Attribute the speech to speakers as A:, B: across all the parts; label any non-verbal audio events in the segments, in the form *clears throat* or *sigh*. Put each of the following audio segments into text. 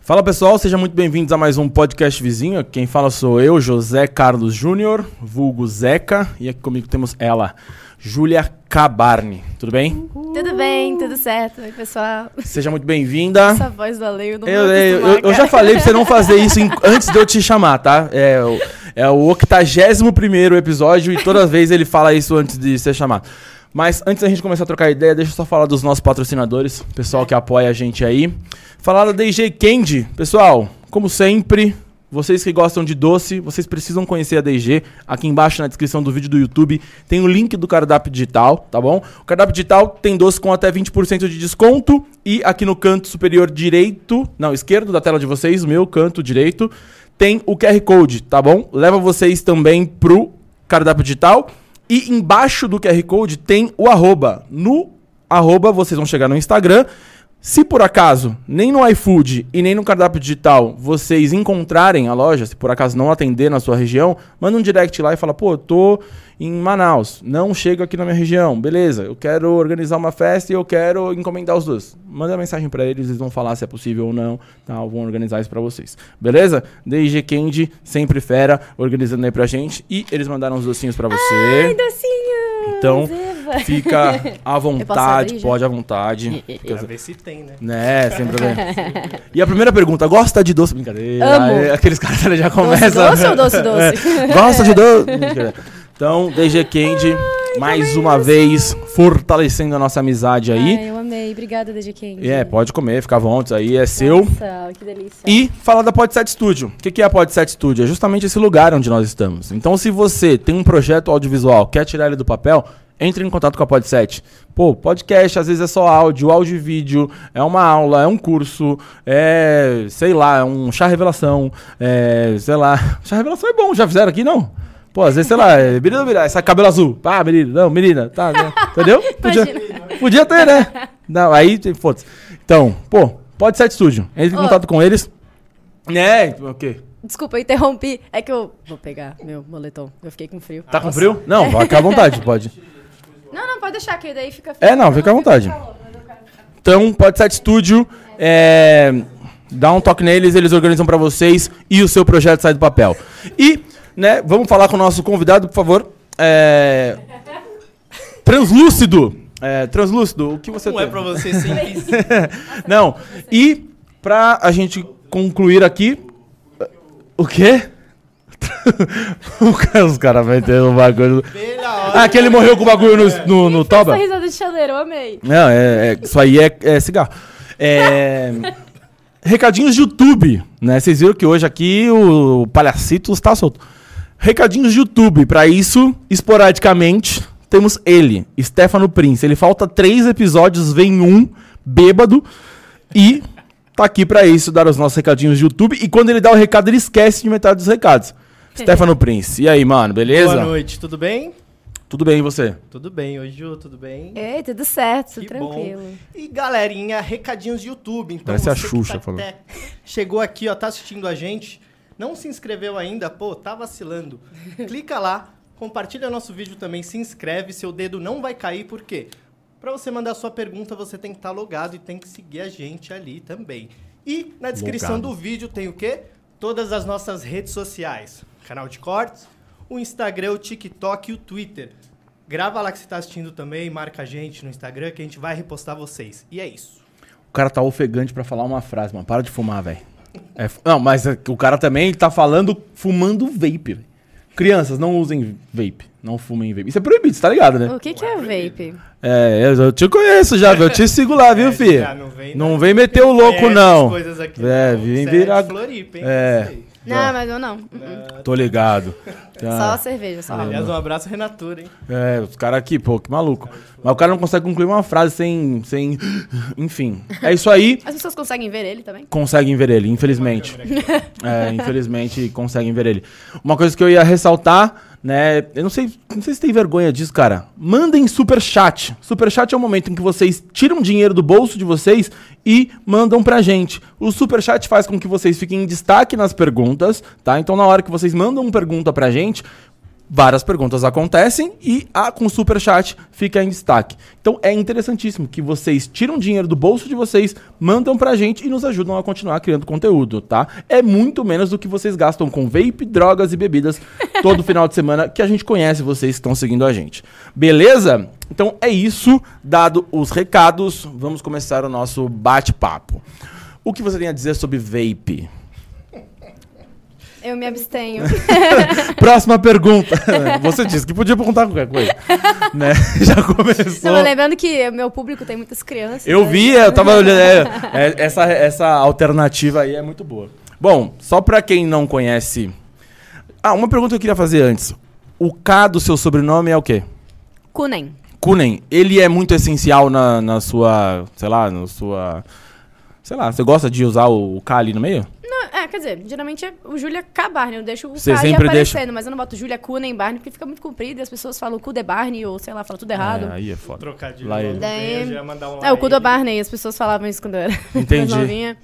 A: Fala pessoal, sejam muito bem-vindos a mais um podcast vizinho. Quem fala sou eu, José Carlos Júnior, vulgo Zeca, e aqui comigo temos ela, Júlia Cabarne. Tudo bem?
B: Tudo bem, tudo certo, oi *laughs* pessoal.
A: Seja muito bem-vinda.
B: Essa voz do alheio não
A: Eu,
B: vou
A: eu-
B: acostumar,
A: eu- eu já
B: cara.
A: falei pra você não fazer isso em- antes de eu te chamar, tá? É, o- é o 81 episódio e toda vez ele fala isso antes de ser chamado. Mas antes da gente começar a trocar ideia, deixa eu só falar dos nossos patrocinadores, pessoal que apoia a gente aí. Falar da DJ Candy. Pessoal, como sempre, vocês que gostam de doce, vocês precisam conhecer a DG. Aqui embaixo na descrição do vídeo do YouTube tem o link do cardápio digital, tá bom? O cardápio digital tem doce com até 20% de desconto. E aqui no canto superior direito, não, esquerdo da tela de vocês, meu canto direito, tem o QR Code, tá bom? Leva vocês também pro cardápio digital. E embaixo do QR Code tem o arroba. No arroba, vocês vão chegar no Instagram. Se por acaso, nem no iFood e nem no cardápio digital, vocês encontrarem a loja, se por acaso não atender na sua região, manda um direct lá e fala, pô, eu tô em Manaus, não chego aqui na minha região, beleza, eu quero organizar uma festa e eu quero encomendar os doces. Manda mensagem pra eles, eles vão falar se é possível ou não, tal, vão organizar isso pra vocês. Beleza? DG Candy, sempre fera, organizando aí pra gente. E eles mandaram os docinhos pra você.
B: *laughs* Ai, docinho!
A: Então,
B: Eva. *laughs*
A: Fica à vontade,
B: abrir já?
A: pode
B: *laughs*
A: à vontade.
C: Pra ver se tem, né?
A: né, sem problema. E a primeira pergunta, gosta de doce? Brincadeira.
B: Amo.
A: Aí Aqueles caras já
B: Doce,
A: começam.
B: doce ou doce, doce?
A: Gosta de doce? Brincadeira. Então, DG Candy, mais uma vez, fortalecendo a nossa amizade É. aí.
B: Ai, eu amei, obrigada, DJ Candy.
A: E é, pode comer, fica à vontade, aí é seu.
B: Nossa, que delícia.
A: E falar da Podset Studio. O que que é a Podset Studio? É justamente esse lugar onde nós estamos. Então, se você tem um projeto audiovisual, quer tirar ele do papel, entre em contato com a Podset. Pô, podcast às vezes é só áudio, áudio e vídeo, é uma aula, é um curso, é, sei lá, é um chá revelação, é, sei lá. *laughs* Chá revelação é bom, já fizeram aqui, não? Pô, às vezes, sei lá, é, menina, menina, essa cabelo azul. Ah, menina, não, menina, tá, né? entendeu? Podia, podia ter, né? Não, aí, foda-se. Então, pô, pode ser de estúdio. Entre em
B: Ô.
A: contato com eles. Né? O quê?
B: Desculpa, eu interrompi. É que eu vou pegar meu moletom, eu fiquei com frio.
C: Ah,
A: Tá com frio? Não, fica à vontade, pode.
B: Ah. Não, não, pode deixar, que daí fica frio.
A: É, não, fica à vontade. Então, pode ser de estúdio. É, dá um toque neles, eles organizam pra vocês e o seu projeto sai do papel. E, né, vamos falar com o nosso convidado, por favor. É, translúcido. É, translúcido, o que você
C: Não
A: tem?
C: é
A: *laughs*
C: pra você simples.
A: Não. E pra a gente concluir aqui. O quê? *laughs* O cara- Os caras meteram um bagulho.
C: Pela hora.
A: Ah, que ele morreu com o bagulho no, no, no toba?
B: Essa risada de chaleiro, eu amei.
A: Não, é, é- isso aí é, é cigarro. É, recadinhos de YouTube, né? Vocês viram que hoje aqui o Palhacitos tá solto. Recadinhos de YouTube, pra isso, esporadicamente, temos ele, Stefano Prince. Ele falta três episódios, vem um, bêbado, e tá aqui pra isso, dar os nossos recadinhos de YouTube. E quando ele dá o recado, ele esquece de metade dos recados. Stefano Prince, e aí, mano, beleza?
C: Boa noite, tudo bem?
A: Tudo bem, e você?
C: Tudo bem, oi Ju, tudo bem?
D: É.
B: Ei, tudo certo,
C: Que
B: tranquilo.
C: bom. E galerinha, recadinhos de YouTube. Então
A: Parece a
C: você que
A: Xuxa
C: tá
A: falando.
C: até- Chegou aqui, ó, tá assistindo a gente, não se inscreveu ainda, pô, tá vacilando. Clica lá, compartilha nosso vídeo também, se inscreve, seu dedo não vai cair, por quê? Pra você mandar sua pergunta, você tem que estar logado e tem que seguir a gente ali também. E na descrição
A: Logado.
C: do vídeo tem o quê? Todas as nossas redes sociais. Canal de cortes, o Instagram, o TikTok e o Twitter. Grava lá que você tá assistindo também, marca a gente no Instagram que a gente vai repostar vocês. E é isso.
A: O cara tá ofegante pra falar uma frase, mano. Para de fumar, velho. É, fu- não, mas é que o cara também tá falando fumando vape, velho. Crianças, não usem vape. Não fumem vape. Isso é proibido, você tá ligado, né?
B: O que, que é vape?
A: É, eu, eu te conheço já, velho. Eu te sigo lá, viu,
C: É,
A: fi?
C: já não vem,
A: Não vem meter o louco,
C: Essas
A: não.
C: Coisas aqui
A: É,
C: não.
A: vem
C: Isso
A: virar-
C: É de Floripa, hein?
A: É.
C: Isso aí.
B: Não, mas eu não. Hum,
A: Tô ligado. Tá.
B: Só cerveja, só.
C: Aliás, um abraço, Renatura, hein?
A: É, os caras aqui, pô, que maluco. Mas o cara não consegue concluir uma frase sem. sem... Enfim. É isso aí.
B: As pessoas conseguem ver ele também?
A: Conseguem ver ele, infelizmente. É, infelizmente conseguem ver ele. Uma coisa que eu ia ressaltar, né? Eu não sei, não sei se tem vergonha disso, cara. Mandem superchat. Superchat é o momento em que vocês tiram dinheiro do bolso de vocês e mandam pra gente. O superchat faz com que vocês fiquem em destaque nas perguntas, tá? Então na hora que vocês mandam uma pergunta pra gente, várias perguntas acontecem e a com super chat fica em destaque. Então é interessantíssimo que vocês tiram dinheiro do bolso de vocês, mandam pra gente e nos ajudam a continuar criando conteúdo, tá? É muito menos do que vocês gastam com vape, drogas e bebidas todo final de semana que a gente conhece vocês que estão seguindo a gente. Beleza? Então é isso, dado os recados, vamos começar o nosso bate-papo. O que você tem a dizer sobre vape?
D: Eu
B: *laughs*
D: me abstenho.
A: Próxima pergunta. *laughs* Você disse que podia perguntar qualquer coisa. né? *laughs* Já começou.
D: Não, mas lembrando que meu público tem muitas crianças.
A: Eu
D: né?
A: vi, eu tava olhando. é, é, essa, essa alternativa aí é muito boa. Bom, só pra quem não conhece. Ah, uma pergunta que eu queria fazer antes. O K do seu sobrenome é o quê?
D: Kunen.
A: Kunen, ele é muito essencial na, na sua. Sei lá, na sua. Sei lá, você gosta de usar o K ali no meio?
D: Não, é, quer dizer, geralmente é o Júlia K. Barney. Eu deixo o
A: Você
D: K aí
A: sempre
D: aparecendo,
A: deixa-
D: mas eu não boto Júlia Kunen Barney porque fica muito comprido e as pessoas falam cu de Barney ou sei lá, fala tudo
A: É,
D: errado.
A: aí é foda.
C: Trocadilho.
A: Lá ele.
D: Daí-
C: Eu já ia mandar um
D: É, o cu
C: lá
D: do
C: ele.
D: Barney, as pessoas falavam isso quando eu era *laughs* mais
A: Entendi.
D: novinha.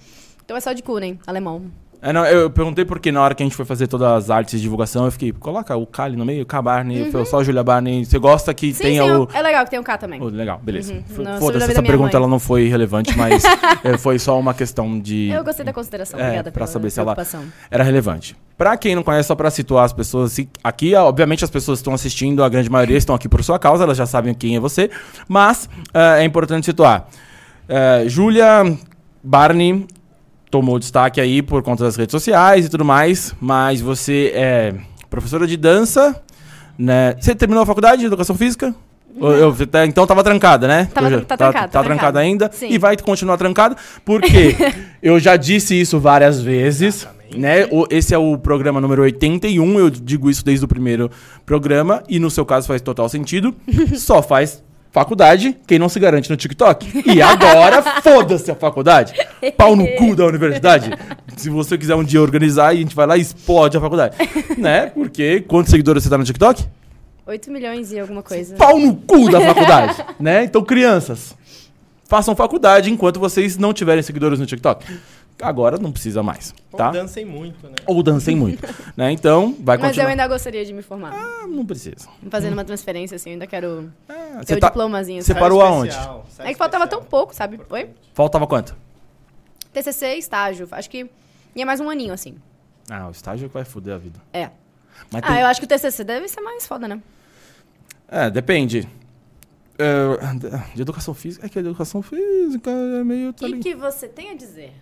D: Então é só de Kunen, alemão.
A: É, não, eu perguntei porque na hora que a gente foi fazer todas as artes de divulgação, eu fiquei, coloca o Kali no meio, K Barney, foi só a Julia Barney. Você gosta que
D: Uhum. Sim,
A: tenha
D: sim,
A: o.
D: é legal que tem um K também.
A: Oh, legal, beleza.
D: Uhum.
A: Foi-
D: Não, sobre a
A: Foda-se,
D: vida
A: essa
D: da minha
A: pergunta
D: mãe.
A: ela não foi relevante,
D: *laughs*
A: mas é, foi só uma questão de.
D: Eu gostei da consideração,
A: É, pra
D: obrigada pela
A: saber se ela-
D: preocupação.
A: Era relevante. Pra quem não conhece, só pra situar as pessoas, assim, aqui, ah, obviamente, as pessoas estão assistindo, a grande maioria estão aqui por sua causa, elas já sabem quem é você, mas ah, é importante situar. Ah, Júlia Barney tomou destaque aí por conta das redes sociais e tudo mais, mas você é professora de dança, né? Você terminou a faculdade de educação física? Ou Eu, até então tava trancada, né?
D: Tava-
A: Eu já- tá,
D: tá trancada,
A: tá
D: tá
A: trancada
D: trancada.
A: ainda
D: Sim.
A: e vai continuar trancada, porque eu já disse isso várias vezes, né? O- esse é o programa número 81, eu digo isso desde o primeiro programa e no seu caso faz total sentido. Só faz faculdade quem não se garante no TikTok. E agora foda-se a faculdade. Pau no cu da universidade. Se você quiser um dia organizar, a gente vai lá e explode a faculdade, né? Porque quantos seguidores você tá no TikTok?
D: 8 milhões e alguma coisa.
A: pau no cu da faculdade, né? Então, crianças, façam faculdade enquanto vocês não tiverem seguidores no TikTok. Agora não precisa mais,
C: Ou
A: tá?
C: dancem muito, né?
A: Ou dancem muito, né? Então, vai
D: Mas
A: continuar.
D: eu ainda gostaria de me formar.
A: Ah, Não precisa.
D: Fazendo uma transferência, assim, eu ainda quero
A: Ah,
D: ter
A: Você
D: o
A: tá...
D: diplomazinho.
A: você tá
D: sabe?
A: parou
C: Site
A: aonde?
C: especial, site
D: É que faltava tão
C: especial.
D: pouco, sabe? Oi?
A: Faltava quanto?
D: TCC, estágio. Acho que ia mais um aninho, assim.
A: Ah, o estágio que vai foder a vida.
D: É.
A: Mas tem...
D: Ah, eu acho que o TCC deve ser mais foda, né?
A: É, depende. É, de educação física. É que a educação física é meio. Tá ali.
D: você tem a dizer?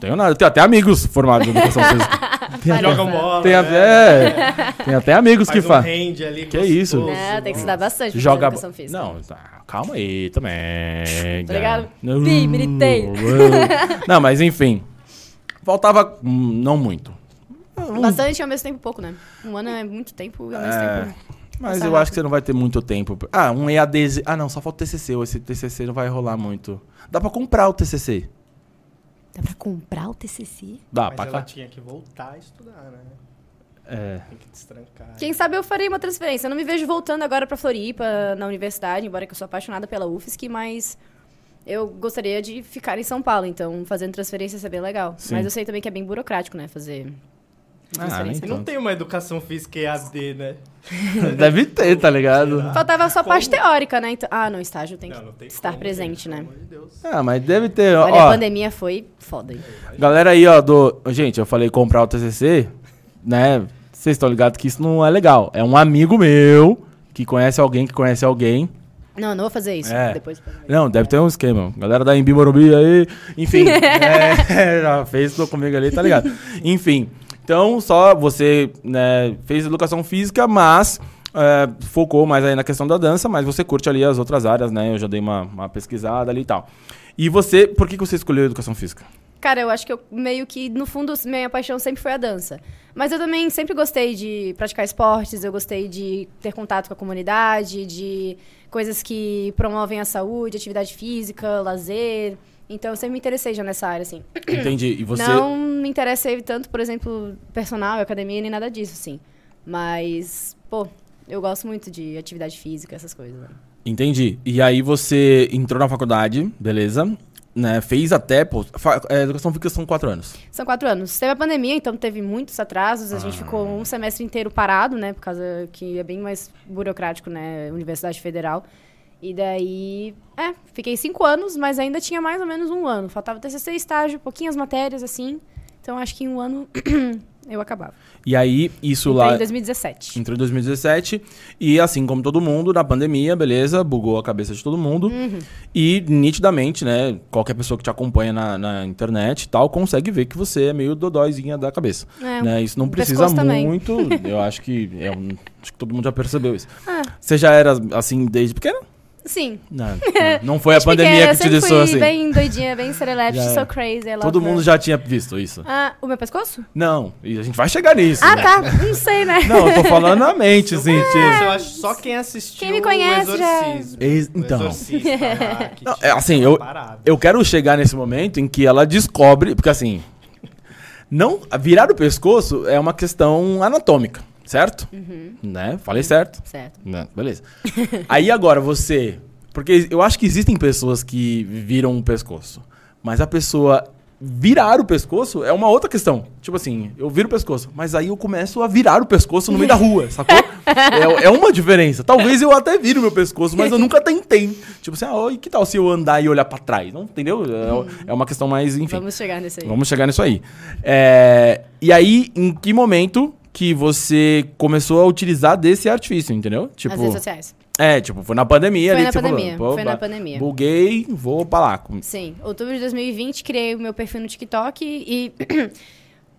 A: Tenho nada. Tenho até amigos formados em educação física. Tem até-
C: Jogam bola.
A: Tem, a-
C: né?
A: é, tem até amigos
C: Faz
A: que
C: um
A: fazem.
C: hand ali.
A: Que isso?
C: gostoso.
D: É, tem que se dar bastante pra
A: Joga.
D: fazer educação física.
A: Não, tá, calma aí também.
D: Tá ligado?
A: Não.
D: Sim, militei.
A: Não, mas enfim. Faltava. hum, Não muito. Hum,
D: Bastante e ao mesmo tempo pouco, né? Um ano é muito tempo e ao mesmo
A: É,
D: tempo...
A: mas
D: Passar
A: eu acho
D: rápido.
A: que você não vai ter muito tempo. Ah, um EAD. Ah, não, só falta o TCC. Esse TCC não vai rolar muito. Dá pra comprar o TCC?
D: Dá pra comprar o TCC?
A: Dá,
C: Mas
A: Ah,
C: é
A: pra
C: ela
A: cá.
C: tinha que voltar a estudar, né?
A: É.
C: Tem que destrancar.
D: Quem sabe eu farei uma transferência. Eu não me vejo voltando agora pra Floripa, na universidade, embora que eu sou apaixonada pela UFSC, mas eu gostaria de ficar em São Paulo, então fazendo transferência seria bem legal.
A: Sim.
D: Mas eu sei também que é bem burocrático, né,
A: Ah,
D: fazer
A: nem
D: transferência.
C: Não
A: tanto.
C: tem uma educação física EAD, né?
A: Deve ter, tá ligado?
D: Faltava só a parte
C: Como?
D: teórica, né? Então- ah, não, estágio tem que
C: Não, não tem
D: estar
C: como,
D: presente,
C: gente,
D: né?
C: Pelo amor de Deus.
A: Ah, mas deve ter. ó,
D: Olha,
A: ó.
D: a pandemia foi foda. hein?
A: Galera aí, ó, do. Gente, eu falei comprar o TCC, né? Vocês estão ligados que isso não é legal. É um amigo meu que conhece alguém que conhece alguém.
D: Não, eu não vou fazer isso.
A: É.
D: Depois.
A: Não, deve ter um esquema. Galera da Embi Morumbi aí. Enfim, é, *laughs* já fez tô comigo ali, tá ligado? Enfim, então só você né, fez educação física, mas é, focou mais aí na questão da dança, mas você curte ali as outras áreas, né? Eu já dei uma, uma pesquisada ali e tal. E você, por que, que você escolheu educação física?
D: Cara, eu acho que eu meio que, no fundo, minha paixão sempre foi a dança. Mas eu também sempre gostei de praticar esportes, eu gostei de ter contato com a comunidade, de coisas que promovem a saúde, atividade física, lazer. Então, eu sempre me interessei já nessa área, assim.
A: Entendi. E você.
D: Não me interessei tanto, por exemplo, personal, academia, nem nada disso, assim. Mas, pô, eu gosto muito de atividade física, essas coisas. né?
A: Entendi. E aí você entrou na faculdade, beleza? né, fez até, pô, fa- é, educação física são quatro anos.
D: São quatro anos. Teve a pandemia, então teve muitos atrasos. A gente
A: Ah.
D: ficou um semestre inteiro parado, né? Por causa que é bem mais burocrático, né? Universidade Federal. E daí, é, fiquei cinco anos, mas ainda tinha mais ou menos um ano. Faltava TCC, estágio, pouquinhas matérias, assim. Então acho que em um ano *clears throat* eu acabava.
A: E aí, isso
D: Entrei
A: lá...
D: em 2017.
A: Entrou em 2017 e assim como todo mundo, na pandemia, beleza, bugou a cabeça de todo mundo.
D: Uhum.
A: E nitidamente, né, qualquer pessoa que te acompanha na, na internet e tal, consegue ver que você é meio dodóizinha da cabeça.
D: É,
A: né? Isso não
D: do
A: precisa
D: pescoço também.
A: muito,
D: *laughs*
A: eu acho que é um- acho que todo mundo já percebeu isso.
D: Ah.
A: Você já era assim desde pequena?
D: Sim.
A: Não,
D: *laughs*
A: não, não foi a
D: Desde
A: pandemia
D: pequena,
A: que te
D: eu sempre
A: deixou
D: fui
A: assim.
D: bem doidinha, bem serelepe,
A: Já
D: so
A: é.
D: crazy, I love
A: Todo
D: her.
A: mundo já tinha visto isso.
D: Ah, o meu pescoço?
A: Não, e a gente vai chegar nisso.
D: Ah,
A: né?
D: tá. Não sei, né?
A: Não, eu tô falando na mente, assim,
C: Isso
A: tipo.
C: eu acho só quem assistiu
D: Quem me conhece
C: o
D: já-
C: exorcismo.
A: Ex-
C: O
A: Então.
C: Exorcista,
D: *laughs*
C: ah, que
A: Não,
C: tinha
A: é assim,
C: uma
A: eu,
C: parada.
A: eu quero chegar nesse momento em que ela descobre, porque assim, não virar o pescoço é uma questão anatômica, certo? Né? Falei certo?
D: Certo.
A: Né? Beleza. *laughs* Aí agora você, porque eu acho que existem pessoas que viram o pescoço, mas a pessoa virar o pescoço é uma outra questão. Tipo assim, eu viro o pescoço, mas aí eu começo a virar o pescoço no meio da rua, sacou? É, é uma diferença. Talvez eu até vire o meu pescoço, mas eu nunca tentei. Tipo assim, ah, ó, e que tal se eu andar e olhar pra trás? Não, entendeu? É, é uma questão mais, enfim.
D: Vamos chegar nesse aí.
A: Vamos chegar nisso aí. É, e aí, em que momento que você começou a utilizar desse artifício, entendeu? Tipo,
D: As redes sociais.
A: é, tipo, foi na pandemia
D: Foi
A: ali
D: na
A: que você
D: pandemia,
A: falou.
D: foi na
A: ba-
D: pandemia.
A: Buguei, vou pra lá. Com-
D: Sim, outubro de 2020 criei o meu perfil no TikTok e *clears throat*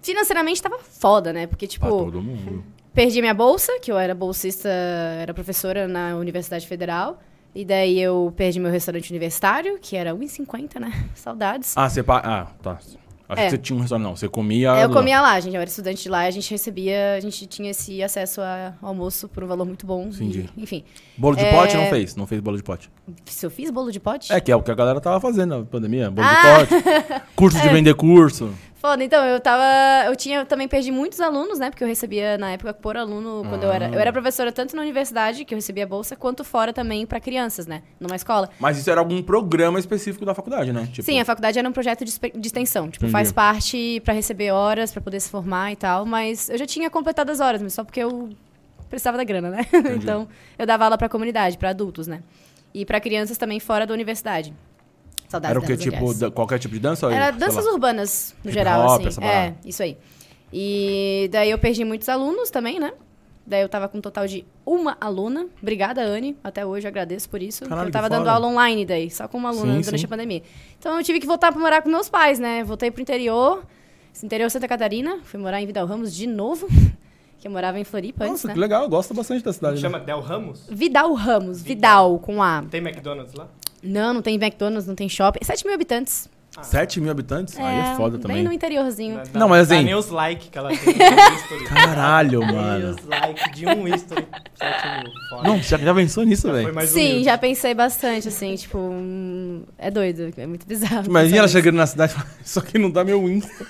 D: financeiramente tava foda, né? Porque tipo,
A: Pra todo mundo.
D: perdi minha bolsa, que eu era bolsista, era professora na Universidade Federal, e daí eu perdi meu restaurante universitário, que era 1,50, né? *laughs* Saudades.
A: Ah, você... Pa... Ah, tá. Acho
D: É.
A: que você tinha um restaurante, não. Você comia...
D: É, eu
A: lá.
D: comia lá, gente. Eu era estudante de lá, a gente recebia, a gente tinha esse acesso a ao almoço por um valor muito bom.
A: Entendi.
D: E, enfim,
A: Bolo de
D: É.
A: pote não fez, não fez bolo de pote.
D: se eu fiz bolo de pote?
A: É, que é o que a galera tava fazendo na pandemia, bolo
D: Ah! É.
A: de
D: *laughs*
A: pote. Curso de vender curso.
D: Foda, então, eu tava. Eu tinha eu também perdi muitos alunos, né? Porque eu recebia na época por aluno quando eu
A: Ah.
D: era. Eu era professora tanto na universidade, que eu recebia bolsa, quanto fora também pra crianças, né? Numa escola.
A: Mas isso era algum programa específico da faculdade, né? Tipo,
D: Sim, a faculdade era um projeto de, espe- de extensão. Tipo,
A: Entendi.
D: faz parte pra receber horas, pra poder se formar e tal. Mas eu já tinha completado as horas, mas só porque eu precisava da grana, né? *laughs* então, eu dava aula pra comunidade, pra adultos, né? E pra crianças também fora da universidade. Saudades
A: Era o que,
D: delas,
A: tipo,
D: aliás.
A: da- qualquer tipo de dança?
D: Era
A: Sei lá.
D: danças urbanas, no
A: Hip
D: geral,
A: hop,
D: assim.
A: essa
D: é,
A: parada.
D: isso aí. E daí eu perdi muitos alunos também, né? Daí eu tava com um total de uma aluna. Obrigada, Anne. Até hoje eu agradeço por isso.
A: Caralho,
D: eu
A: que
D: tava dando
A: foda.
D: aula online daí, só com uma aluna
A: Sim,
D: durante
A: sim.
D: a pandemia. Então eu tive que voltar pra morar com meus pais, né? Voltei pro interior, interior Santa Catarina. Fui morar em Vidal Ramos de novo, *laughs* que eu morava em Floripa antes,
A: Nossa,
D: né?
A: que legal, eu gosto bastante da cidade. né?
C: Chama Del Ramos?
D: Vidal Ramos,
C: Vidal.
D: Vidal, com A.
C: Tem McDonald's lá?
D: Não, não tem McDonald's, não tem shopping. 7 mil habitantes.
A: 7 né? mil habitantes? Aí é foda
D: bem
A: também.
D: no interiorzinho.
C: Dá- dá-
A: Não, mas
C: dá
A: assim-
C: nem os like que ela tem. no history.
D: *laughs*
A: Caralho,
D: É
C: Nem
A: mano.
C: os like de um history. Sete mil. Foda.
A: Não, já, já pensou nisso,
C: Foi
A: velho?
C: mais um
D: Sim,
C: humilde.
D: já pensei bastante, assim, tipo, hum, é doido, é muito bizarro.
A: Imagina ela
D: pensar nisso.
A: chegando na cidade *laughs* e falando, isso aqui não dá meu Insta.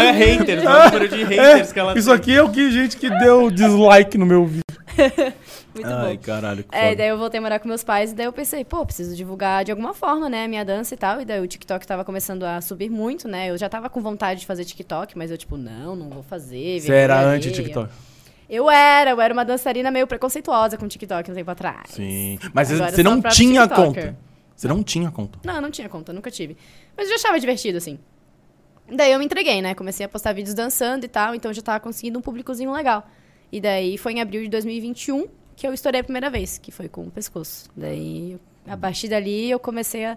D: *laughs*
C: é haters, é o número de haters que ela
A: isso
C: tem.
A: aqui é o que gente que deu dislike no meu vídeo.
D: Muito
A: Ai,
D: bom.
A: caralho, que
D: É,
A: foda.
D: daí eu voltei a morar com meus pais, e daí eu pensei, pô, preciso divulgar de alguma forma, né, a minha dança e tal. E daí o TikTok tava começando a subir muito, né? Eu já tava com vontade de fazer TikTok, mas eu, tipo, não, não vou fazer.
A: Você
D: vergonha
A: era
D: alheia.
A: anti-TikTok.
D: Eu era, eu era uma dançarina meio preconceituosa com TikTok um tempo atrás.
A: Sim. Mas
D: Agora
A: você
D: eu sou
A: não
D: a própria
A: tinha
D: TikToker.
A: conta. Você não tinha conta.
D: Não, eu não tinha conta, nunca tive. Mas eu já achava divertido, assim. Daí eu me entreguei, né? Comecei a postar vídeos dançando e tal, então eu já tava conseguindo um públicozinho legal. E daí foi em abril de 2021 que eu estourei a primeira vez, que foi com o pescoço. Daí, a partir dali, eu comecei a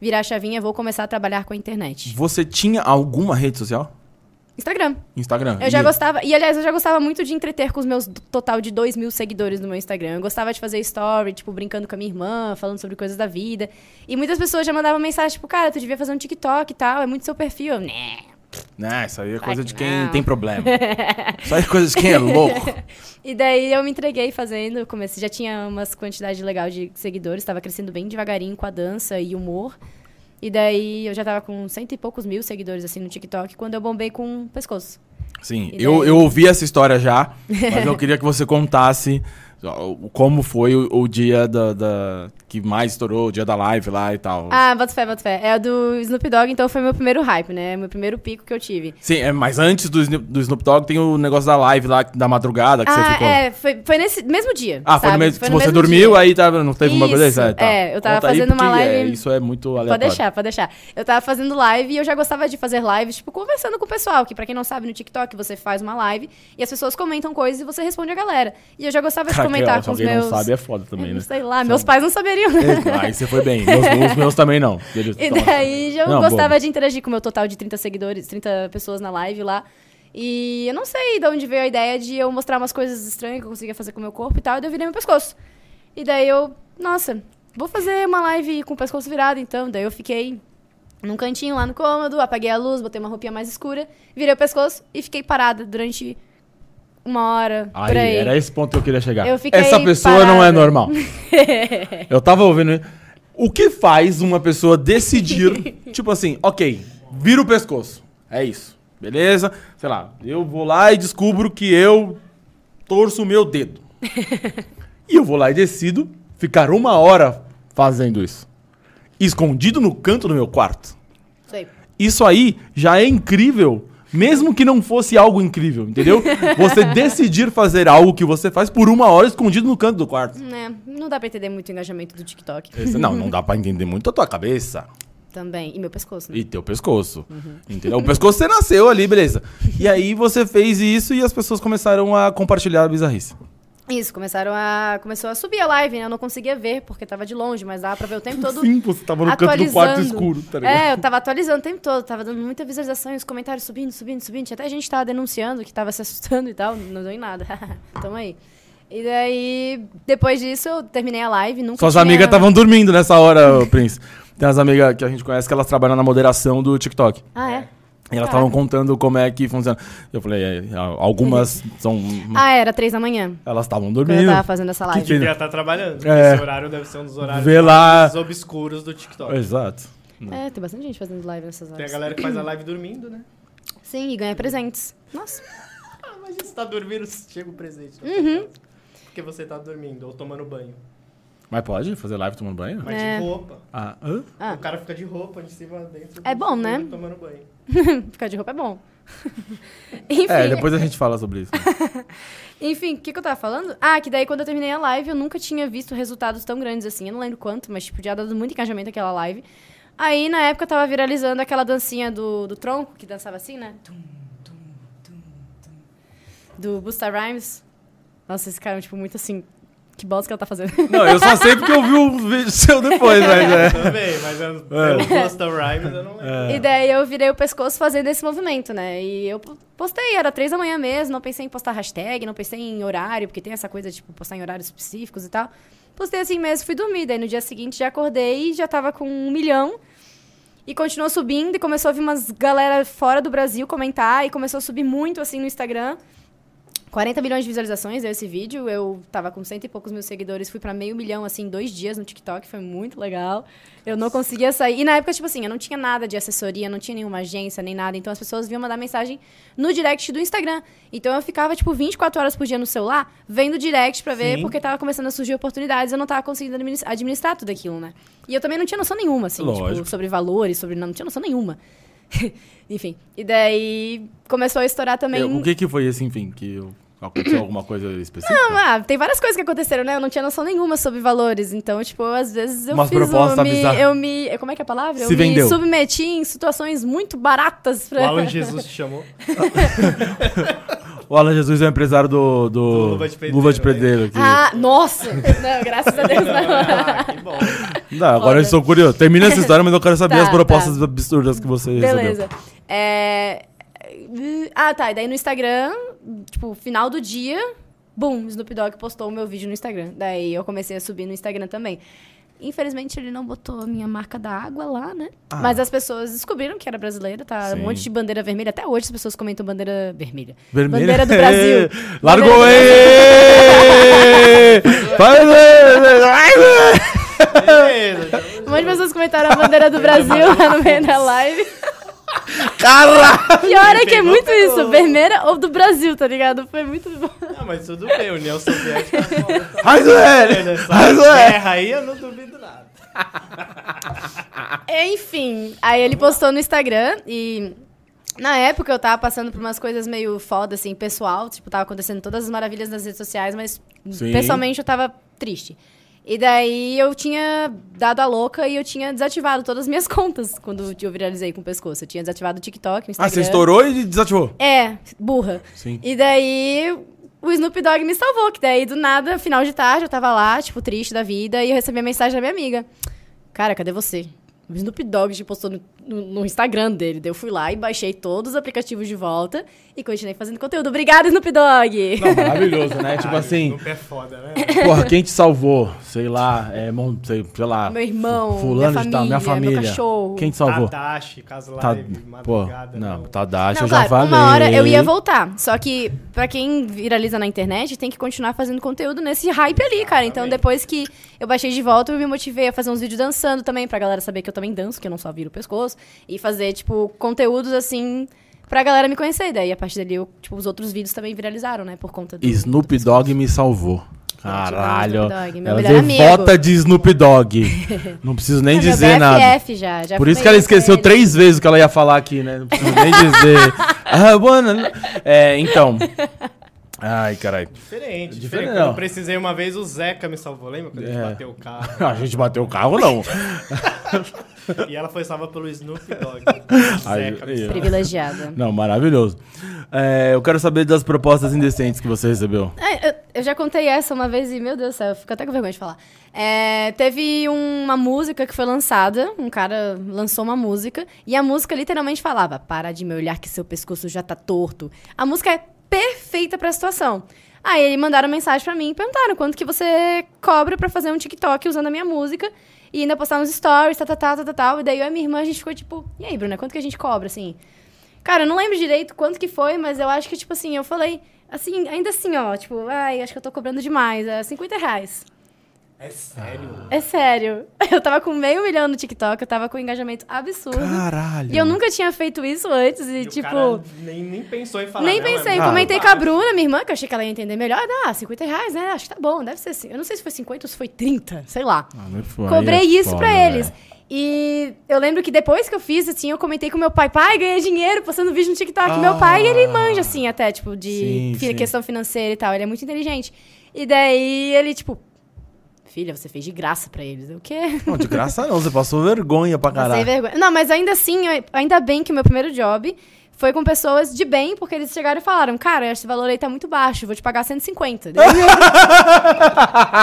D: virar a chavinha, vou começar a trabalhar com a internet.
A: Você tinha alguma rede social?
D: Instagram.
A: Instagram.
D: Eu já
A: E-
D: gostava, e aliás, eu já gostava muito de entreter com os meus do- total de 2 mil seguidores no meu Instagram. Eu gostava de fazer story, tipo, brincando com a minha irmã, falando sobre coisas da vida. E muitas pessoas já mandavam mensagem, tipo, cara, tu devia fazer um TikTok e tal, é muito seu perfil. Eu, Né.
A: Né, isso aí é coisa de
D: que
A: quem
D: não.
A: tem
D: *laughs*
A: problema. isso aí é coisa de quem é louco.
D: E daí eu me entreguei fazendo, comecei, já tinha umas quantidade legal de seguidores, tava crescendo bem devagarinho com a dança e humor. E daí eu já tava com cento e poucos mil seguidores assim no TikTok quando eu bombei com o pescoço.
A: Sim,
D: E
A: eu,
D: daí? *laughs*
A: eu ouvi essa história já, mas eu queria que você contasse o- como foi o, o dia da, da- que mais estourou, o dia da live lá e tal.
D: Ah, bota fé, bota fé. É o do Snoop Dogg, então foi meu primeiro hype, né? Meu primeiro pico que eu tive.
A: Sim, é, mas antes do, Snoop- do Snoop Dogg tem o negócio da live lá da madrugada que você
D: ah,
A: ficou.
D: é, foi, foi nesse mesmo dia.
A: Ah, foi no
D: sabe?
A: mesmo.
D: Foi
A: Se
D: no
A: você
D: mesmo
A: dormiu,
D: dia.
A: aí tava, não teve uma coisa
D: Isso,
A: dessa? tá.
D: é, eu tava
A: Conta aí,
D: fazendo uma
A: porque é,
D: live-
A: isso é muito aleatório.
D: Pode deixar, pode deixar. Eu tava fazendo live e eu já gostava de fazer lives, tipo, conversando com o pessoal, que pra quem não sabe, no TikTok você faz uma live e as pessoas comentam coisas e você responde a galera. E eu já gostava
A: Caraca,
D: de comentar
A: se
D: com os
A: alguém
D: meus...
A: não sabe é foda também, né?
D: Sei lá, meus pais não saberiam, né?
A: Aí você foi bem. Meus, os meus também
D: *laughs*
A: não. Eles
D: E
A: tão-
D: daí eu
A: Não,
D: gostava
A: boa.
D: de interagir com o meu total de 30 seguidores, 30 pessoas na live lá. E eu não sei de onde veio a ideia de eu mostrar umas coisas estranhas que eu conseguia fazer com o meu corpo e tal, e daí eu virei meu pescoço. E daí eu, nossa, vou fazer uma live com o pescoço virado então. Daí eu fiquei num cantinho lá no cômodo, apaguei a luz, botei uma roupinha mais escura, virei o pescoço e fiquei parada durante uma hora.
A: Aí,
D: por aí.
A: era esse ponto que eu queria chegar.
D: Eu fiquei
A: Essa pessoa não é
D: parada. *laughs*
A: normal. eu tava ouvindo. né? O que faz uma pessoa
D: *laughs*
A: decidir, tipo assim, ok, vira o pescoço. É isso. Beleza? Sei lá, eu vou lá e descubro que eu torço o meu
D: *laughs*
A: dedo. e eu vou lá e decido ficar uma hora fazendo isso. Escondido no canto do meu quarto.
D: Sei.
A: isso aí já é incrível, mesmo que não fosse algo incrível,
D: *laughs*
A: entendeu? Você decidir fazer algo que você faz por uma hora escondido no canto do quarto.
D: Né, não dá pra entender muito o engajamento do TikTok
A: Esse- Não, não dá pra entender muito a tua cabeça
D: também. E meu pescoço, né?
A: e teu pescoço,
D: Uhum.
A: entendeu? O pescoço você nasceu ali, beleza. E aí você fez isso e as pessoas começaram a compartilhar a bizarrice.
D: Isso, começaram a. Começou a subir a live, né? Eu não conseguia ver, porque tava de longe, mas dava pra ver o tempo todo.
A: você tava
D: atualizando.
A: É.
D: É, eu tava atualizando o tempo todo, tava dando muita visualização e os comentários subindo, subindo, subindo. Tinha Até a gente tava denunciando que tava se assustando e tal. Não deu em nada. *laughs* Tamo aí. E daí, depois disso, eu terminei a live, nunca
A: Suas
D: tinha-
A: amigas estavam dormindo nessa hora, ô, Prince. Tem as amigas que a gente conhece que elas trabalham na moderação do TikTok.
D: Ah, é?
A: E elas estavam contando como é que funciona. Eu falei, é, a- algumas são.
D: Ah, era três da manhã,
A: Elas estavam
D: quando
A: dormindo.
D: eu tava fazendo essa live.
A: Hum. que-
C: Devia estar tá trabalhando.
A: né? É.
C: Esse horário deve ser um dos horários
A: Vê lá.
C: mais obscuros do TikTok.
A: Exato.
D: É, tem bastante gente fazendo live nessas
C: Tem a
D: horas.
C: galera que faz a live dormindo, né?
D: Sim, e ganha presentes. Nossa.
C: Ah, mas você tá dormindo, *laughs* chega o presente.
D: Uhum.
C: Porque você tá dormindo ou tomando banho.
A: Mas pode fazer live tomando banho?
C: Mas
D: É.
C: de roupa.
A: Ah, hã?
D: Ah.
C: O cara fica de roupa de cima dentro.
D: É
C: do
D: bom, né?
C: chuveiro Tomando banho.
D: Ficar de roupa é bom. *laughs* Enfim,
A: É, depois a gente fala sobre isso.
D: Enfim, o que, que eu tava falando? Ah, que daí quando eu terminei a live, eu nunca tinha visto resultados tão grandes assim. Eu não lembro quanto, mas tipo, já dado muito engajamento aquela live. Aí, na época, tava viralizando aquela dancinha do, do tronco, que dançava assim, né? Tum, tum, tum, tum. Do Busta Rhymes. Nossa, esse cara, tipo, muito assim... Que bosta que ela tá fazendo.
A: Não, eu só sei porque eu vi o vídeo *laughs* seu depois, mas *laughs* é.
C: Também, mas eu, eu gosto da rhyme, eu não lembro.
D: *laughs* E daí eu virei o pescoço fazendo esse movimento, né? E eu postei, era três da manhã mesmo, não pensei em postar hashtag, não pensei em horário, porque tem essa coisa, tipo, postar em horários específicos e tal. Postei assim mesmo, fui dormir. Daí no dia seguinte já acordei e já tava com um milhão. E continuou subindo e começou a vir umas galera fora do Brasil comentar e começou a subir muito assim no Instagram. 40 milhões de visualizações deu esse vídeo. Eu tava com cento e poucos mil seguidores, fui pra meio milhão, assim, em dois dias no TikTok, foi muito legal. Eu não conseguia sair. E na época, tipo assim, eu não tinha nada de assessoria, não tinha nenhuma agência, nem nada. Então as pessoas vinham mandar mensagem no direct do Instagram. Então eu ficava, tipo, 24 horas por dia no celular, vendo direct pra ver,
C: Sim.
D: porque tava começando a surgir oportunidades, eu não tava conseguindo adminis- administrar tudo aquilo, né? E eu também não tinha noção nenhuma, assim,
A: Lógico.
D: tipo, sobre valores, sobre. Não, não tinha noção nenhuma. *laughs* Enfim. E daí começou a estourar também.
A: Eu- o que que foi esse, enfim? Que eu- aconteceu alguma coisa específica?
D: Não, ah, tem várias coisas que aconteceram, né? Eu não tinha noção nenhuma sobre valores. Então, tipo, às vezes eu
A: Umas
D: fiz
A: propostas
D: eu me,
A: bizarras.
D: eu me. eu- Como é que é a palavra?
A: Se
D: eu
A: vendeu.
D: me submeti em situações muito baratas
C: O
D: pra.
C: Alan Jesus te chamou.
A: O Alan Jesus é o empresário do. do
C: Do Luva de Pedreiro,
A: Luva de Pedreiro. que-
D: *laughs* ah, nossa! não, graças a Deus não.
C: Ah, *laughs* que bom.
A: Não, agora
D: foda.
A: eu sou curioso. Termina
D: *laughs*
A: essa história, mas eu quero saber
D: Tá,
A: as propostas absurdas que você recebeu.
D: Beleza. É... Ah, tá. E daí no Instagram, tipo, final do dia, bum, Snoop Dogg postou o meu vídeo no Instagram. Daí eu comecei a subir no Instagram também. Infelizmente, ele não botou a minha marca da água lá, né?
A: Ah.
D: Mas as pessoas descobriram que era brasileira, tá?
A: Sim.
D: Um monte de bandeira vermelha. Até hoje as pessoas comentam bandeira vermelha.
A: Vermelha.
D: Bandeira
A: *laughs*
D: do Brasil.
A: Largou aí!
D: Bandeira
A: Vai, vai, vai, vai!
C: Beleza. *laughs*
D: Um monte de pessoas comentaram a bandeira do Brasil lá no meio da live.
A: Caralho!
D: Pior é que é
C: Pegou,
D: muito
C: pegou.
D: isso, vermelha ou do Brasil, tá ligado? Foi muito bom.
C: Ah, mas tudo bem, União Soviética. tá
A: Raizueli! *laughs* Raizueli!
C: Guerra aí eu não duvido nada.
D: *laughs* Enfim, aí ele postou no Instagram e na época eu tava passando por umas coisas meio foda, assim, pessoal. Tipo, tava acontecendo todas as maravilhas nas redes sociais, mas
A: Sim.
D: pessoalmente eu tava triste. E daí eu tinha dado a louca e eu tinha desativado todas as minhas *laughs* contas quando eu viralizei com o pescoço. Eu tinha desativado o TikTok, o Instagram.
A: Ah, você estourou e desativou.
D: É, burra.
A: Sim.
D: E daí o Snoop Dogg me salvou, que daí do nada, final de tarde, eu tava lá, tipo, triste da vida, e eu recebi a mensagem da minha amiga. Cara, cadê você? O Snoop Dogg te postou no, no- no Instagram dele. Daí eu fui lá e baixei todos os aplicativos de volta e continuei fazendo conteúdo. Obrigada, Snoop Dogg!
A: Não, maravilhoso, né? tipo assim,
C: Snoop é foda, né?
A: porra, quem te salvou? Sei lá, é, mon- sei, sei lá.
D: Meu irmão,
A: fulano
D: minha
A: de tal, minha
D: família, meu
A: família.
D: cachorro.
A: Quem te salvou?
C: Tadashi, Caslai,
A: Tá, pô,
C: Madrugada.
A: não,
C: meu.
A: tá Dash, eu
D: Não,
A: já
D: claro,
A: falei.
D: uma hora eu ia voltar. Só que, pra quem viraliza na internet, tem que continuar fazendo conteúdo nesse hype ali, cara. Então, depois que eu baixei de volta, eu me motivei a fazer uns vídeos dançando também, pra galera saber que eu também danço, que eu não só viro o pescoço. E fazer, tipo, conteúdos assim, pra galera me conhecer. Daí, a partir dali, eu, tipo, os outros vídeos também viralizaram, né? Por conta do.
A: Snoop Dogg me salvou. Caralho.
D: Snoop Dogg, meu
A: ela
D: melhor amigo.
A: devota de Snoop
D: *laughs*
A: Dogg. Não preciso nem
D: É meu
A: dizer nada.
D: BFF já, já
A: Por isso
D: fui
A: que ela
D: bem com
A: esqueceu
D: ele.
A: três vezes o que ela ia falar aqui, né? Não preciso nem
D: *laughs*
A: dizer. ah, bueno. É, então. Ai, caralho.
C: Diferente,
A: Diferente,
C: diferente.
A: não.
C: Quando eu precisei uma vez, o Zeca me salvou. Lembra quando a gente
A: É.
C: bateu o
A: *laughs*
C: carro?
A: A gente bateu o carro, não.
C: e ela foi salva pelo Snoop Dogg.
A: *laughs* Ai,
C: Zeca me
A: eu-
C: salvou.
D: Privilegiada.
A: Não, maravilhoso. É, eu quero saber das propostas indecentes que você recebeu.
D: É, eu, eu já contei essa uma vez e, meu Deus do céu, eu fico até com vergonha de falar. É, teve uma música que foi lançada, um cara lançou uma música, e a música literalmente falava: Para de me olhar que seu pescoço já tá torto. A música é perfeita pra situação. Aí eles mandaram mensagem pra mim e perguntaram quanto que você cobra pra fazer um TikTok usando a minha música e ainda postar nos stories, tá, tal, tal, tal, tal, tal, tal. E daí eu e minha irmã a gente ficou tipo: E aí, Bruna, quanto que a gente cobra assim? Cara, eu não lembro direito quanto que foi, mas eu acho que, tipo assim, eu falei, assim, ainda assim, ó, tipo, ai, acho que eu tô cobrando demais, é 50 reais.
C: É sério?
D: É sério. *laughs* Eu tava com meio milhão no TikTok, eu tava com um engajamento absurdo.
A: Caralho.
D: E eu nunca tinha feito isso antes, e,
C: E o
D: tipo.
C: cara nem, nem pensou em falar.
D: Nem
C: não, é
D: pensei,
C: muito
D: comentei com a
C: barato.
D: Bruna, minha irmã, que eu achei que ela ia entender melhor. Ah, 50 reais, né? Acho que tá bom, deve ser assim. Eu não sei se foi 50 ou se foi 30, sei lá.
A: Ah, não é foda,
D: Cobrei
A: aí é
D: isso
A: foda,
D: pra eles.
A: velho.
D: E eu lembro que depois que eu fiz, assim, eu comentei com meu pai, pai, ganhei dinheiro postando vídeo no TikTok.
A: Ah.
D: Meu pai, ele manja, assim, até, tipo, de
A: Sim,
D: fi-
A: sim.
D: questão financeira e tal. Ele é muito inteligente. E daí ele, tipo, filha, você fez de graça pra eles. Eu, O quê?
A: Não, de graça não, você passou vergonha pra *laughs* caralho.
D: Passei vergonha. Não, mas ainda assim, eu- ainda bem que o meu primeiro job foi com pessoas de bem, porque eles chegaram e falaram, cara, esse valor aí tá muito baixo, vou te pagar 150. Daí eu-
A: *laughs*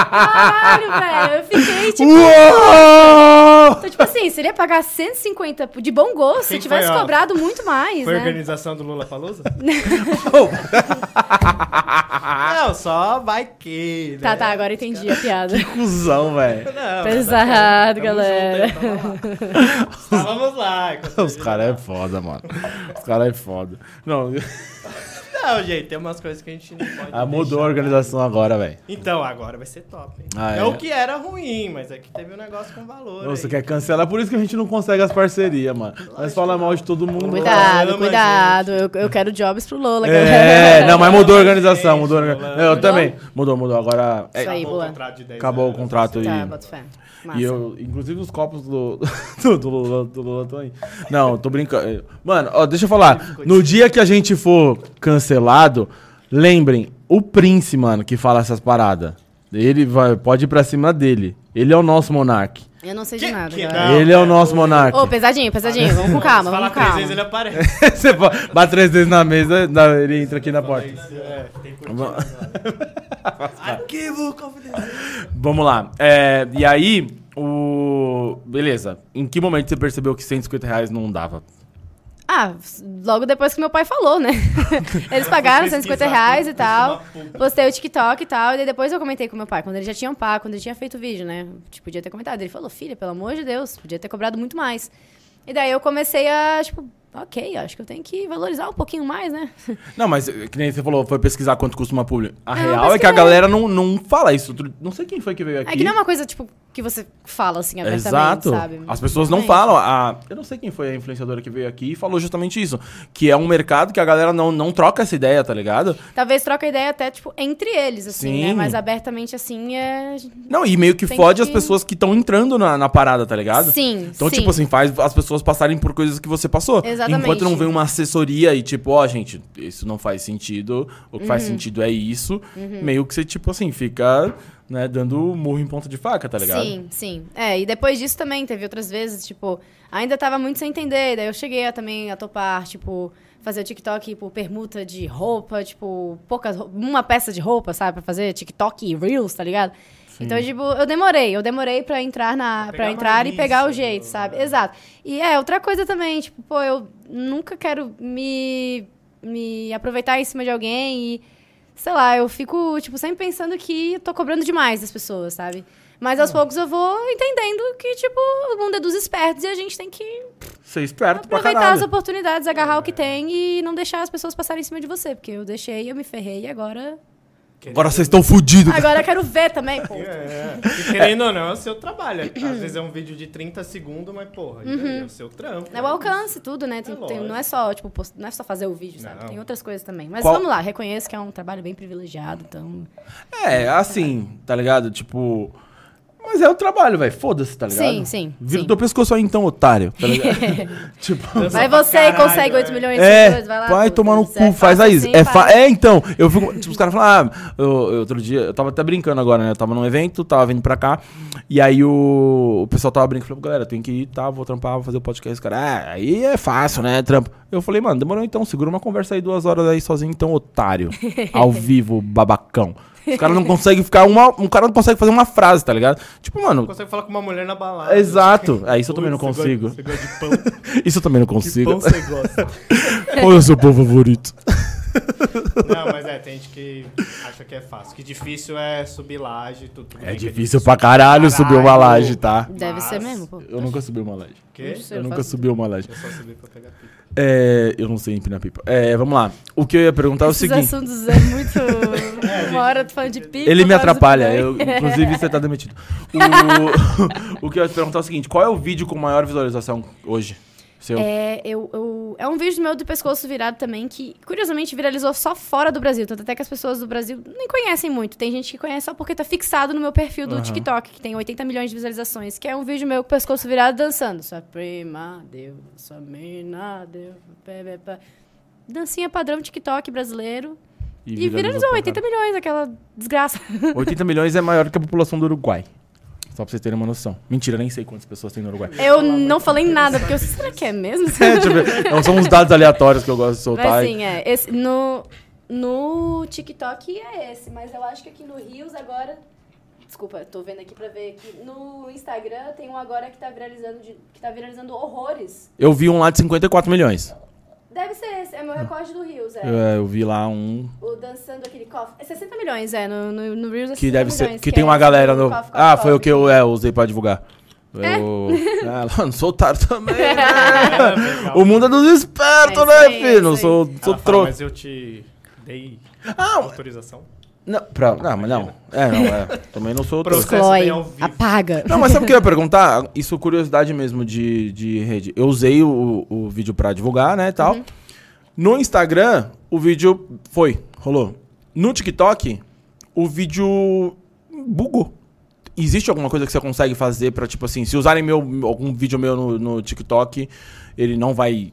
D: Caralho, velho, eu fiquei, tipo...
A: Uh, Uou!
D: Então, tipo assim, seria pagar 150 de bom gosto
C: Quem
D: se tivesse
C: foi, ó?
D: cobrado muito mais,
C: Foi a
D: né?
C: organização do
D: *laughs*
C: Lula Palusa? Ah, não, só vai que.
D: Tá,
C: né?
D: tá, agora entendi a
C: *laughs*
D: piada.
A: *laughs* Cusão, velho.
C: Não,
D: Pesado,
C: tamo
D: galera.
C: junto, hein, *laughs* tamo lá. Vamos lá. enquanto a
A: Os
C: gente-
A: caras é foda, mano. Os caras é foda. Não, *laughs*
C: Não, gente, tem umas coisas que a gente não pode.
A: ah, mudou a
C: deixar.
A: organização agora, velho.
C: Então, agora vai ser top. Hein?
A: Ah, é?
C: Não que era ruim, mas é que teve um negócio com valor.
A: Nossa,
C: aí.
A: quer cancelar, por isso que a gente não consegue as parcerias, mano. Nós fala mal de todo mundo. É,
D: Cuidado,
C: Ama,
D: cuidado. Eu, eu quero jobs pro Lola, galera.
A: É, não, mas mudou a organização,
C: Gente,
A: mudou a organização. Eu
C: mudou?
A: também. Mudou, mudou. Agora. é,
D: Isso aí,
C: Acabou o
D: boa.
C: contrato de 10
A: acabou o
C: anos.
A: contrato e.
D: Tá, boto fé. Massa.
A: E eu, inclusive os copos do. *laughs* Do, do Lula, do Lula tão aí. Não, tô brincando. Mano, ó, deixa eu falar. No dia que a gente for cancelado, lembrem, o Prince, mano, que fala essas paradas. Ele vai, pode ir pra cima dele. Ele é o nosso monarque.
D: Eu não sei de
C: Que-
D: nada,
C: que
D: galera.
C: Não,
A: ele é o
C: é,
A: nosso monarque.
D: Ô, pesadinho, pesadinho. Vamos com calma,
C: Fala
D: vamos com
C: três vezes ele é
D: calma.
A: *laughs*
C: aparece.
A: Você fa- bate três vezes na mesa, na- ele entra aqui na porta.
C: É, tem curtido
A: Vamos-
C: agora. Arquivo confidencial.
A: Vamos lá. É, e aí, o. Beleza. Em que momento você percebeu que 150 reais não dava?
D: Ah, logo depois que meu pai
A: *laughs*
D: falou, né? Eles pagaram 150 reais e tal. Postei o TikTok e tal. E daí depois eu comentei com meu pai, quando ele já tinha um par, quando ele tinha feito o vídeo, né? Tipo, podia ter comentado. Ele falou, filha, pelo amor de Deus, podia ter cobrado muito mais. E daí eu comecei a, tipo, ok, acho que eu tenho que valorizar um pouquinho
A: *laughs*
D: mais, né?
A: Não, mas eh, que nem você falou, foi pesquisar quanto custa uma publi. A
D: Ah,
A: real é que a
D: pesquisei.
A: galera não, não fala isso. Outro- Não sei quem foi que veio aqui.
D: É que não é uma coisa, tipo, que você fala, assim, abertamente,
A: Exato.
D: sabe? é
A: As pessoas não
D: Exatamente.
A: falam. A... Eu não sei quem foi a influenciadora que veio aqui e falou justamente isso. Que é um mercado que a galera não, não troca essa ideia, tá ligado?
D: Talvez troca ideia até, tipo, entre eles, assim,
A: Sim.
D: né? Mas abertamente, assim, é...
A: Não, e meio que
D: Tem
A: fode
D: que-
A: as pessoas que estão entrando na, na parada, tá ligado?
D: Sim,
A: Então,
D: sim.
A: tipo assim, faz as pessoas passarem por coisas que você passou.
D: Exatamente.
A: Enquanto não vem uma assessoria e tipo, ó, gente, isso não faz sentido, o que
D: Uhum.
A: faz sentido é isso, meio que você, tipo assim, fica, né, dando murro em ponta de faca, tá ligado?
D: Sim, sim. É, e depois disso também teve outras vezes, tipo, ainda tava muito sem entender, daí eu cheguei a, também a topar, tipo, fazer o TikTok por permuta de roupa, tipo, poucas rou- uma peça de roupa, sabe, pra fazer TikTok e Reels, tá ligado? Então, tipo, eu demorei, eu demorei Ah, pra entrar na,
C: Pra pegar
D: para entrar e
C: malícia,
D: pegar o
C: né?
D: jeito, sabe? Exato. E é outra coisa também, tipo, pô, eu nunca quero me me aproveitar em cima de alguém e sei lá, eu fico tipo sempre pensando que eu tô cobrando demais das pessoas, sabe? Mas aos poucos eu vou entendendo que tipo, o mundo é dos espertos e a gente tem que
A: Ser é esperto pra
D: aproveitar as
A: caralho.
D: oportunidades, agarrar o que tem e não deixar as pessoas passarem em cima de você, porque eu deixei, eu me ferrei e agora
A: Agora vocês estão fudidos.
D: agora eu quero ver também, pô.
C: É, e querendo ou não, é o seu trabalho. Às vezes é um vídeo de 30 segundos, mas porra, e aí é o seu trampo.
D: Uhum. É o alcance, tudo, né? Tem-
C: É
D: tem- não é só, tipo, post- não é só fazer o vídeo, sabe?
C: Não.
D: Tem outras coisas também. Mas
A: Qual-
D: vamos lá, reconheço que é um trabalho bem privilegiado, então.
A: É, assim, tá ligado? Tipo. Mas é o trabalho, velho. Foda-se, tá ligado?
D: Sim, sim,
A: Vira
D: sim.
A: do teu pescoço aí, então, otário. Tá ligado?
D: *laughs*
A: tipo.
C: Dança
D: Vai
C: pra
D: você e
C: caralho,
D: consegue 8
C: é.
D: milhões de
A: É,
D: seguidores, vai lá.
A: vai
D: tudo.
A: tomar no
D: Isso é
A: cu, faz
D: fácil
A: aí.
D: assim,
A: é, fa-
D: faz.
A: é, então, eu fico. Tipo, os caras falam, ah, eu- eu- outro dia, eu tava até brincando agora, né? Eu tava num evento, tava vindo pra cá, e aí o, o pessoal tava brincando, falou, galera, tem que ir, tá, vou trampar, vou fazer o podcast. Os caras, ah, aí é fácil, né? Trampo. Eu falei, mano, demorou então, segura uma conversa aí duas horas aí sozinho, então,
D: *laughs*
A: otário. Ao vivo, babacão. Os caras não conseguem ficar uma. Um cara não consegue fazer uma frase, tá ligado? Tipo, mano.
C: Consegue falar com uma mulher na balada.
A: Exato. É, isso eu também não
C: Putz,
A: consigo.
C: Você gosta, você gosta de pão.
A: Isso eu também não *laughs*
C: Que
A: consigo.
C: pão você gosta.
A: Qual é o seu pão favorito?
C: Não, mas é, tem gente que acha que é fácil. Que difícil é subir laje, tudo. tudo
A: É
C: bem que
A: difícil pra caralho subir uma
C: Caralho.
A: laje, tá?
D: Deve ser
C: Mas-
D: mesmo, pô.
A: Eu nunca subi uma laje.
C: Quê?
D: Não sei.
A: Eu
D: Eu
A: nunca
D: faço-
A: subi uma laje.
C: Eu só subi pra pegar
A: *laughs*
C: pipa.
A: É, eu não sei empinar pipa. É, vamos lá. O que eu ia perguntar é o
D: Esses
A: seguinte.
D: assuntos é
C: *laughs*
D: muito.
C: É,
D: *laughs* Uma hora tu falando de pipa.
A: Ele me
D: outra hora
A: atrapalha.
D: tu-
A: eu-
D: *laughs*
A: inclusive, você tá demitido. O, *laughs* o que eu ia te perguntar é o seguinte. Qual é o vídeo com maior visualização hoje? Seu?
D: É, eu, eu- é um vídeo meu do pescoço virado também, que curiosamente viralizou só fora do Brasil. Tanto até que as pessoas do Brasil nem conhecem muito. Tem gente que conhece só porque tá fixado no meu perfil do
A: Aham.
D: TikTok, que tem 80 milhões de visualizações, que é um vídeo meu com o pescoço virado dançando. Sua prima, deu, sua mina, deu, pé, pé, pé. Dancinha padrão TikTok brasileiro. E, viralizou
A: pra
D: 80 milhões, aquela desgraça.
A: caralho. 80 milhões é maior que a população do Uruguai. Só pra vocês terem uma noção. Mentira, nem sei quantas pessoas tem no Uruguai.
D: Eu não falei nada, porque eu, será que é mesmo?
A: *laughs* É, deixa eu ver. Não, são uns dados aleatórios que eu gosto de soltar.
D: Mas sim, é. Esse, no, no TikTok é esse, mas eu acho que aqui no Rios agora. Desculpa, eu tô vendo aqui pra ver que no Instagram tem um agora que tá viralizando, de- que tá viralizando horrores.
A: Eu vi um lá de 54 milhões.
D: Deve ser esse, é meu recorde do Rios, é.
A: É, eu vi lá um
D: O dançando aquele cofre. É 60 milhões, é, no, no, no Reels é 60
A: Que deve ser.
D: milhões,
A: Que tem
D: é
A: uma
D: esse
A: galera
D: do
A: no.
D: cofre, cofre,
A: Ah, foi o
D: cofre.
A: que eu é, usei pra divulgar.
D: É? *laughs*
A: Eu. Ah, lá, não sou otário também. né? o mundo é dos espertos,
D: É
A: né,
D: isso aí, é
A: filho? Não
D: isso
A: sou, sou
C: Ela fala,
A: tro.
C: mas eu te dei
A: Ah,
C: autorização.
A: não, pra, não, mas não. É, não, é. Também não sou trouxa.
C: Processo
B: Chloe,
C: bem ao vivo.
B: apaga.
A: Não, mas sabe o que eu ia perguntar? Isso é curiosidade mesmo de, de rede. Eu usei o, o vídeo pra divulgar, né, e tal.
D: Uhum.
A: No Instagram, o vídeo foi, rolou. No TikTok, o vídeo bugou. Existe alguma coisa que você consegue fazer pra, tipo assim, se usarem meu, algum vídeo meu no, no TikTok, ele não vai...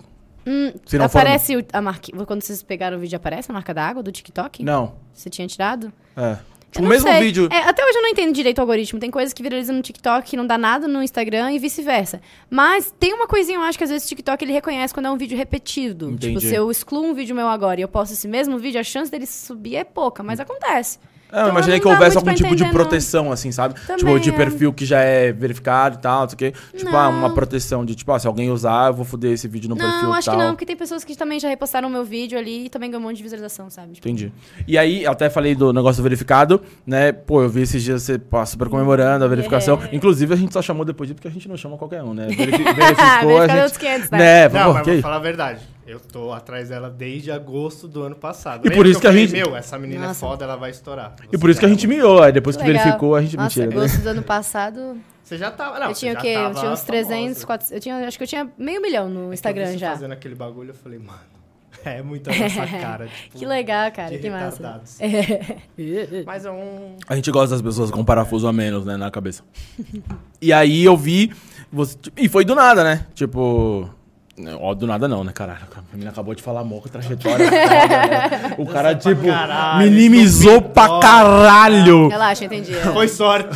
A: se não for- um-
D: Hum, aparece o- a marca. Quando vocês pegaram o vídeo, aparece a marca da água do TikTok?
A: Não,
D: Você tinha tirado?
A: é. Tipo,
D: Eu
A: o
D: não
A: mesmo
D: sei.
A: vídeo...
D: É, até hoje eu não entendo direito o algoritmo. Tem coisas que viralizam no TikTok que não dá nada no Instagram e vice-versa. Mas tem uma coisinha, eu acho que às vezes o TikTok ele reconhece quando é um vídeo repetido.
A: Entendi.
D: Tipo, se eu excluo um vídeo meu agora e eu posto esse mesmo vídeo, a chance dele subir é pouca, mas acontece.
A: É, eu
D: Então,
A: imaginei
D: não
A: que
D: dá
A: houvesse
D: muito
A: algum
D: pra
A: tipo de
D: entender, não.
A: proteção, assim, sabe?
D: Também
A: tipo, de
D: é.
A: perfil que já é verificado e tal, não sei o quê. Tipo, ah, uma
D: Não.
A: proteção de, tipo, ah, se alguém usar, eu vou foder esse vídeo no perfil
D: não,
A: e
D: acho
A: tal.
D: que não, porque tem pessoas que também já repostaram o meu vídeo ali e também ganhou um monte de visualização, sabe? Tipo,
A: Entendi. E aí, eu até falei do negócio verificado, né? Pô, eu vi esses dias você pá, super comemorando a verificação.
D: É.
A: Inclusive, a gente só
D: *laughs*
A: chamou depois disso porque a gente não chama qualquer um, né? Verifi- Verificou, a
D: verificado é
A: gente...
D: outros 500, né?
A: Né,
C: Não,
A: pô,
C: mas
A: que
C: vou
A: aí?
C: falar a verdade. Eu tô atrás dela desde agosto do ano passado.
A: E
C: Lembra
A: por isso que a
C: eu falei,
A: gente-
C: Meu, essa menina é
B: Nossa.
C: foda, ela vai estourar.
A: E por isso que a gente miou, aí depois que
D: Legal.
A: verificou, a gente
D: Nossa,
A: mentira. né?
D: agosto do ano passado,
C: Você já tava. Não,
D: eu tinha o
C: você já
D: quê? Eu
C: tava
D: tinha uns 300,
C: famosa.
D: 400... Eu tinha, acho que eu tinha meio milhão no
C: É que eu vi
D: Instagram
C: você
D: já.
C: fazendo aquele bagulho, eu falei, mano, *laughs* é
D: *laughs*
C: muita nossa cara. tipo,
D: Que legal, cara,
C: de
D: que massa. *laughs*
C: retardados. Mas é um.
A: A gente gosta das pessoas com parafuso a menos, né, na cabeça. e aí eu vi. Você, e foi do nada, né? Tipo. Ó, do nada não, né, caralho? A menina acabou de falar moca, trajetória.
C: *laughs*
A: o cara,
C: Dança é pra
A: tipo,
C: caralho,
A: minimizou
C: estupidez.
A: pra caralho.
D: Relaxa, entendi. é.
C: Foi sorte.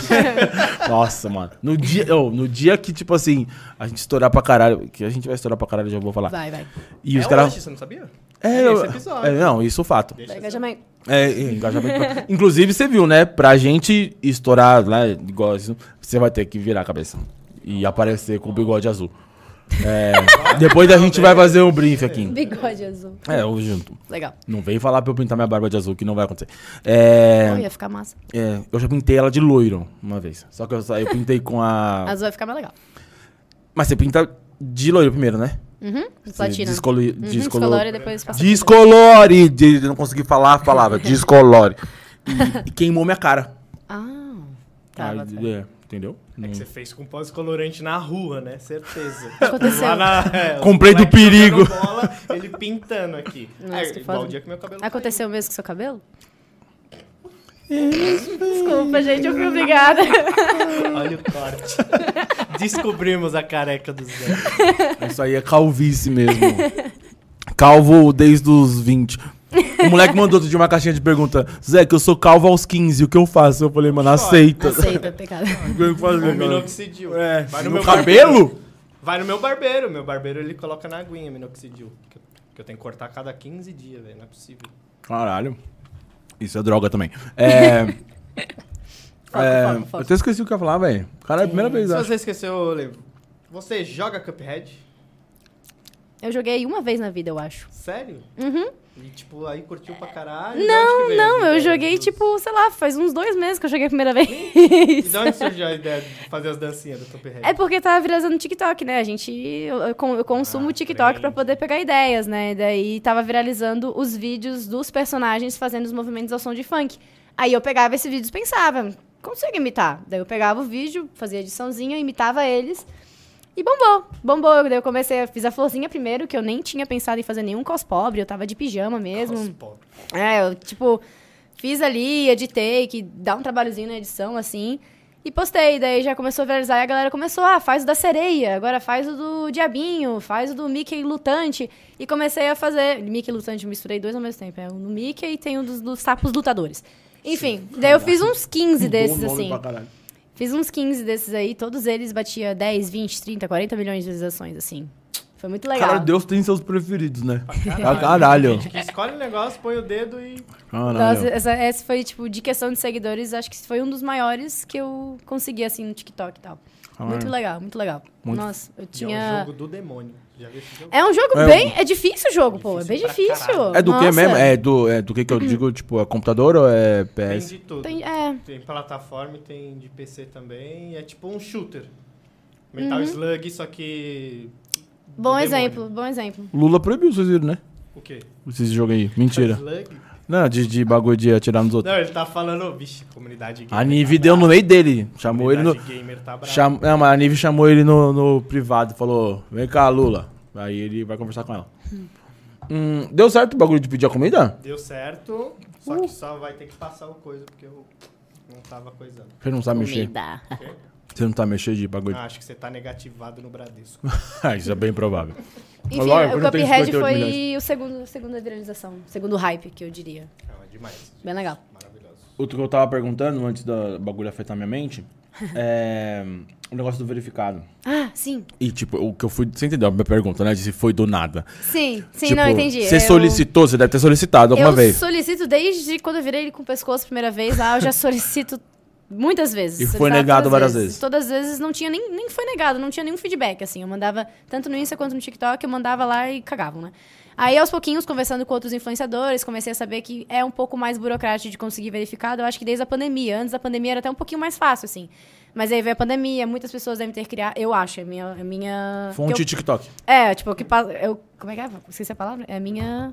A: Nossa, mano. No dia, ô, no dia que, tipo assim, a gente estourar pra caralho. Que a gente vai estourar pra caralho, já vou falar.
D: Vai, vai.
A: *laughs* E os
C: é
A: caras.
C: hoje, você não sabia?
A: É,
C: é
A: eu-
C: esse episódio.
A: é, não, isso é fato.
C: Deixa
D: Pega já, mãe.
A: É, é, engajamento. pra- *laughs* Inclusive, você viu, né? Pra gente estourar, né? Igual isso, você vai ter que virar a cabeça e aparecer com o bigode azul. *laughs* É, depois a gente vai fazer um brief aqui.
D: Bigode azul.
A: É, eu junto.
D: Legal.
A: Não vem falar pra eu pintar minha barba de azul, que não vai acontecer. É,
D: Não, ia ficar massa.
A: é, eu já pintei ela de loiro uma vez. Só que eu, sa- eu pintei com
D: *laughs*
A: a.
D: Azul vai ficar mais legal.
A: Mas você pinta de loiro primeiro, né?
D: Uhum,
A: Você
D: platina.
A: Descoli...
D: Uhum,
A: descolo-
D: descolore e depois passa.
A: Descolore! De, não consegui falar a
D: *laughs*
A: palavra. Descolore. E, e queimou minha cara.
D: Ah, tá.
A: Aí,
D: bota fé.
A: é, entendeu?
C: É que você fez com pós-colorante na rua, né? Certeza.
D: *laughs* Aconteceu.
C: Lá na- é, os
A: Comprei do
C: moleques
A: perigo.
C: jogando Bola, ele pintando aqui.
D: Nossa,
C: é,
D: que
C: igual
D: foda.
C: o dia que meu cabelo
D: Aconteceu mesmo com seu cabelo?
A: É.
D: Desculpa, gente, eu fui
A: *laughs*
D: obrigada.
C: caiu. Olha o corte. *laughs* Descobrimos a careca do Zé.
A: Isso aí é calvície
D: *laughs*
A: mesmo. calvo desde os 20. O moleque mandou outro dia uma caixinha de pergunta. Zé, que eu sou calvo aos 15, o que eu faço? Eu falei, mano, aceita.
D: Aceita, pecado.
A: *laughs* O que eu faço,
C: Um
A: cara?
C: minoxidil.
A: É,
C: Vai
A: no
C: no meu
A: cabelo?
C: Vai no meu barbeiro. Meu barbeiro, ele coloca na aguinha minoxidil. Que eu, que eu tenho que cortar a cada 15 dias, velho. Não é possível.
A: Caralho. Isso é droga
D: *laughs*
A: também. É...
D: Foco,
A: é,
D: foco, foco.
A: Eu até esqueci o que eu ia falar, velho. Cara, é a primeira vez,
C: Se
A: acho.
C: você esqueceu, eu lembro. Você joga Cuphead?
D: Eu joguei uma vez na vida, eu acho.
C: Sério?
D: Uhum.
C: E, tipo, aí curtiu pra caralho? De onde que
D: Não,
C: veio a
D: não,
C: ideia
D: eu joguei,
C: dos-
D: tipo, sei lá, faz uns dois meses que eu joguei a primeira *laughs* vez.
C: E de onde surgiu a ideia de fazer as dancinhas do Cuphead? *laughs*
D: É porque tava viralizando TikTok, né? A gente. Eu, eu con- eu consumo
C: Ah,
D: o TikTok
C: trend.
D: pra poder pegar ideias, né? E Daí tava viralizando os vídeos dos personagens fazendo os movimentos ao som de funk. Aí eu pegava esse vídeo e pensava, consigo imitar. Daí eu pegava o vídeo, fazia ediçãozinha, imitava eles. E bombou, bombou. Daí eu comecei, fiz a florzinha primeiro, que eu nem tinha pensado em fazer nenhum cos pobre, eu tava de pijama mesmo.
C: Os pobres.
D: É, eu, tipo, fiz ali, editei, que dá um trabalhozinho na edição, assim. E postei, daí já começou a viralizar e a galera começou, ah, faz o da sereia, agora faz o do diabinho, faz o do Mickey lutante. E comecei a fazer. Mickey lutante, eu misturei dois ao mesmo tempo. É um do Mickey e tem um dos, dos sapos lutadores. Enfim, daí eu fiz uns 15 desses,
A: Mudou o nome
D: assim.
A: pra caralho.
D: Fiz uns 15 desses aí, todos eles batia 10, 20, 30, 40 milhões de visualizações, assim. Foi muito legal.
A: Cara, Deus tem seus preferidos, né? Pra caralho.
C: Que escolhe o negócio, põe o dedo e.
A: Caralho.
D: Nossa, Então, essa, essa foi, tipo, de questão de seguidores, acho que foi um dos maiores que eu consegui, assim, no TikTok e tal.
A: Ah,
D: Muito
A: é.
D: legal, muito legal.
A: Muito.
D: Nossa, eu
C: E É um
D: tinha...
C: jogo do demônio. Já vi esse jogo?
D: É um jogo
A: É
D: bem... É difícil o jogo, pô. É
C: Difícil
D: bem
C: pra
D: difícil.
C: caralho.
A: É do que
D: Nossa.
A: mesmo? É do, é do que que eu digo, tipo, é computador ou é
C: Tem
A: PS?
C: de tudo.
D: Tem-
C: Tem...
D: é.
C: plataforma, e tem de PC também. É tipo um shooter. Metal Slug, só que. do
D: Bom
C: demônio.
D: exemplo, bom exemplo.
A: Lula proibiu, vocês viram, né?
C: O quê?
A: Esses jogos aí. Mentira.
C: Metal Slug?
A: Não, de, de bagulho de atirar nos outros.
C: Não, ele tá falando, vixe, comunidade gamer.
A: A Nive deu no meio dele. Chamou ele no.
C: Comunidade gamer tá bravo.
A: Cham... Não, mas a Nive chamou ele no, no privado. Falou: Vem cá, Lula. Aí ele vai conversar com ela. Hum, deu certo o bagulho de pedir a comida?
C: Deu certo,
A: Uh.
C: só que só vai ter que passar o coisa, porque eu não tava coisando.
A: Você não sabe mexer.
D: Comida.
A: Você não tá mexendo de bagulho. *laughs*
C: Ah, acho que você tá negativado no Bradesco.
A: Isso é bem provável.
D: Enfim,
A: Lógico,
D: o
A: não tem
D: Cuphead
A: 58
D: foi
A: milhões.
D: o segundo, a segunda viralização, segundo hype, que eu diria.
C: Não, é demais.
D: Bem legal.
C: Maravilhoso.
A: Outro que eu tava perguntando antes do bagulho afetar minha
D: *laughs*
A: mente é. O negócio do verificado.
D: Ah, sim,
A: E, tipo, o que eu fui. Você entendeu a minha pergunta, né? De se foi do nada.
D: sim, sim,
A: Tipo,
D: não, entendi. É,
A: Você
D: Eu-
A: solicitou, você deve ter solicitado alguma
D: eu
A: vez.
D: solicito desde quando eu virei ele com o pescoço a primeira vez lá, eu já solicito muitas
A: *laughs*
D: vezes.
A: E foi
D: solicitava
A: negado
D: todas
A: várias vezes.
D: Todas as vezes não tinha nem, nem foi negado, não tinha nenhum feedback, assim. Eu mandava, tanto no Insta quanto no TikTok, eu mandava lá e cagavam, né? Aí, aos pouquinhos, conversando com outros influenciadores, comecei a saber que é um pouco mais burocrático de conseguir verificado. Eu acho que desde a pandemia. Antes da pandemia era até um pouquinho mais fácil, assim. Mas aí veio a pandemia, muitas pessoas devem ter criado. Eu acho, é minha. É, minha
C: um
A: Fonte
D: eu-
A: TikTok.
D: é tipo, que pa- eu Como é que é? Esqueci a palavra? É a minha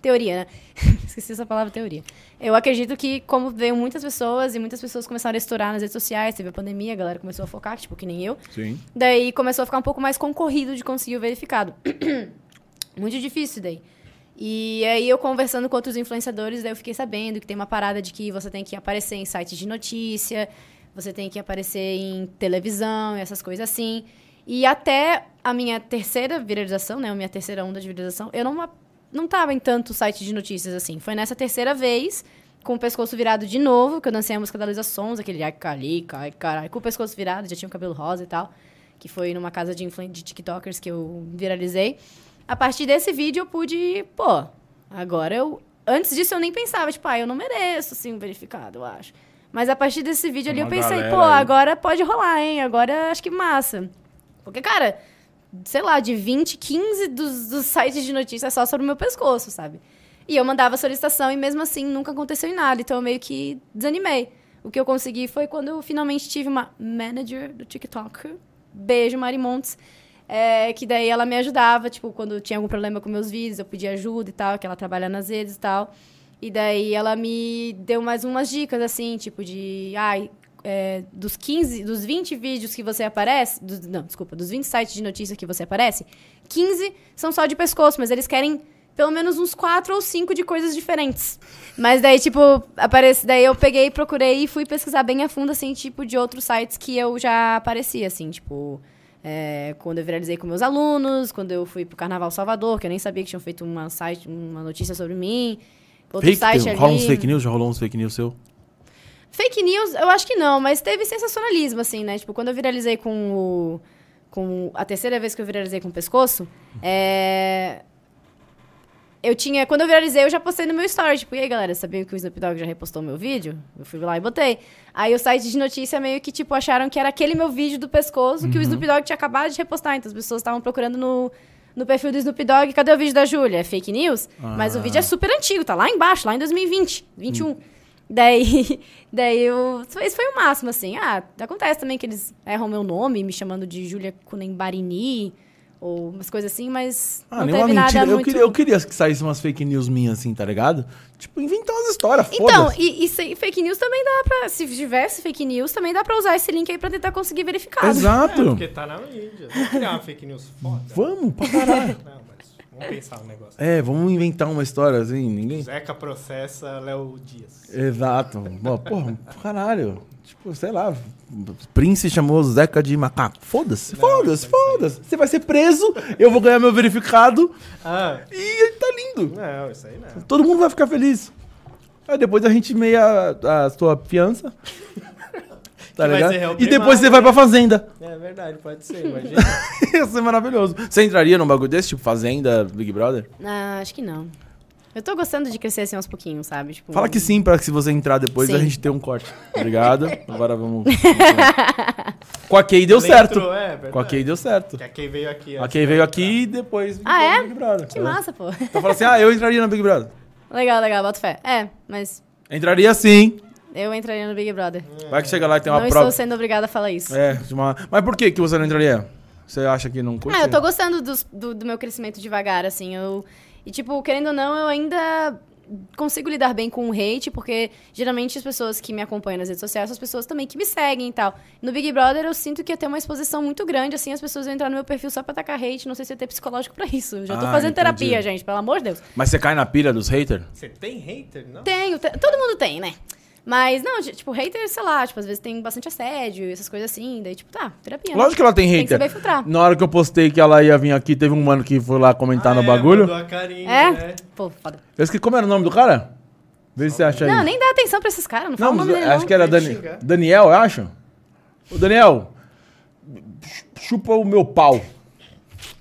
D: teoria, né? *laughs* Esqueci essa palavra teoria. Eu acredito que, como veio muitas pessoas, e muitas pessoas começaram a estourar nas redes sociais, teve a pandemia, a galera começou a focar, tipo, que nem eu.
A: Sim.
D: Daí começou a ficar um pouco mais concorrido de conseguir o verificado. *clears throat* Muito difícil daí. E aí eu conversando com outros influenciadores, daí eu fiquei sabendo que tem uma parada de que você tem que aparecer em sites de notícia, você tem que aparecer em televisão, essas coisas assim. E até a minha terceira viralização, né, a minha terceira onda de viralização, eu não a- não tava em tanto site de notícias assim. Foi nessa terceira vez com o pescoço virado de novo, que eu dancei a música da Luísa Sons, aquele ai cali, ai carai, com o pescoço virado, já tinha o cabelo rosa e tal, que foi numa casa de, influen- de tiktokers que eu viralizei. A partir desse vídeo eu pude, pô, agora eu... Antes disso eu nem pensava, tipo, ah, eu não mereço, assim, um verificado, eu acho. Mas a partir desse vídeo ali
A: Uma
D: eu pensei,
A: galera
D: pô,
A: aí.
D: agora pode rolar, hein? Agora acho que massa. Porque, cara, sei lá, de 20, 15 dos, dos sites de notícias só sobre o meu pescoço, sabe? E eu mandava solicitação e mesmo assim nunca aconteceu em nada, então eu meio que desanimei. O que eu consegui foi quando eu finalmente tive uma manager do TikTok. Beijo, Mari Montes. É, que daí ela me ajudava, tipo, quando tinha algum problema com meus vídeos, eu pedia ajuda e tal, que ela trabalha nas redes e tal. E daí ela me deu mais umas dicas, assim, tipo de... Ai, é, dos 15, dos 20 vídeos que você aparece... dos- não, desculpa, dos 20 sites de notícia que você aparece, 15 são só de pescoço, mas eles querem pelo menos uns 4 ou 5 de coisas diferentes. Mas daí, tipo, aparece... Daí eu peguei, procurei e fui pesquisar bem a fundo, assim, tipo, de outros sites que eu já aparecia, assim, tipo... É, quando eu viralizei com meus alunos, quando eu fui pro Carnaval Salvador, que eu nem sabia que tinham feito uma, site, uma notícia sobre mim. Outro site ali.
A: rola uns fake news? Já rolou uns fake news seu?
D: Fake news, eu acho que não, mas teve sensacionalismo, assim, né? Tipo, quando eu viralizei com o. Com a terceira vez que eu viralizei com o pescoço, é. Eu tinha. Quando eu viralizei, eu já postei no meu story. Tipo, e aí, galera, sabiam que o Snoop Dogg já repostou meu vídeo? Eu fui lá e botei. Aí o site de notícia meio que, tipo, acharam que era aquele meu vídeo do pescoço
A: Uhum.
D: que o Snoop Dogg tinha acabado de repostar. Então as pessoas estavam procurando no, no perfil do Snoop Dogg. Cadê o vídeo da Júlia? É fake news? Mas o
A: Ah.
D: vídeo é super antigo, tá lá embaixo, lá em 2020,
A: Hum.
D: 21. Daí, *laughs* daí eu, esse foi o máximo, assim. Ah, acontece também que eles erram meu nome, me chamando de Júlia Kunembarini, ou umas coisas assim, mas
A: Ah,
D: não
A: nenhuma
D: teve nada
A: mentira. Eu,
D: muito...
A: queria, eu queria que saísse umas fake news minhas assim, tá ligado? Tipo, inventar umas histórias,
D: Então,
A: foda-se.
D: e, e se- fake news também dá pra. Se tivesse fake news, também dá pra usar esse link aí pra tentar conseguir verificar.
C: É,
A: Exato.
C: porque tá na mídia. Vamos criar uma fake news foda.
A: Ah, *laughs* Vamos pra
C: *laughs*
A: caralho.
C: Não, mas vamos pensar um negócio.
A: É, vamos inventar uma história assim, ninguém...
C: Zeca processa Léo
A: É.
C: Dias.
A: Exato. Pô, Porra, caralho. Tipo, sei lá. Prince chamou Zeca de macaco. Foda-se, foda-se, foda-se. Você vai ser preso, eu vou ganhar meu verificado
C: Ah,
A: e ele tá lindo.
C: não, isso aí não.
A: Todo mundo vai ficar feliz. Aí depois a gente meia a, a sua
C: *laughs*
A: fiança. Tá
C: vai
A: ligado?
C: ser réu
A: E
C: primário,
A: depois você vai pra fazenda. *laughs*
C: É verdade, pode *laughs* ser, imagina.
A: Ia ser maravilhoso. Você entraria num bagulho desse, tipo Fazenda, Big Brother?
D: Ah, acho que não. Eu tô gostando de crescer assim aos pouquinhos, sabe?
C: Hum.
D: Tipo,
A: Fala que sim, pra que se você entrar depois
D: Sim.
A: a gente ter um corte.
C: *laughs*
A: Obrigado. Agora vamos. Com a Kay deu certo.
C: Entrou, é verdade.
A: Com a Kay deu certo.
C: Que a Kay veio aqui.
A: A
C: antes
A: Kay
C: dela
A: veio
C: entrar.
A: aqui e depois
D: Ah,
A: entrou
D: é?
A: no Big Brother.
D: Que massa, pô.
A: Então fala assim, ah, eu entraria no Big Brother.
D: *laughs* legal, legal, boto fé. É, mas
A: Entraria sim.
D: eu entraria no Big Brother.
C: É.
A: Vai que chega lá e tem uma
D: não
A: prova.
D: estou sendo obrigada a falar isso.
A: É, de uma... Mas por que que você não entraria? Você acha que não curte?
D: Ah, eu tô gostando dos- do, do meu crescimento devagar, assim. Eu, e, tipo, querendo ou não, eu ainda consigo lidar bem com o hate, porque geralmente as pessoas que me acompanham nas redes sociais são as pessoas também que me seguem e tal. No Big Brother, eu sinto que ia ter uma exposição muito grande, assim, as pessoas vão entrar no meu perfil só pra atacar hate, não sei se eu ia ter psicológico pra isso. Eu já tô
A: Ah,
D: fazendo terapia,
A: entendi.
D: gente, pelo amor de Deus.
A: Mas você cai na pilha dos haters?
C: Você tem hater? Não?
D: Tenho, te- todo mundo tem, né? Mas, não, tipo, hater, sei lá, tipo, às vezes tem bastante assédio, essas coisas assim, daí, tipo, tá, terapia. né?
A: Lógico que ela tem
D: Tem que
A: hater.
D: saber filtrar.
A: Na hora que eu postei que ela ia vir aqui, teve um mano que foi lá comentar
C: Ah,
A: no
C: é,
A: bagulho.
C: mandou a carinha,
D: É?
C: né?
D: Pô, foda.
A: Eu esqueci, como era o nome do cara? Vê se você acha aí.
D: Não, nem dá atenção pra esses caras, não fala
A: Não,
D: o
A: mas
D: nome dele,
A: eu acho
D: não.
A: que é- era
C: Vai
A: Dani...
C: xingar.
A: Daniel, eu acho. O Daniel, ch- chupa o meu pau.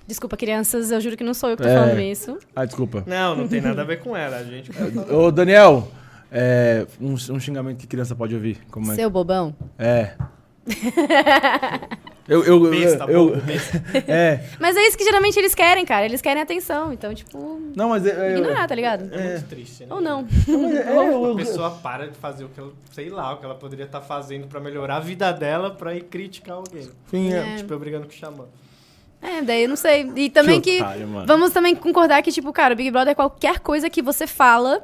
D: Desculpa, crianças, eu juro que não sou eu que tô
A: É.
D: falando isso.
A: Ah, desculpa.
C: Não, não tem nada a ver com ela, a gente.
A: Ô, Daniel, é, um, *laughs* um xingamento que criança pode ouvir. Como é?
D: Seu bobão.
A: É. Eu, eu, eu,
C: *laughs* Besta,
A: eu-
C: bobo, besta.
A: é.
D: Mas é isso que geralmente eles querem, cara. Eles querem atenção. Então, tipo,
A: Não, mas é- é-
D: ignorar, tá ligado?
C: É muito triste, né?
D: Ou não.
A: é, eu-
C: A pessoa para de fazer o que ela, sei lá, o que ela poderia estar fazendo pra melhorar a vida dela pra ir criticar alguém.
A: Sim, é.
D: É.
C: Tipo, eu brigando com o xamã.
D: É, daí eu não sei. E também que.
A: otário, mano.
D: vamos também concordar que, tipo, cara, o Big Brother é qualquer coisa que você fala.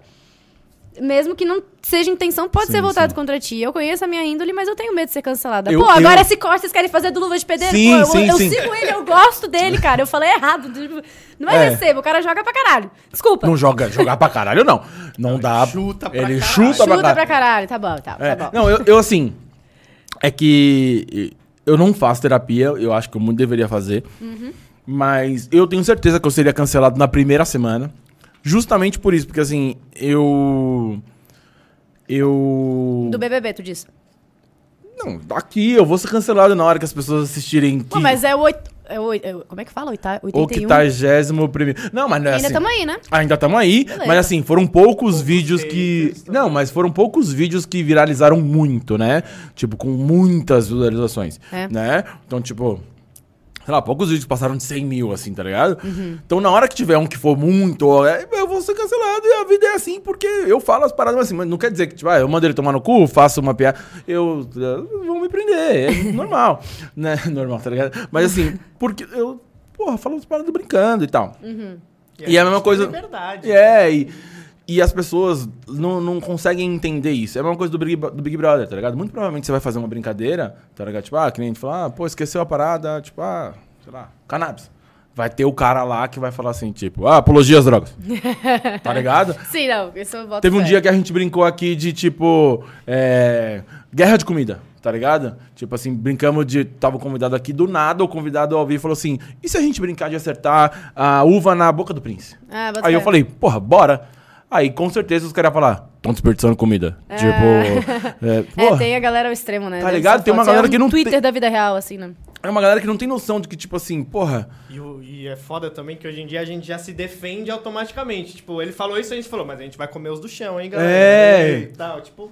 D: Mesmo que não seja intenção, pode
A: Sim,
D: ser voltado
A: sim.
D: contra ti. Eu conheço a minha índole, mas eu tenho medo de ser cancelada.
A: Eu-
D: Pô, agora
A: eu-
D: esse corte vocês querem fazer do Luva de Pedreiro?
A: Sim,
D: Pô, eu,
A: sim,
D: eu
A: sim.
D: sigo ele, eu gosto dele, cara. Eu falei errado. tipo, Não é,
A: É.
D: recebo, o cara joga pra caralho. Desculpa.
A: Não joga, jogar pra caralho, não. Não dá.
C: chuta pra
A: Ele
C: caralho.
A: chuta pra
D: Chuta
A: caralho.
D: pra caralho. Tá bom, tá,
A: É,
D: tá bom.
A: Não, eu, eu, assim. É que eu não faço terapia, eu acho que eu muito deveria fazer.
D: Uhum.
A: Mas eu tenho certeza que eu seria cancelado na primeira semana. Justamente por isso, porque assim, eu. Eu.
D: Do BBB, tu disse.
A: Não, daqui eu vou ser cancelado na hora que as pessoas assistirem. Que...
D: Pô, mas é o oito... É o oito- é o- como é que fala? Oita, 81?
A: O que tá primeiro. Não, mas não é
D: Ainda
A: assim.
D: estamos aí, né?
A: Ainda estamos aí,
D: Beleza.
A: mas assim, foram poucos vídeos que.
C: haters também.
A: Não, mas foram poucos vídeos que viralizaram muito, né? Tipo, com muitas visualizações.
D: É.
A: Né? Então, tipo. Sei lá, poucos vídeos passaram de 100 mil, assim, tá ligado? Então, na hora que tiver um que for muito, ó, é, eu vou ser cancelado e a vida é assim, porque eu falo as paradas mas assim, mas não quer dizer que, tipo, ah, eu mando ele tomar no cu, faço uma piada, eu. eh, vão me
D: *laughs*
A: prender, é normal, né? Normal, tá ligado? Mas assim, porque eu, porra, falo as paradas brincando e tal. E é a mesma
C: gente
A: coisa-
C: tem Liberdade. né?
A: É, e, e as pessoas não, não conseguem entender isso. É a mesma coisa do Big, Bro- do Big Brother, tá ligado? Muito provavelmente você vai fazer uma brincadeira, tá ligado? Tipo, ah, que nem falar, ah, pô, esqueceu a parada, tipo, ah, sei lá, cannabis. Vai ter o cara lá que vai falar assim, tipo, ah, apologia às
C: *laughs*
A: drogas. tá ligado?
D: Sim, não. Isso eu boto
A: Teve um
D: fé.
A: dia que a gente brincou aqui de tipo. é, guerra de comida, tá ligado? Tipo assim, brincamos de. Tava o convidado aqui do nada, o convidado ao vivo falou assim: e se a gente brincar de acertar a uva na boca do príncipe?
D: Ah, boto
A: Aí eu
D: fé.
A: falei, porra, bora. Aí com certeza os caras iam falar, estão desperdiçando comida.
D: *laughs*
A: Tipo. É,
D: É,
A: porra,
D: tem a galera ao extremo, né?
A: Tá
D: Deve
A: ligado?
D: ser
A: Tem uma
D: foda.
A: galera
D: é um
A: que não
D: Twitter
A: tem-
D: da vida real, assim, né?
A: é uma galera que não tem noção de que, tipo assim, porra.
C: E, o- e é foda também que hoje em dia a gente já se defende automaticamente. Tipo, ele falou isso, a gente falou, mas a gente vai comer os do chão, hein, galera?
A: É.
C: E tal, tipo,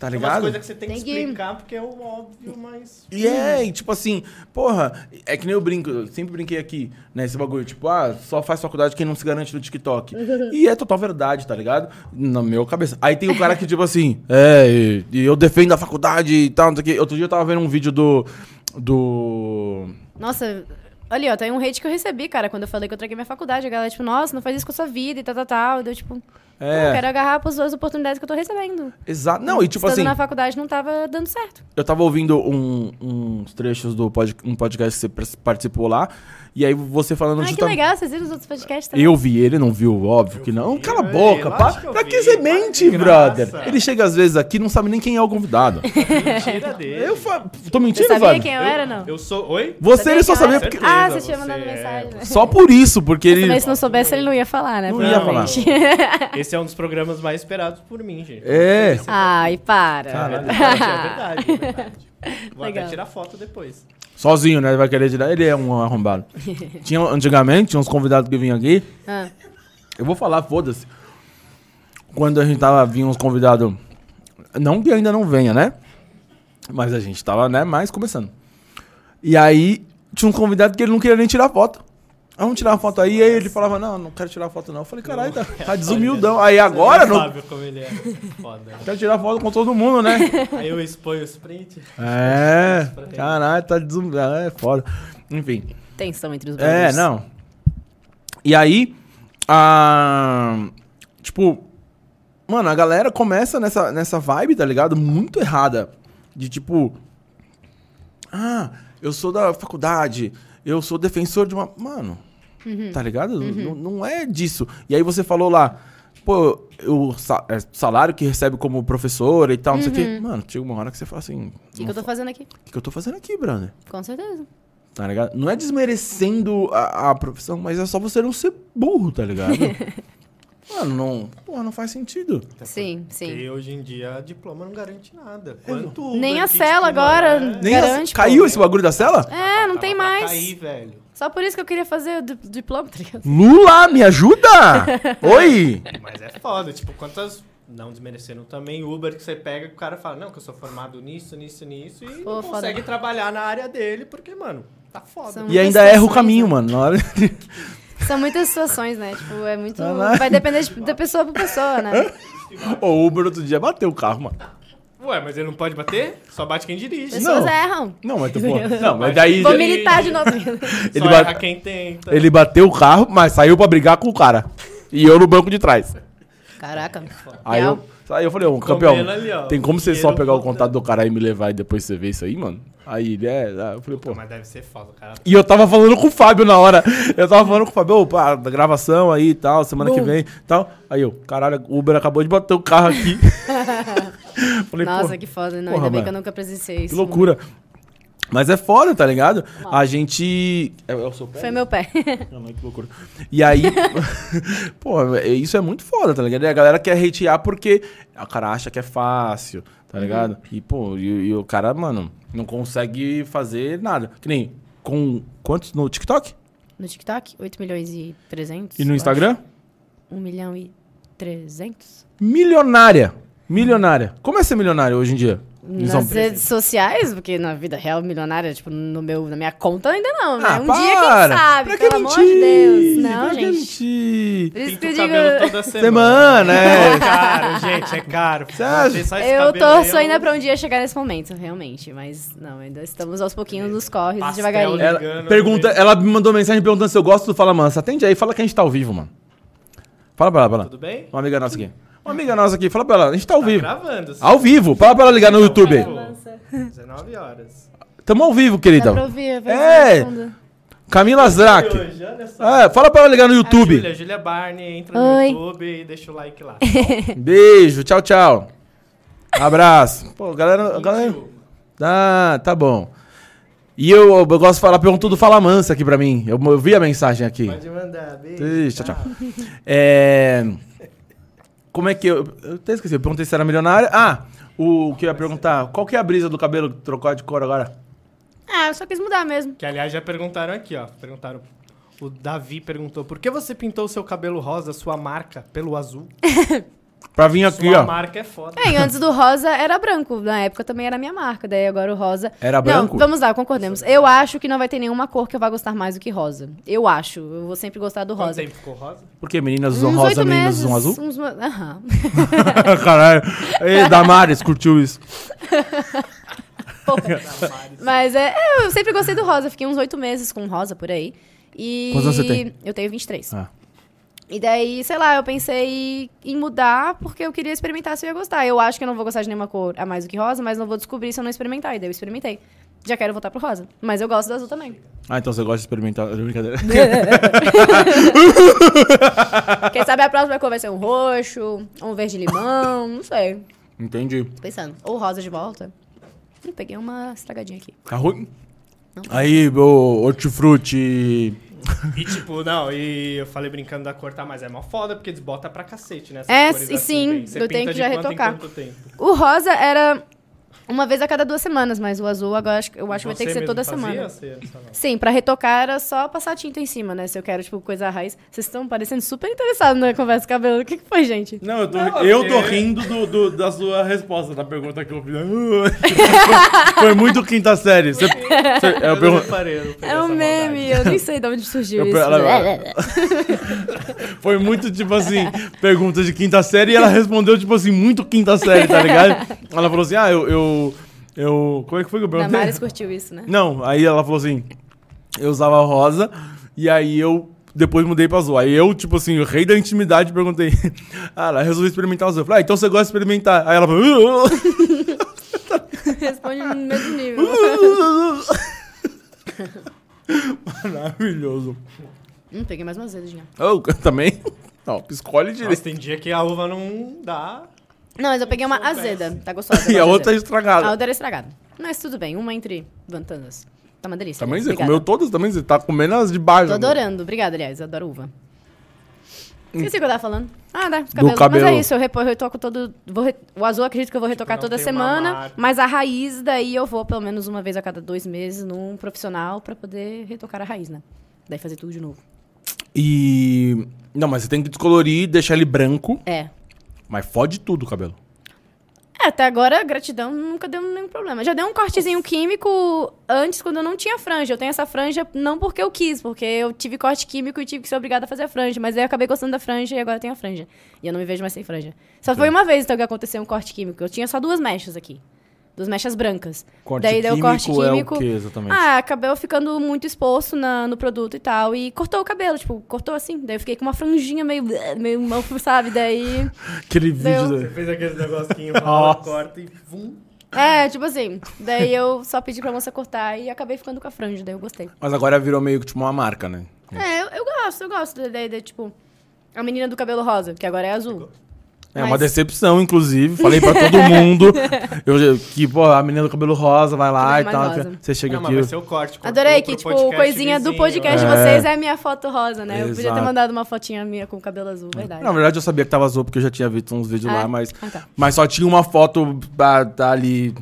A: Tá
C: é umas
A: ligado?
C: coisas que você tem,
D: Tem
C: que
D: que-
C: explicar porque é o óbvio, mas...
A: E é, e tipo assim, porra, é que nem eu brinco, eu sempre brinquei aqui, né, esse bagulho, tipo, ah, só faz faculdade quem não se garante no
D: *laughs*
A: TikTok. E é total verdade, tá ligado? Na minha cabeça. Aí tem o cara que, tipo assim, é, e, e eu defendo a faculdade e tal, não sei o quê. Outro dia eu tava vendo um vídeo do. Do.
D: Nossa, ali, ó, tem um hate que eu recebi, cara, quando eu falei que eu traguei minha faculdade. A galera, tipo, nossa, não faz isso com a sua vida e tal, tal, tal. E eu, tipo,
A: É.
D: "Pô, eu quero agarrar as duas oportunidades que eu tô recebendo.
A: Exato. Não, e tipo
D: Estando
A: assim.
D: na faculdade não tava dando certo.
A: Eu tava ouvindo um- uns trechos do pod, um podcast que você pres- participou lá, e aí você falando
D: Ai, que
A: justamente.
D: legal, vocês viram os outros podcasts também?
A: Eu vi ele, não viu, óbvio que não. Cala a
C: eu
A: boca,
C: acho
A: pá.
C: que eu
A: Pra
C: vi,
A: que você
C: para
A: mente,
C: de graça.
A: brother? Ele chega às vezes aqui e não sabe nem quem é o
D: *laughs*
A: convidado.
C: Hum, Mentira dele.
A: Eu fa- tô mentindo,
D: Você sabia
A: velho?
D: quem eu, era, não?
C: Eu sou... Oi?
A: Você ele só
D: quem eu
A: sabia
D: era?
A: porque...
D: Ah,
C: Certeza,
D: você tinha mandado
C: você é-
D: mensagem. né?
A: Só por isso, porque ele...
D: Também se não soubesse, ele não ia falar, né?
A: Não ia falar.
D: provavelmente.
C: Esse é um dos programas mais esperados por mim, gente.
A: É.
D: Ai, para.
C: É verdade, é verdade, é verdade. Vou até
D: Legal.
C: tirar foto depois.
A: Sozinho, né? Vai querer tirar. Ele é um
D: *laughs*
A: arrombado. tinha, antigamente, tinha uns convidados que vinham aqui.
D: Ah.
A: Eu vou falar, foda-se. Quando a gente tava, vinha uns convidados. Não que ainda não venha, né? Mas a gente tava, né, mais começando. E aí, tinha um convidado que ele não queria nem tirar foto. Ah, vamos tirar uma foto aí. Aí ele falava, não, não quero tirar foto, não. Eu falei, caralho, tá, tá desumildão. Aí agora,
C: Você
A: não
C: sabe como ele é. Foda.
A: quero tirar foto com todo mundo, né?
C: *laughs* Aí eu exponho os prints.
A: É, caralho, tá desumildão. É foda. Enfim.
D: Tensão entre os
A: É,
D: brothers.
A: não. E aí, a. Tipo, mano, a galera começa nessa, nessa vibe, tá ligado? Muito errada. De tipo. Ah, eu sou da faculdade, eu sou defensor de uma. Mano,
D: Uhum.
A: tá ligado? Não- Não é disso. E aí você falou lá. Pô, o sa- é, salário que recebe como professor e tal, não sei o quê. Mano, chega uma hora que você fala assim:
D: O Uhum. que, que eu tô fazendo aqui?
A: o que, que eu tô fazendo aqui, brother?
D: Com certeza.
A: Tá ligado? Não é desmerecendo a, a profissão, mas é só você não ser burro, tá ligado? Mano, não. Porra, não faz sentido.
C: Tá
D: Sim, sim.
C: Porque hoje em dia diploma não garante nada.
A: É,
C: Quanto Uber
D: Nem a
C: que
D: cela
C: diploma
D: agora.
C: é?
A: Nem a-
D: Garante, pô.
A: caiu esse bagulho da cela?
D: É, não
C: Tava
D: tem
C: pra
D: mais.
C: Cair, velho.
D: Só por isso que eu queria fazer o di- *laughs* diploma, tá ligado? *laughs*
A: Lula, me ajuda! Oi!
C: Mas é foda. Tipo, quantas não desmerecendo também, Uber que você pega que o cara fala, não, que eu sou formado nisso, nisso, nisso, e
D: Pô,
C: não
D: foda.
C: consegue trabalhar na área dele, porque, mano, tá foda.
D: São-
A: E ainda
D: Muitas
A: erra o
D: situações,
A: caminho,
D: né?
A: mano. Na hora de- *laughs*
D: São muitas situações, né? Tipo, é muito.
A: Vai lá.
D: Vai depender de, da pessoa pra pessoa, né?
A: O Uber outro dia bateu o carro, mano.
C: Ué, mas ele não pode bater? Só bate quem dirige.
A: Não.
D: Pessoas erram.
A: Não, mas tu,
D: *laughs*
A: pô, não, mas daí
D: Vou
C: Ele-
D: militar de *laughs* novo.
A: ele
C: Só
A: bate-
C: erra quem tenta.
A: ele bateu o carro, mas saiu pra brigar com o cara. E eu no banco de trás.
D: Caraca.
A: Aí eu,
D: Real.
A: aí eu falei, ô, campeão,
C: ali, ó,
A: tem como você só
C: dinheiro
A: pegar o
C: voltando.
A: contato do cara e me levar e depois você vê isso aí, mano? Aí ele é. aí Eu falei, pô.
C: Mas deve ser foda, cara.
A: E eu tava falando com o Fábio na hora. Eu tava falando com o Fábio, opa, da gravação aí e tal, semana que vem e tal. Aí eu, caralho, o Uber acabou de bater o carro
D: *laughs*
A: aqui. falei,
D: Nossa,
A: pô,
D: que foda. Não,
A: porra,
D: ainda bem
A: mano.
D: que eu nunca presenciei isso.
A: que loucura. Mas é foda, tá ligado? A gente. É, é o seu pé?
D: Foi meu pé. *laughs*
A: Caralho, né? é que loucura. E aí, *laughs* pô, isso é muito foda, tá ligado? E a galera quer hatear porque o cara acha que é fácil, tá
D: Uhum.
A: ligado? E, pô, e, e o cara, mano, não consegue fazer nada. Que nem com quantos no TikTok?
D: No TikTok, 8 milhões e 300.
A: E no Instagram?
D: 1 milhão e 300.
A: Milionária. Milionária. Como é ser milionária hoje em dia? Em São
D: Nas
A: Paulo?
D: redes sociais, porque na vida real, milionária, tipo, no meu, na minha conta ainda não, né?
A: Ah,
D: um dia,
A: para!
D: quem sabe,
A: Pra
D: pelo
A: que
D: amor
A: mentir?
D: de Deus. Não,
A: Pra que
D: gente.
A: mentir?
D: Por isso que
C: Pinta
D: eu
C: o
D: digo.
C: cabelo toda semana.
A: Semana,
C: É
A: *laughs* é.
C: caro, gente, é caro.
A: acha?
C: Bater só esse
D: Eu
C: cabelo
D: torço
C: aí é um
D: ainda pra um dia chegar nesse momento, realmente. Mas não, ainda estamos aos pouquinhos nos corres,
C: Pastel,
D: devagarinho.
C: né?
A: Ela,
C: Engano,
A: pergunta,
C: né?
A: ela me mandou mensagem perguntando se eu gosto do Fala Mansa. Atende aí, fala que a gente tá ao vivo, mano. Fala pra ela, pra ela.
C: Tudo bem?
A: Uma amiga nossa aqui. Uma amiga nossa aqui, fala pra ela, a gente tá ao
C: Tá
A: vivo.
C: gravando.
A: Ao vivo, fala pra ela ligar Tá no YouTube.
C: Ao vivo. 19 horas.
A: Tamo ao vivo,
D: Dá pra
A: querida.
D: ouvir, vai
A: então. É.
D: ser no fundo.
A: Camila
C: E
A: Zrak.
C: hoje, olha só.
A: É, fala pra ela ligar no YouTube.
C: Júlia, Júlia Barney, entra
D: Oi.
C: no YouTube e deixa o
A: *laughs*
C: like lá.
A: Beijo, tchau, tchau. Abraço. Pô, galera. galera... Ah, tá bom. E eu, eu gosto de falar, perguntou do Fala Mansa aqui pra mim. Eu, eu vi a mensagem aqui.
C: Pode mandar, beijo.
A: Ixi, tchau, tchau. É, Como é que eu. Eu até esqueci, eu perguntei se era milionária. Ah, o que eu ia perguntar? Qual que é a brisa do cabelo que trocou de cor agora?
D: Ah, eu só quis mudar mesmo.
C: Que aliás já perguntaram aqui, ó. Perguntaram. O Davi perguntou: por que você pintou seu cabelo rosa, sua marca, pelo azul?
A: Pra vir aqui,
C: sua
A: ó.
C: marca é foda.
D: Bem, antes do rosa era branco. Na época também era minha marca, daí agora o rosa.
A: Era branco?
D: Não, vamos lá, concordemos.
C: é
D: Eu acho que não vai ter nenhuma cor que eu vá gostar mais do que rosa. Eu acho. Eu vou sempre gostar do
C: Quanto
D: rosa.
C: tempo ficou rosa?
A: Porque meninas usam
D: Uns
A: rosa,
D: oito
A: meninas
D: meses,
A: usam azul?
D: *laughs* Uns... mo- Aham.
A: Caralho. Ei, Damares curtiu isso. *laughs*
D: Mas é, eu sempre gostei do rosa. Fiquei uns oito meses com rosa por aí. E...
A: Quantos anos você tem?
D: Eu tenho 23.
A: Ah.
D: E daí, sei lá, eu pensei em mudar porque eu queria experimentar se eu ia gostar. Eu acho que eu não vou gostar de nenhuma cor a mais do que rosa, mas não vou descobrir se eu não experimentar. E daí eu experimentei. Já quero voltar pro rosa. Mas eu gosto do azul também.
A: Ah, então você gosta de experimentar. Brincadeira.
D: Quem sabe a próxima cor vai ser um roxo, um verde limão, não sei.
A: *laughs* Entendi.
D: Tô pensando. Ou rosa de volta. Ih, Hum, peguei uma estragadinha aqui.
A: Tá ruim? Aí, meu hortifruti.
C: E tipo, não, e eu falei brincando da cor, tá? Mas é mó foda porque desbota pra cacete, né? essas
D: É,
C: cores
D: e sim,
C: bem. Você
D: eu tenho
C: pinta
D: que
C: de
D: já
C: quanto em
D: retocar.
C: quanto tempo?
D: O rosa era uma vez a cada duas semanas, mas o azul agora acho que- eu acho que vai ter
C: Você
D: que ser
C: mesmo
D: toda
C: fazia
D: semana.
C: ou você- você não?
D: Sim, pra retocar era só passar tinta em cima, né? Se eu quero, tipo, coisa raiz. Vocês estão parecendo super interessados na conversa de cabelo. O que, que foi, gente?
A: Não, eu tô,
C: Não,
A: eu tô
C: porque-
A: rindo do, do- da sua resposta, da pergunta que eu *laughs* fiz. Foi muito quinta série. é Você- você- eu
C: não
A: pergun-
C: reparei, eu não peguei
D: É um
C: essa
D: meme,
C: maldade.
D: eu nem sei de onde surgiu
A: Eu-
D: isso. né? É,
A: ela- é *laughs* foi muito tipo assim, pergunta de quinta série e ela respondeu tipo assim, muito quinta série, tá ligado? Ela falou assim: ah, eu. eu, eu- como é que foi que eu perguntei?
D: Damares curtiu
A: *laughs*
D: isso, né?
A: Não, aí ela falou assim: eu usava rosa, e aí eu depois mudei pra azul. Aí eu, tipo assim, o rei da intimidade, perguntei: *laughs* ah, ela resolvi experimentar azul. Eu falei: ah, então você gosta de experimentar? Aí ela falou: "Uh!"
D: Responde no mesmo nível.
A: *laughs* maravilhoso.
D: hum, peguei mais uma azedinha.
A: Oh, também? Não, escolhe
C: Nossa,
A: direito.
C: tem dia que a uva não dá.
D: Não, mas eu peguei uma azeda. Tá gostosa.
A: *laughs*
D: eu
A: E a
D: gosto de
A: outra é
D: azeda. A
A: estragada.
D: outra era estragada. Mas tudo bem, uma entre vantanas. Tá uma delícia.
A: Também
D: aliás.
A: você
D: Obrigada.
A: é, comeu todas, também você tá comendo as de baixo.
D: Tô
A: amor.
D: adorando. Obrigada, aliás. Eu adoro uva. Esqueci o que eu tava falando. Ah, dá. Os
A: Do
D: cabelos.
A: cabelo.
D: Mas é isso, eu repo- eu retoco todo. vou re- O azul acredito que eu vou retocar
C: não
D: toda
C: tem uma
D: semana.
C: marca.
D: Mas a raiz, daí eu vou pelo menos uma vez a cada dois meses num profissional pra poder retocar a raiz, né? Daí fazer tudo de novo.
A: E. Não, mas você tem que descolorir, deixar ele branco.
D: É.
A: Mas fode tudo o cabelo.
D: É, até agora, gratidão nunca deu nenhum problema. Já deu um cortezinho químico antes, quando eu não tinha franja. Eu tenho essa franja não porque eu quis, porque eu tive corte químico e tive que ser obrigada a fazer a franja. Mas aí eu acabei gostando da franja e agora eu tenho a franja. E eu não me vejo mais sem franja. Só foi uma vez, então, que aconteceu um corte químico. Eu tinha só duas mechas aqui. Duas mechas brancas.
A: Corte
D: Daí deu
A: químico
D: corte químico.
A: é o que exatamente?
D: Ah, acabou ficando muito exposto na- no produto e tal. E cortou o cabelo, tipo, cortou assim. Daí eu fiquei com uma franjinha meio, *laughs* meio mal, sabe? Daí.
A: Aquele vídeo...
D: deu.
A: da-
C: Você fez aquele
A: *laughs*
C: negocinho, fala,
A: Nossa.
C: corta e vum.
D: É, tipo assim. Daí eu só pedi pra moça cortar e acabei ficando com a franja, daí eu gostei.
A: Mas agora virou meio que tipo uma marca, né?
D: É, eu, eu gosto, eu gosto da ideia de, tipo, a menina do cabelo rosa, que agora é azul.
A: É
D: Mas-
A: uma decepção,
D: *laughs*
A: inclusive. Falei pra todo mundo eu, que, pô, a menina do cabelo rosa vai lá e
D: Cabelo
A: tal.
D: é mais rosa.
A: Você chega
C: Não, mas
A: aqui.
C: vai ser o corte. cortou
D: Adorei
C: pro
D: que, tipo,
C: podcast
D: coisinha do
C: vizinho.
D: podcast de
A: É.
D: vocês é a minha foto rosa, né? Eu podia ter
A: Exato.
D: mandado uma fotinha minha com o cabelo azul, verdade.
A: Na verdade, eu sabia que tava azul porque eu já tinha visto uns vídeos
D: Ah,
A: lá, mas,
D: ah, tá.
A: mas só tinha uma foto da- da ali,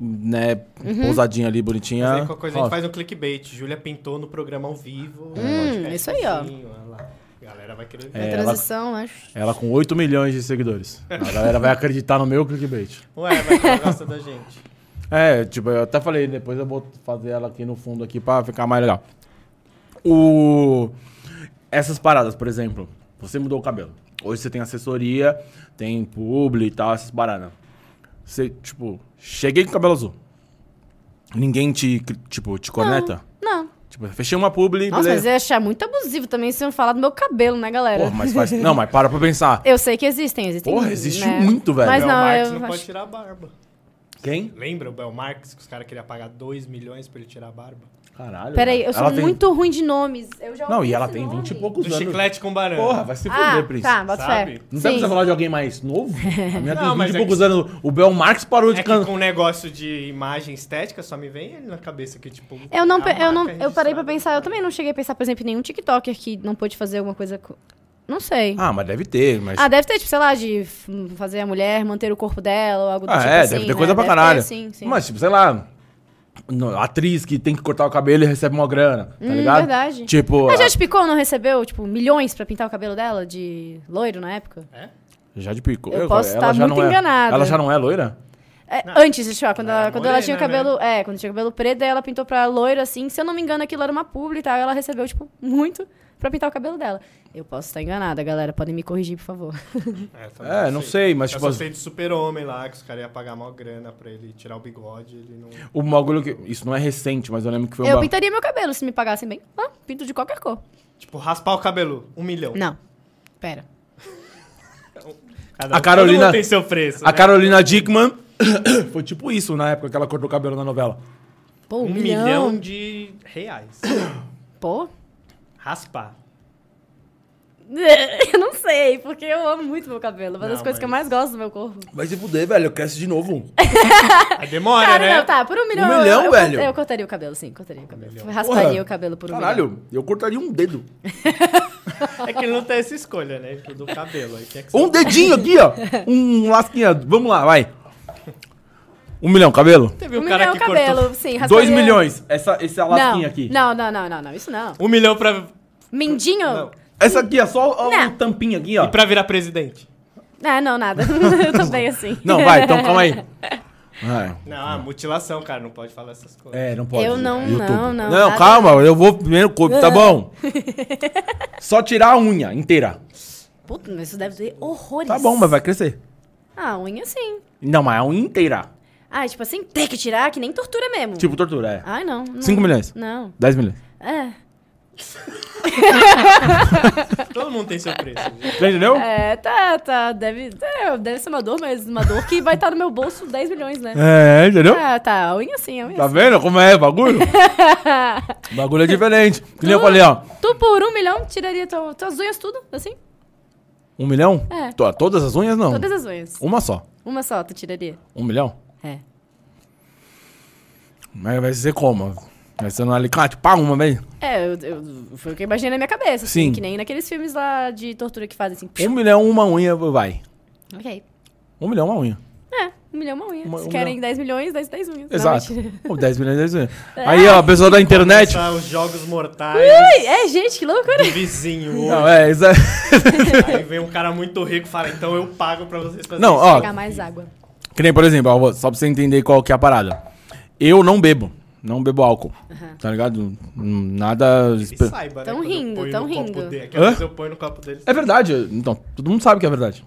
A: né,
D: Uhum.
A: pousadinha ali, bonitinha.
C: Mas aí, qualquer coisa, a gente
A: Ó,
C: faz um clickbait. Júlia pintou no programa ao vivo.
D: Hum, isso aí, ó.
C: podcastzinho, olha lá. A galera vai querer ver.
A: É,
D: a
A: ela-
D: transição, né? acho.
A: Ela com 8 milhões de seguidores. A galera vai acreditar no meu clickbait.
C: Ué, vai que ela gosta da gente.
A: É, tipo, eu até falei, depois eu vou fazer ela aqui no fundo aqui pra ficar mais legal. O... Essas paradas, por exemplo, você mudou o cabelo. Hoje você tem assessoria, tem publi e tal, essas paradas. Você, tipo, cheguei com cabelo azul. Ninguém te, cri- tipo, te corneta?
D: Não.
A: Tipo, fechei uma publi,
D: Nossa, mas
A: beleza.
D: eu ia achar muito abusivo também se não falar do meu cabelo, né, galera?
A: Porra, mas faz... Não, mas para pra
D: *laughs*
A: pensar.
D: Eu sei que existem, existem.
A: Porra, existe
D: né?
A: muito, velho.
D: *laughs* Mas
A: Bel
C: o
D: não,
C: Marx
D: eu
C: não pode
D: acho...
C: tirar a barba.
A: Quem?
C: Lembra o Bel Marx que os caras queriam pagar 2 milhões pra ele tirar a barba?
A: Caralho.
D: Peraí,
A: velho.
D: eu sou
A: Ela tem-
D: muito ruim de nomes. Eu já
A: Não,
D: ouvi
A: e ela
D: esse
A: tem
D: nome.
A: 20 e poucos
C: Do
A: anos.
C: chiclete com banana.
A: Porra, vai se fuder,
D: Ah,
A: Prince.
D: tá, bota
C: Sabe?
D: fé.
A: Não sabe
D: Sim.
A: você falar de alguém mais
D: *laughs*
A: novo? A minha
C: Não,
A: tem 20
C: mas
A: e
C: é
A: poucos
C: que-
A: anos. O Bel Marx parou de
C: É que
A: cantar.
C: com um negócio de imagem estética, só me vem ele na cabeça que, tipo...
D: Eu não,
C: a
D: pe- eu não,
C: marca
D: eu parei pra
C: registrada.
D: pensar, eu também não cheguei a pensar, por exemplo, em nenhum TikToker que não pôde fazer alguma coisa, co- não sei. Ah,
A: Ah, mas deve ter, mas.
D: deve ter, tipo, sei lá, de f- fazer a mulher manter o corpo dela ou algo do
A: Ah,
D: tipo
A: é,
D: assim,
A: deve ter
D: né?
A: coisa pra caralho.
D: Ter, sim, sim.
A: Mas, tipo, sei lá. no- Atriz que tem que cortar o cabelo e recebe uma grana, tá
D: Hum,
A: ligado?
D: verdade.
A: Tipo.
D: a
A: a-
D: Jade Picou não recebeu, tipo, milhões pra pintar o cabelo dela de loiro na época?
C: É?
A: Já de pico.
D: Eu posso estar muito enganada.
A: Ela já não é loira?
D: É, antes, deixa eu falar, quando,
C: Ela
D: ela,
C: era
D: quando ela
A: né,
D: tinha o
C: morena,
D: cabelo. É, quando tinha o cabelo preto, daí ela pintou pra loiro assim. Se eu não me engano, aquilo era uma publi e tal. Ela recebeu, tipo, muito pra pintar o cabelo dela. Eu posso estar enganada, galera. Podem me corrigir, por favor. *laughs*
C: É, também
A: É, não sei, mas,
C: Eu
A: tipo.
C: só sei de super-homem lá, que os caras iam pagar mó grana pra ele tirar o bigode, ele não...
A: O bagulho que. Isso não é recente, mas eu lembro que foi um
D: Eu
A: ba-
D: pintaria meu cabelo se me pagassem bem. Ah, pinto de qualquer cor.
C: Tipo, raspar o cabelo, um milhão.
D: Não. Pera.
A: Um
C: Cada um-
A: A Carolina-
C: Todo mundo tem seu preço,
A: A
C: né?
A: Carolina Dickman *coughs* foi tipo isso na época que ela cortou o cabelo na novela.
D: Pô,
C: Um,
D: um,
C: milhão. de reais.
D: Pô. *laughs*
C: Raspar.
D: Eu não sei, porque eu amo muito meu cabelo. Uma das
C: Não,
D: coisas que eu mais gosto do meu corpo.
A: Vai se fuder, velho. Cresce de novo.
D: É.
C: Aí
A: Ah,
C: demora,
D: Cara,
C: né?
D: não, tá. Por um milhão. eu-
A: é, milhão,
D: eu,
A: velho?
D: Eu cortaria o cabelo, sim. Cortaria o cabelo. Rasparia
A: Porra.
D: o cabelo por um milhão.
A: Caralho, eu cortaria um dedo.
C: É que ele não tem essa escolha, né? Ele do cabelo. Aí quer que
A: Um dedinho aqui,
D: *laughs*
A: ó. Um lasquinha. Vamos lá, vai. Um milhão, cabelo.
C: Teve
D: Um
C: um cara
D: milhão
C: que
D: cabelo,
C: cortou
D: sim.
A: Dois
D: rasparia-
A: milhões. Essa, essa
D: Não,
A: lasquinha aqui.
D: não, não, não, não, não, isso não.
C: um milhão pra,
D: Mendinho?
C: Não.
A: Essa aqui é só ó, um
D: Não.
A: tampinha aqui, ó.
C: pra virar presidente.
D: Ah, não,
A: *laughs*
D: nada. *laughs* Eu tô bem assim.
A: Não, vai,
D: *laughs*
A: então calma aí. Vai.
C: Não, ah, mutilação, cara. Não pode falar essas coisas.
A: É, não pode.
D: Eu não,
A: YouTube.
D: não, não,
A: Não,
D: nada. Ah.
A: calma, eu vou primeiro corpo, tá
D: *laughs*
A: bom? Só tirar a unha inteira.
D: Puta, mas isso deve doer horrores.
A: Tá bom, mas vai crescer.
D: Ah, unha sim.
A: Não, mas a unha inteira.
D: Ah, tipo assim, tem que tirar, que nem tortura mesmo.
A: Tipo tortura, é.
D: Ai, não. não.
A: 5 milhões.
D: Não.
A: 10 milhões.
D: É.
C: Todo mundo tem seu preço. gente.
A: Você Entendeu?
D: É, tá, tá. Deve, é, deve ser uma dor, mas uma dor que vai estar no meu bolso 10 milhões, né?
A: É, entendeu?
D: Ah, tá. A unha sim, a unha
A: Tá
D: sim.
A: vendo como é o
D: *laughs*
A: bagulho? O bagulho é diferente. Que nem eu
D: Tu-
A: falei, ó.
D: Tu por um milhão tiraria tua- tuas unhas tudo, assim?
A: Um milhão?
D: É.
A: To- Todas as unhas, não.
D: Todas as unhas.
A: Uma só.
D: Uma só tu tiraria.
A: Um milhão?
D: É.
A: Mas vai ser como? Vai ser no alicate? Pá, uma vez.
D: É, eu, eu- foi o que eu imaginei na minha cabeça. Assim,
A: Sim.
D: Que nem naqueles filmes lá de tortura que fazem assim.
A: Um milhão, uma unha, vai.
D: Ok.
A: Um milhão, uma unha.
D: É. Um milhão, uma unha.
A: Uma-
D: Se
A: um
D: querem
A: milhão.
D: 10 milhões, 10, 10 unhas. Não,
A: Exato.
D: mentira. É.
A: Pô, 10 milhões, 10 milhões. Aí, ó, a pessoa da internet.
C: Começar os jogos mortais
D: *laughs* Ui, é, gente, que loucura.
C: do vizinho.
A: Não, é,
D: *laughs*
A: exa-
C: Aí vem um cara muito rico e fala, então eu pago pra vocês fazerem
A: Não,
C: isso.
A: ó.
D: Pegar mais água.
A: Que nem, por exemplo, ó, só pra você entender qual que é a parada. Eu não bebo. Não bebo álcool. Tá ligado? Hum, Nada.
C: E
A: espe-
C: saiba,
D: Tão
C: né? quando eu
D: rindo,
C: ponho
D: tão
C: no copo
D: rindo.
C: dele. É que às
A: Hã?
C: vezes eu ponho no copo deles.
A: É verdade. Então, todo mundo sabe que é verdade.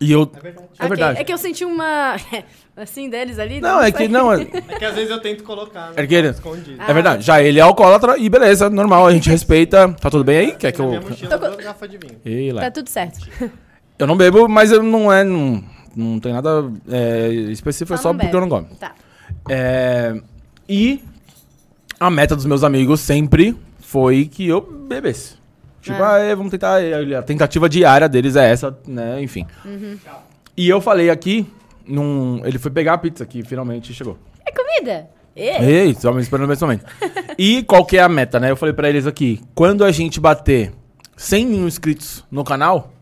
A: E eu.
C: É verdade.
A: É verdade.
D: Ok, É que eu senti uma. *laughs* assim deles ali.
A: Não, é que.
D: sei.
A: Não, é,
C: É que às vezes eu tento colocar. né?
A: É que ele-
C: Escondido.
D: Ah,
A: é verdade. Já ele é alcoólatra e beleza, normal, a gente respeita. Tá tudo bem aí? Quer que
C: Na
A: eu.
C: minha mochila, duas garrafas de vinho.
A: Ei, lá.
D: Tá tudo certo.
A: Eu não bebo, mas eu não é. Não, não tem nada é, específico, é só
D: não
A: porque eu não
D: bebe.
A: gosto.
D: Tá.
A: É, e a meta dos meus amigos sempre foi que eu bebesse. Tipo, ah, é, vamos tentar. é, A tentativa diária deles é essa, né? Enfim. E eu falei aqui, num, ele foi pegar a pizza que finalmente chegou.
D: É comida. É.
A: Ei, estava me esperando nesse momento. E qual que é a meta, né? Eu falei pra eles aqui, quando a gente bater 100 mil inscritos no canal,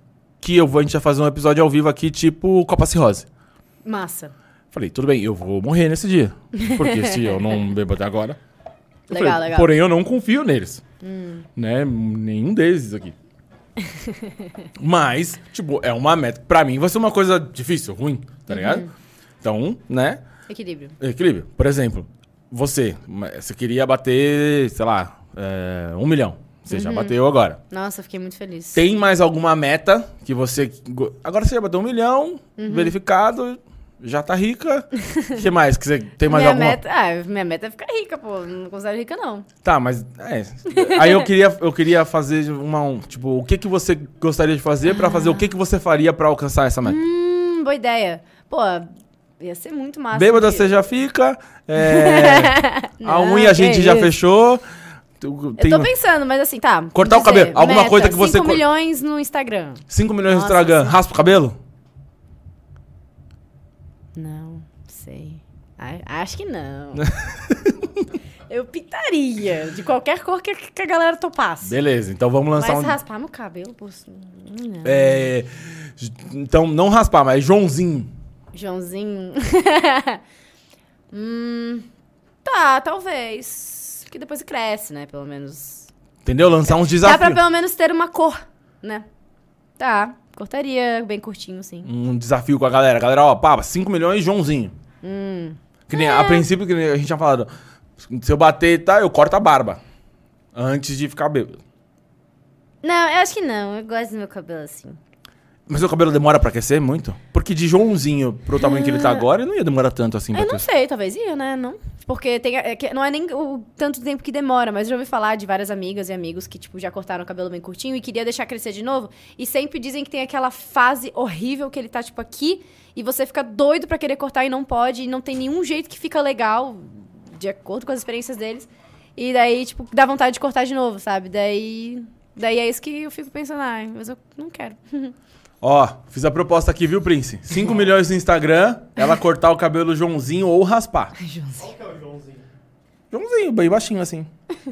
A: que eu vou, a gente vai fazer um episódio ao vivo aqui, tipo Copa Cirrose.
D: Massa.
A: Falei, tudo bem, eu vou morrer nesse dia. Porque se eu *laughs* não bebo até agora. Eu
D: Legal,
A: falei,
D: legal. Hum.
A: Porém, eu não confio neles. Né? Nenhum deles
D: *laughs*
A: aqui. Mas, tipo, é uma meta. Pra mim vai ser uma coisa difícil, ruim, tá
D: Uhum.
A: ligado? Então, né?
D: Equilíbrio.
A: Equilíbrio. Por exemplo, você, mas você queria bater, sei lá, é, um milhão. Você
D: Uhum.
A: já bateu agora.
D: Nossa, fiquei muito feliz.
A: Tem mais alguma meta que você. go- Agora você já bateu um milhão,
D: Uhum.
A: verificado, já tá
D: *laughs*
A: rica. O que mais? Que você tem mais
D: minha
A: alguma?
D: meta. Ah, minha meta é ficar rica, pô. Não considero rica, não.
A: Tá, mas. é. Aí eu queria, eu queria fazer uma. um, tipo, o que, que você gostaria de fazer pra fazer o que, que você faria pra alcançar essa meta?
D: Hum, boa ideia. Pô, ia ser muito massa.
A: Bêbada
D: que-
A: você já fica.
D: *laughs*
A: é, a
D: Não,
A: unha a
D: que
A: gente já
D: isso.
A: fechou. tu-
D: Eu
A: Tem
D: tô pensando, mas assim, tá.
A: Cortar o
D: vamos dizer,
A: cabelo. Alguma coisa que você
D: 5
A: cor-
D: milhões no Instagram.
A: 5 milhões no
D: Nossa,
A: Instagram,
D: sim.
A: raspa o cabelo?
D: Não, sei. A- Acho que não. eu pintaria de qualquer cor que, que a galera topasse.
A: Beleza, então vamos lançar
D: Mas
A: um.
D: raspar meu cabelo, pô, isso- não.
A: É, j- então, não raspar, mas Joãozinho.
D: Joãozinho. *laughs* hum, tá, talvez. Que depois cresce, né? Pelo menos.
A: Entendeu? Lançar uns
D: Dá
A: desafios.
D: pra pelo menos ter uma cor, né? Tá. Cortaria bem curtinho, sim.
A: Um desafio com a galera. Galera, ó, pá, 5 milhões, Joãozinho.
D: Hum.
A: Que
D: É.
A: nem, a princípio, que nem a gente tinha falado. Se eu bater, tá, eu corto a barba. Antes de ficar bêbado.
D: Não, eu acho que não. Eu gosto do meu cabelo assim.
A: Mas seu cabelo demora pra aquecer muito? Porque de Joãozinho pro tamanho que ele tá agora, ele não ia demorar tanto assim pra
D: É. Eu não
A: aquecer.
D: sei, talvez ia, né? Não. Porque tem, é que não é nem o tanto tempo que demora, mas eu já ouvi falar de várias amigas e amigos que, tipo, já cortaram o cabelo bem curtinho e queria deixar crescer de novo. E sempre dizem que tem aquela fase horrível que ele tá, tipo, aqui e você fica doido pra querer cortar e não pode, e não tem nenhum jeito que fica legal, de acordo com as experiências deles. E daí, tipo, dá vontade de cortar de novo, sabe? Daí. Daí é isso que eu fico pensando, ai, mas eu não quero.
A: Ó, fiz a proposta aqui, viu, Prince?
D: *laughs*
A: 5 milhões no Instagram, ela cortar o cabelo Joãozinho ou raspar.
C: Qual que é o Joãozinho?
A: Joãozinho, bem baixinho assim.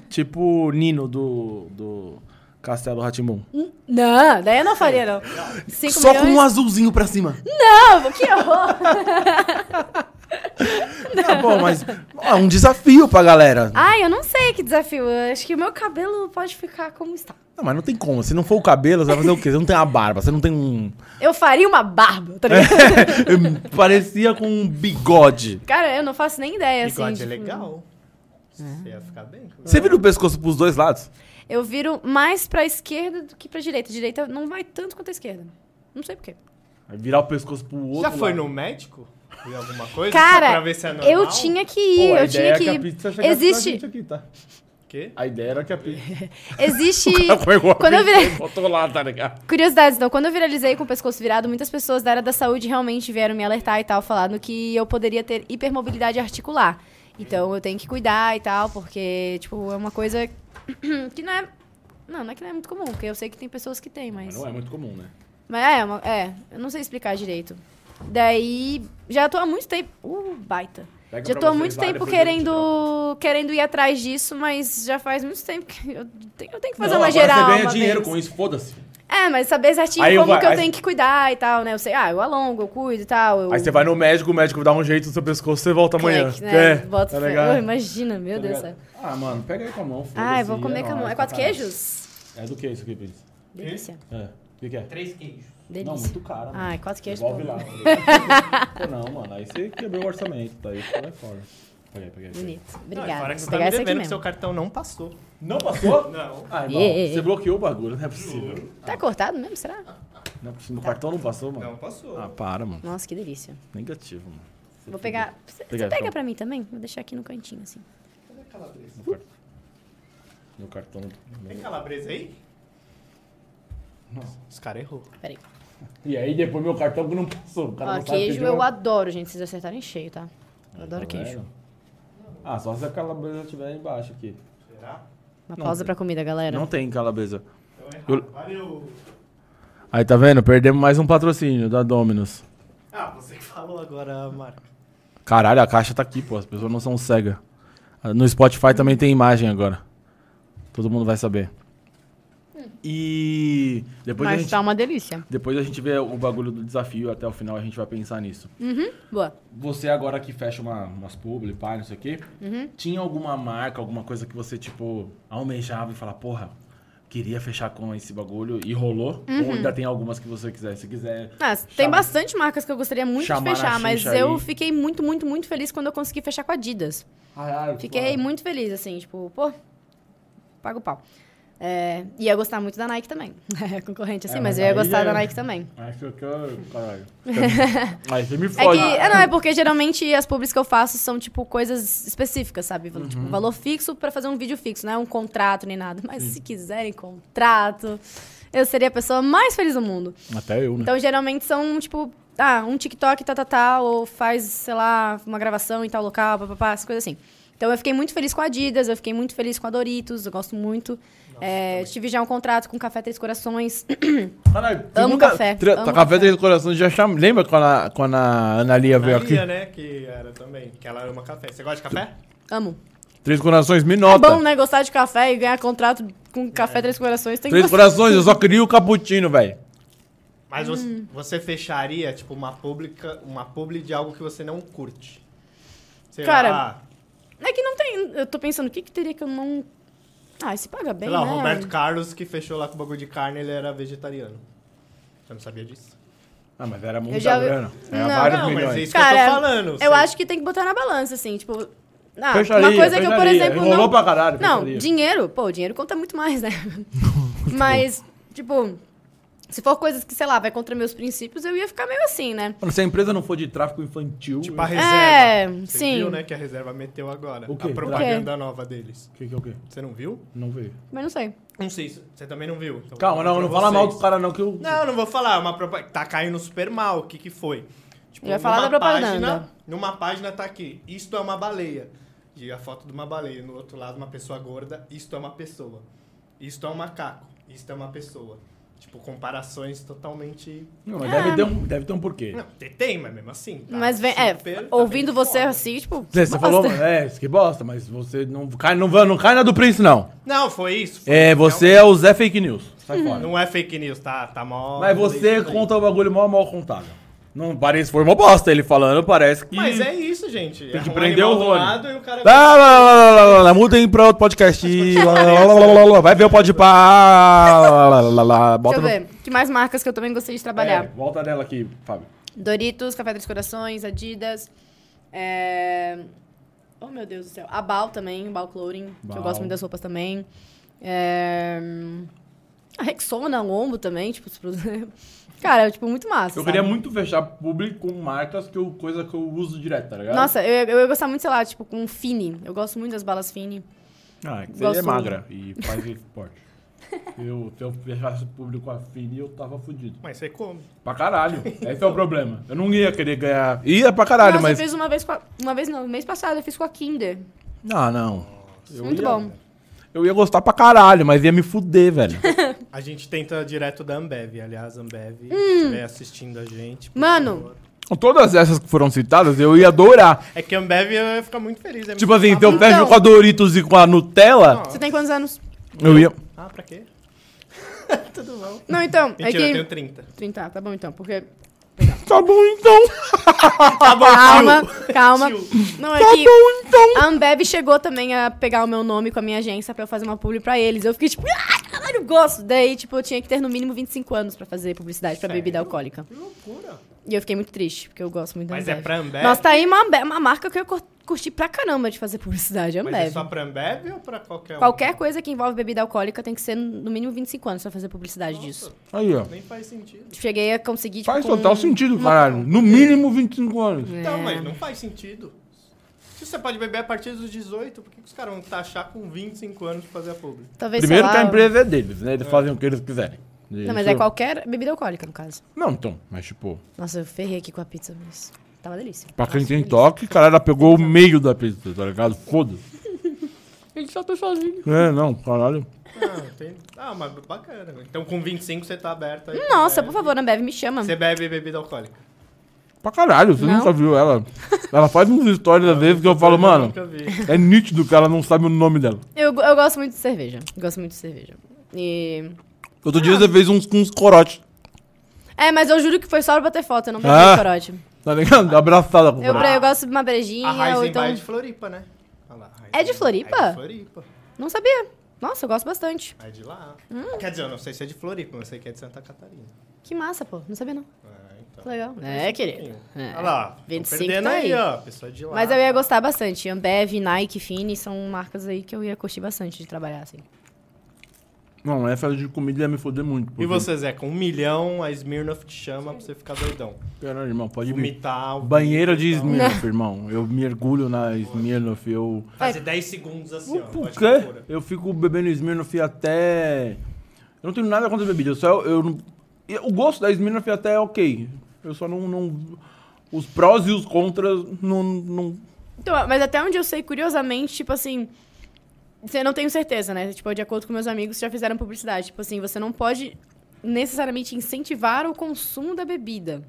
A: tipo Nino do, do Castelo Ratimbum.
D: Não, daí eu não faria, não. Cinco
A: Só com
D: milhões?
A: um azulzinho pra cima.
D: Não, que horror!
A: *laughs* Tá bom, mas ó, é um desafio pra galera.
D: Ai, eu não sei que desafio. Eu acho que o meu cabelo pode ficar como está.
A: Não, mas não tem como. Se não for o cabelo, você vai fazer o quê? Você não tem a barba, você não tem um.
D: Eu faria uma barba, tá ligado?
A: Parecia com um bigode.
D: *laughs* Cara, eu não faço nem ideia, assim.
C: Bigode é
D: tipo, é.
C: legal. Você ia ficar bem. com
A: Você vira o pescoço pros dois lados?
D: Eu viro mais pra esquerda do que pra direita. Direita não vai tanto quanto a esquerda. Não sei porquê.
A: Vai Virar o pescoço pro outro.
C: Já foi
A: lado.
C: no médico? Viu alguma coisa?
D: Cara,
C: pra ver se é normal?
D: eu tinha que
A: Pô,
D: ir,
A: a
D: eu
A: ideia
D: tinha
A: é
D: que
A: a
D: ir.
A: pizza chegasse pra gente
D: Existe,
A: aqui, tá?
C: Quê?
A: A ideia era que a
D: *laughs*
A: pizza. *laughs*
D: existe...
A: Pegou a
D: Quando eu
A: pizza
D: virei...
A: e botou lá, tá ligado?
D: Curiosidades, então, quando eu viralizei com o pescoço virado, muitas pessoas da área da saúde realmente vieram me alertar e tal, falando que eu poderia ter hipermobilidade articular. Então eu tenho que cuidar e tal, porque, tipo, é uma coisa *clears throat* que não é. Não, não é que não é muito comum, porque eu sei que tem pessoas que têm, mas.
A: Mas não é muito comum, né?
D: Mas é, uma- é, eu não sei explicar direito. Daí, já tô há muito tempo. Uh, baita.
A: Pega
D: já
A: pra
D: tô há
A: vocês
D: muito
A: lá,
D: tempo
A: depois eu
D: querendo, querendo ir atrás disso, mas já faz muito tempo que eu tenho, eu tenho que fazer
A: Não,
D: uma
A: agora
D: geral.
A: Você ganha
D: uma
A: dinheiro
D: vez.
A: com isso, foda-se.
D: É, mas saber certinho
A: Aí eu
D: como
A: vai-
D: que eu
A: aí-
D: tenho que cuidar e tal, né? Eu sei, ah, eu alongo, eu cuido e tal. Eu...
A: Aí você vai no médico, o médico dá um jeito no seu pescoço, você volta amanhã.
D: Cleque, né?
A: É,
D: Bota
A: tá
D: fé.
A: ligado?
D: Ô, imagina, meu
A: Tá
D: Deus do
A: ligado?
D: céu.
A: Ah, mano, pega aí com a mão.
D: Ah,
A: foda-se,
D: eu vou comer com a mão.
A: nóis, tá
D: É quatro
A: pra caralho.
D: queijos?
A: É do que isso aqui, Pris?
D: Delícia.
A: É. O que, que é?
E: Três queijos.
A: Não,
D: Delícia. Ah, é
A: muito caro. né? mano.
D: Ai, quatro queijos.
A: Devolve
D: pô.
A: lá.
D: *laughs*
A: tá ligado? Pô, não, mano, aí você quebrou o orçamento, tá aí vai fora. Peguei, peguei. peguei.
D: Bonito.
C: Não, e
D: Obrigada.
C: fora que
D: Vou
C: você tá
D: pegar
C: me
D: esse aqui
C: devendo que
D: mesmo.
C: seu cartão não passou.
A: Não passou?
C: Não.
A: Ah, irmão,
D: Ei, ei,
A: você
D: ei.
A: bloqueou o bagulho, não é possível.
D: Tá cortado mesmo, será?
A: Não é
D: Tá.
A: possível. O cartão não passou, mano?
C: Não passou.
A: Ah, para, mano.
D: Nossa, que delícia.
A: Negativo, mano. Você
D: Vou pegar. Você
A: Pegar,
D: você
A: então.
D: pega pra mim também? Vou deixar aqui no cantinho, assim.
A: fudeu meu cartão. Meu cartão.
C: Tem calabresa aí? Não. Os caras errou.
D: Peraí.
A: E aí depois meu cartão que não passou. O cara
D: Ó,
A: não sabe
D: queijo
A: pedir
D: eu
A: uma-
D: adoro, gente. Vocês acertarem cheio, tá? Eu adoro
A: um Tá vendo?
D: queijo.
A: Ah, só se a calabresa tiver embaixo aqui.
C: Será?
D: Uma
A: Não,
D: pausa
A: tem-
D: pra comida, galera.
A: Não tem calabresa.
C: Então
A: Eu-
C: errado. Valeu.
A: Aí tá vendo? Perdemos mais um patrocínio da Dominus.
C: Ah, você que falou agora, Marco.
A: Caralho, a caixa tá aqui, pô. As pessoas não são cegas. Ah, No Spotify também tem imagem agora. Todo mundo vai saber. E depois a,
F: Mas
A: gente,
F: tá uma delícia.
A: depois a gente vê o bagulho do desafio até o final, a gente vai pensar nisso.
D: Hum? Boa.
A: Você agora que fecha uma, umas publi, pá, não sei o quê,
D: Uhum.
A: tinha alguma marca, alguma coisa que você, tipo, almejava e falar, porra, queria fechar com esse bagulho e rolou? Ou ainda tem algumas que você quiser? Se quiser.
D: Uhum. Ah, tem
A: Chama-
D: bastante marcas que eu gostaria muito de
A: chamar na
D: fechar, mas
A: xixa
D: eu
A: aí.
D: fiquei muito, muito, muito feliz quando eu consegui fechar com a Adidas.
A: Caralho,
D: Fiquei
A: porra.
D: muito feliz, assim, tipo, pô, paga o pau. É, ia gostar muito da Nike também. *laughs* É concorrente, assim,
A: É,
D: mas
A: mas
D: eu ia
A: aí
D: gostar
A: é-
D: da Nike também.
A: Acho que eu.
D: *laughs*
A: Caralho. Aí você me
D: É
A: fode.
D: que, é, não, é porque geralmente as publis que eu faço são, tipo, coisas específicas, sabe?
A: Uhum.
D: Tipo, valor fixo pra fazer um vídeo fixo, não é um contrato nem nada. Mas se quiserem contrato, eu seria a pessoa mais feliz do mundo.
A: Até eu, né?
D: Então, geralmente são, tipo, ah, um TikTok, tal, tal, tal, ou faz, sei lá, uma gravação em tal local, papapá, essas coisas assim. Então, eu fiquei muito feliz com a Adidas, eu fiquei muito feliz com a Doritos, eu gosto muito. É, tive já um contrato com o Café Três Corações. *clears throat*
A: Caralho,
D: Amo
A: nunca-
D: café,
A: Tre-
D: amo
A: tá, café
D: café.
A: Três Corações já chama. Lembra quando a, quando a Analia veio aqui?
C: Maria, né? Que era também. Que ela ama café. Você gosta de café?
D: Amo.
A: Três Corações, me
D: É
A: nota.
D: bom, né? Gostar de café e ganhar contrato com
C: É.
D: Café Três Corações. Tem
A: Três
D: que gostar.
A: Corações, eu só queria o cappuccino, velho.
C: Mas você,
D: Hum.
C: você fecharia, tipo, uma pública, uma publi de algo que você não curte. Sei
D: Cara,
C: lá,
D: É que não tem... Eu tô pensando, o que que teria que eu não... Ah, se paga bem,
C: sei lá, o
D: né?
C: Roberto Carlos que fechou lá com o bagulho de carne, ele era vegetariano. Você não sabia disso?
A: Ah, mas era muita
D: Eu já-
A: grana. Era
D: Não,
A: vários
C: não, mas
A: milhões.
C: é isso que eu
D: Cara,
C: tô falando.
D: Eu acho que tem que botar na balança, assim, tipo... Ah,
A: Fecharia,
D: uma coisa que eu, por
A: fecharia.
D: exemplo,
A: Enrolou
D: não...
A: pra caralho,
D: Não,
A: fecharia.
D: dinheiro, pô, o dinheiro conta muito
C: *laughs*
D: mais, né? *laughs* Mas, tipo, se for coisas que, sei lá, vai contra meus princípios, eu ia ficar meio assim, né?
A: Mano, se a empresa não for de tráfico infantil.
C: Tipo, a
A: eu-
C: reserva.
D: É,
C: Você
D: sim.
C: viu, né, que a reserva meteu agora.
A: O quê?
C: A propaganda nova deles.
A: O que que é o quê?
C: Você não viu?
A: Não veio.
D: Mas não sei.
C: Não sei, você também não viu. Então,
A: Calma,
C: vou
A: não,
C: falar
A: não
C: pra
A: fala mal
C: vocês.
A: dos caras, não, que eu.
C: Não, não vou falar. é Uma propa- Tá caindo super mal. O que que foi? Tipo,
D: Eu ia falar
C: numa
D: da propaganda.
C: Página, numa página tá aqui, isto é uma baleia. E a foto de uma baleia. No outro lado, uma pessoa gorda, isto é uma pessoa. Isto é um macaco, isto é uma pessoa. Tipo, comparações totalmente...
A: Não, mas
D: Ah,
A: deve, ter um, deve ter um porquê.
C: Não, te- tem, mas mesmo assim. tá
D: Mas vem, é,
C: super- tá
D: ouvindo
C: bem
D: você
C: foda.
D: assim, tipo...
A: Você, você
D: bosta.
A: falou,
D: *laughs*
A: é, isso que bosta, mas você não cai, não, vai- não cai na do Prince, não.
C: Não, foi isso. foi
A: É,
C: isso,
A: você é o Zé Fake News.
D: Uhum.
A: Sai
C: realmente.
A: fora.
C: Não é fake news, tá, tá mó...
A: Mas você
C: isso aí.
A: conta o bagulho mó mal contado. Não parece, foi uma bosta ele falando, parece que.
C: Mas é isso, gente.
A: Tem que
C: É um
A: prender
C: animal
A: o
C: do
A: Rony. Tá,
C: lado e o cara...
A: Lá, lá, lá, lá, lá, lá, mudem pra outro podcast. Lá, lá, lá, lá, lá, lá, Vai ver o pode pá.
D: Deixa
A: Bota
D: eu ver, que mais marcas que eu também gostei de
A: no...
D: trabalhar.
A: é, volta nela aqui, Fábio.
D: Doritos, Café Três Corações, Adidas, é... Oh, meu Deus do céu. A Bal também, Bal Clothing, que
A: Bal.
D: eu gosto muito das roupas também. É... A Rexona, Lombo também, tipo... *laughs* os produtos- Cara, é, tipo, muito massa,
A: Eu
D: sabe?
A: queria muito fechar público com marcas que eu, coisa que eu uso direto, tá ligado?
D: Nossa, eu, eu ia gostar muito, sei lá, tipo, com Fini. Eu gosto muito das balas Fini.
A: Ah, é que você
D: Gosto
A: é magra e faz esporte. Eu, se eu fechasse público afim, eu tava fudido.
C: Mas você come.
A: Pra caralho. Esse é o problema. Eu não ia querer ganhar. Ia pra caralho,
D: Nossa,
A: mas.
D: eu fiz uma vez com a... Uma vez não, mês passado eu fiz com a Kinder.
A: Ah, não. Eu
D: muito
A: ia-
D: bom.
A: Eu ia gostar pra caralho, mas ia me fuder, velho.
C: A gente tenta direto da Ambev, aliás, Ambev, se estiver assistindo a gente. por
D: Hum. Mano.
C: favor.
A: Todas essas que foram citadas, eu ia adorar.
C: É que a Ambev eu ia ficar muito feliz. assim, é
A: Tipo
C: muito
A: assim, se
C: fácil.
A: eu fecho
D: Então.
A: com a Doritos e com a Nutella,
D: Você tem quantos anos? *laughs*
A: eu ia.
C: Ah, pra quê? Tudo bom.
D: Não, então, é
C: Mentira, eu
D: que...
C: tenho 30.
D: 30, tá bom então, porque...
A: Tá bom então.
C: *laughs* Tá bom,
D: Calma, calma.
C: Tio.
D: Não, é
A: Tá
D: que
A: bom então.
D: a Ambev chegou também a pegar o meu nome com a minha agência pra eu fazer uma publi pra eles. Eu fiquei tipo, ah, caralho, gosto. Daí, tipo, eu tinha que ter no mínimo 25 anos pra fazer publicidade pra
C: Sério?
D: bebida alcoólica.
C: Que loucura.
D: E eu fiquei muito triste, porque eu gosto muito da
C: Mas
D: Ambev.
C: é pra Ambev?
D: Nossa, tá aí uma, Ambev- uma marca que eu cur- curti pra caramba de fazer publicidade,
C: Mas
D: Ambev.
C: é só pra Ambev ou pra qualquer um?
D: Qualquer coisa que envolve bebida alcoólica tem que ser no mínimo 25 anos pra fazer publicidade um disso.
A: Aí, ó.
C: Nem faz sentido.
D: Cheguei a conseguir, tipo,
A: Faz
D: com-
A: total sentido, caralho. No mínimo 25 anos.
D: É.
C: Então, mas não faz sentido. Se você pode beber a partir dos 18, por que que os caras vão taxar com 25 anos pra fazer a publi?
D: Talvez,
A: Primeiro
D: sei
A: que
D: lá, um-
A: a empresa é deles, né? Eles fazem o que eles quiserem.
D: Não, mas
A: Isso-
D: é qualquer bebida alcoólica, no caso.
A: Não, então. Mas, tipo,
D: Nossa, eu ferrei aqui com a pizza, mas tá uma delícia.
A: pra quem tem
D: é
A: toque, cara, ela pegou o meio da pizza, tá ligado? Foda-se.
D: *laughs* Ele só tô sozinho.
A: É, não, caralho.
C: Ah, tem... ah, mas bacana. velho. Então com 25 você tá aberto aí. pra
D: Nossa, por
C: Ambev.
D: favor, Ambev, me chama.
C: Você bebe bebida alcoólica?
A: Pra caralho, você
D: Não?
A: nunca viu ela. Ela faz uns stories às vezes que eu falo, mano,
C: nunca vi.
A: é nítido que ela não sabe o nome dela.
D: Eu, eu gosto muito de cerveja. Gosto muito de cerveja. E...
A: Outro dia você fez uns com uns corotes,
D: É, mas eu juro que foi só pra ter foto, eu não peguei
A: Ah.
D: corote.
A: tá ligado? *laughs* Abraçada com o
D: Eu,
A: corote.
D: eu gosto de uma
C: A
D: brejinha, ou
C: Heisenberg
D: então...
C: é de Floripa, né? Olha lá, a
D: É de
C: Heisenberg
D: Floripa?
C: É de Floripa.
D: Não sabia. Nossa, eu gosto bastante.
C: É de lá.
D: Hum.
C: Quer dizer, eu não sei se é de Floripa, mas eu sei que é de Santa Catarina.
D: Que massa, pô. Não sabia, não.
C: Ah, então.
D: Que legal. É, querido. É.
C: Olha lá, tô
D: 25
C: perdendo
D: tá
C: aí,
D: aí.
C: ó. Pessoa de lá.
D: Mas eu ia gostar bastante. Ambev, Nike, Fini são marcas aí que eu ia curtir bastante de trabalhar, assim.
A: Não, essa de comida ia me foder muito.
C: E
A: porque-
C: você, Zé, com um milhão, a Smirnoff te chama pra você ficar doidão.
A: Caralho, irmão, pode vir.
C: Vomitar. o-
A: Banheira de
C: e tal.
A: Smirnoff, irmão. Eu mergulho na Smirnoff, eu...
C: Fazer 10 segundos assim, ó.
A: Por
C: pode
A: quê?
C: procurar.
A: Eu fico bebendo Smirnoff até... Eu não tenho nada contra bebida, eu só... Eu não... e O gosto da Smirnoff até é ok. Eu só não... não... Os prós e os contras não... não...
D: Então, mas até onde eu sei, curiosamente, tipo assim. Você não tenho certeza, né? Tipo, de acordo com meus amigos que já fizeram publicidade. Tipo assim, você não pode necessariamente incentivar o consumo da bebida.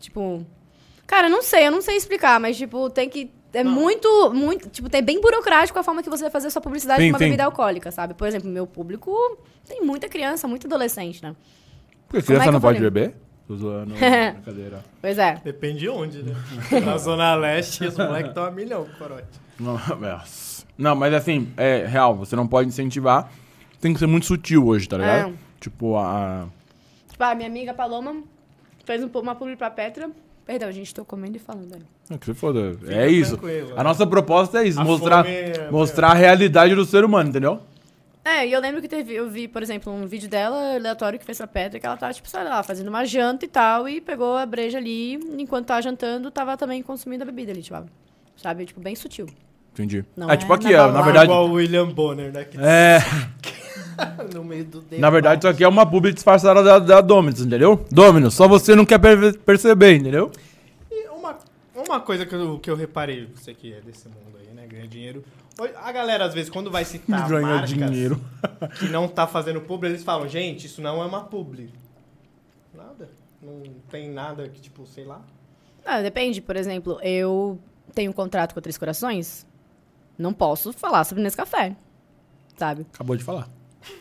D: Tipo. Cara, eu não sei, eu não sei explicar, mas, tipo, tem que. É
C: Não.
D: muito, muito. Tipo, tem bem burocrático a forma que você vai fazer a sua publicidade
A: Sim,
D: de uma
A: sim.
D: bebida alcoólica, sabe? Por exemplo, meu público tem muita criança, muito adolescente, né?
A: Porque
D: Como é que
A: criança
D: eu
A: não pode
D: falei?
A: beber? Tô
D: *laughs*
A: zoando. Brincadeira.
D: Pois é.
C: Depende de onde,
A: *laughs*
C: né? Na Zona Leste, os moleques estão a milhão com corote.
A: Não, nossa. Não, mas assim, é real, você não pode incentivar. Tem que ser muito sutil hoje, tá ligado?
D: É.
A: Tipo, a. a-
D: Tipo, a minha amiga Paloma fez um, uma publi pra Petra. Perdão, gente, tô comendo e falando aí.
A: Ah, que se foda. É isso.
C: tranquilo. né?
A: A nossa proposta é isso,
C: A
A: mostrar,
C: fome é-
A: mostrar a realidade do ser humano, entendeu?
D: É, e eu lembro que teve, eu vi, por exemplo, um vídeo dela, aleatório, que fez pra Petra, que ela tava, tipo, sei lá, fazendo uma janta e tal, e pegou a breja ali, enquanto tava jantando, tava também consumindo a bebida ali, tipo, sabe? Tipo, bem sutil.
A: Entendi.
D: Não
A: é,
D: é
A: tipo aqui, ó,
D: na
A: na
D: balada.
A: verdade.
C: Igual o William Bonner, né? Que tá
A: É,
C: no meio do dedo.
A: na verdade, isso aqui é uma publi disfarçada da, da Dominus, entendeu? Dominus, só você não quer perve- perceber, entendeu?
D: Tá,
C: E uma, uma coisa que eu, que eu reparei, você que é desse mundo aí, né? Ganha dinheiro. Oi, A galera, às
A: *laughs*
C: vezes, quando vai citar
A: Ganha
C: marcas
A: dinheiro.
C: que não tá fazendo publi, eles falam, gente, isso não é uma publi. Nada. Não tem nada que, tipo, sei lá.
D: Ah, depende, por exemplo, eu tenho um contrato com a Três Corações, não posso falar sobre Nescafé, sabe?
A: Acabou de falar.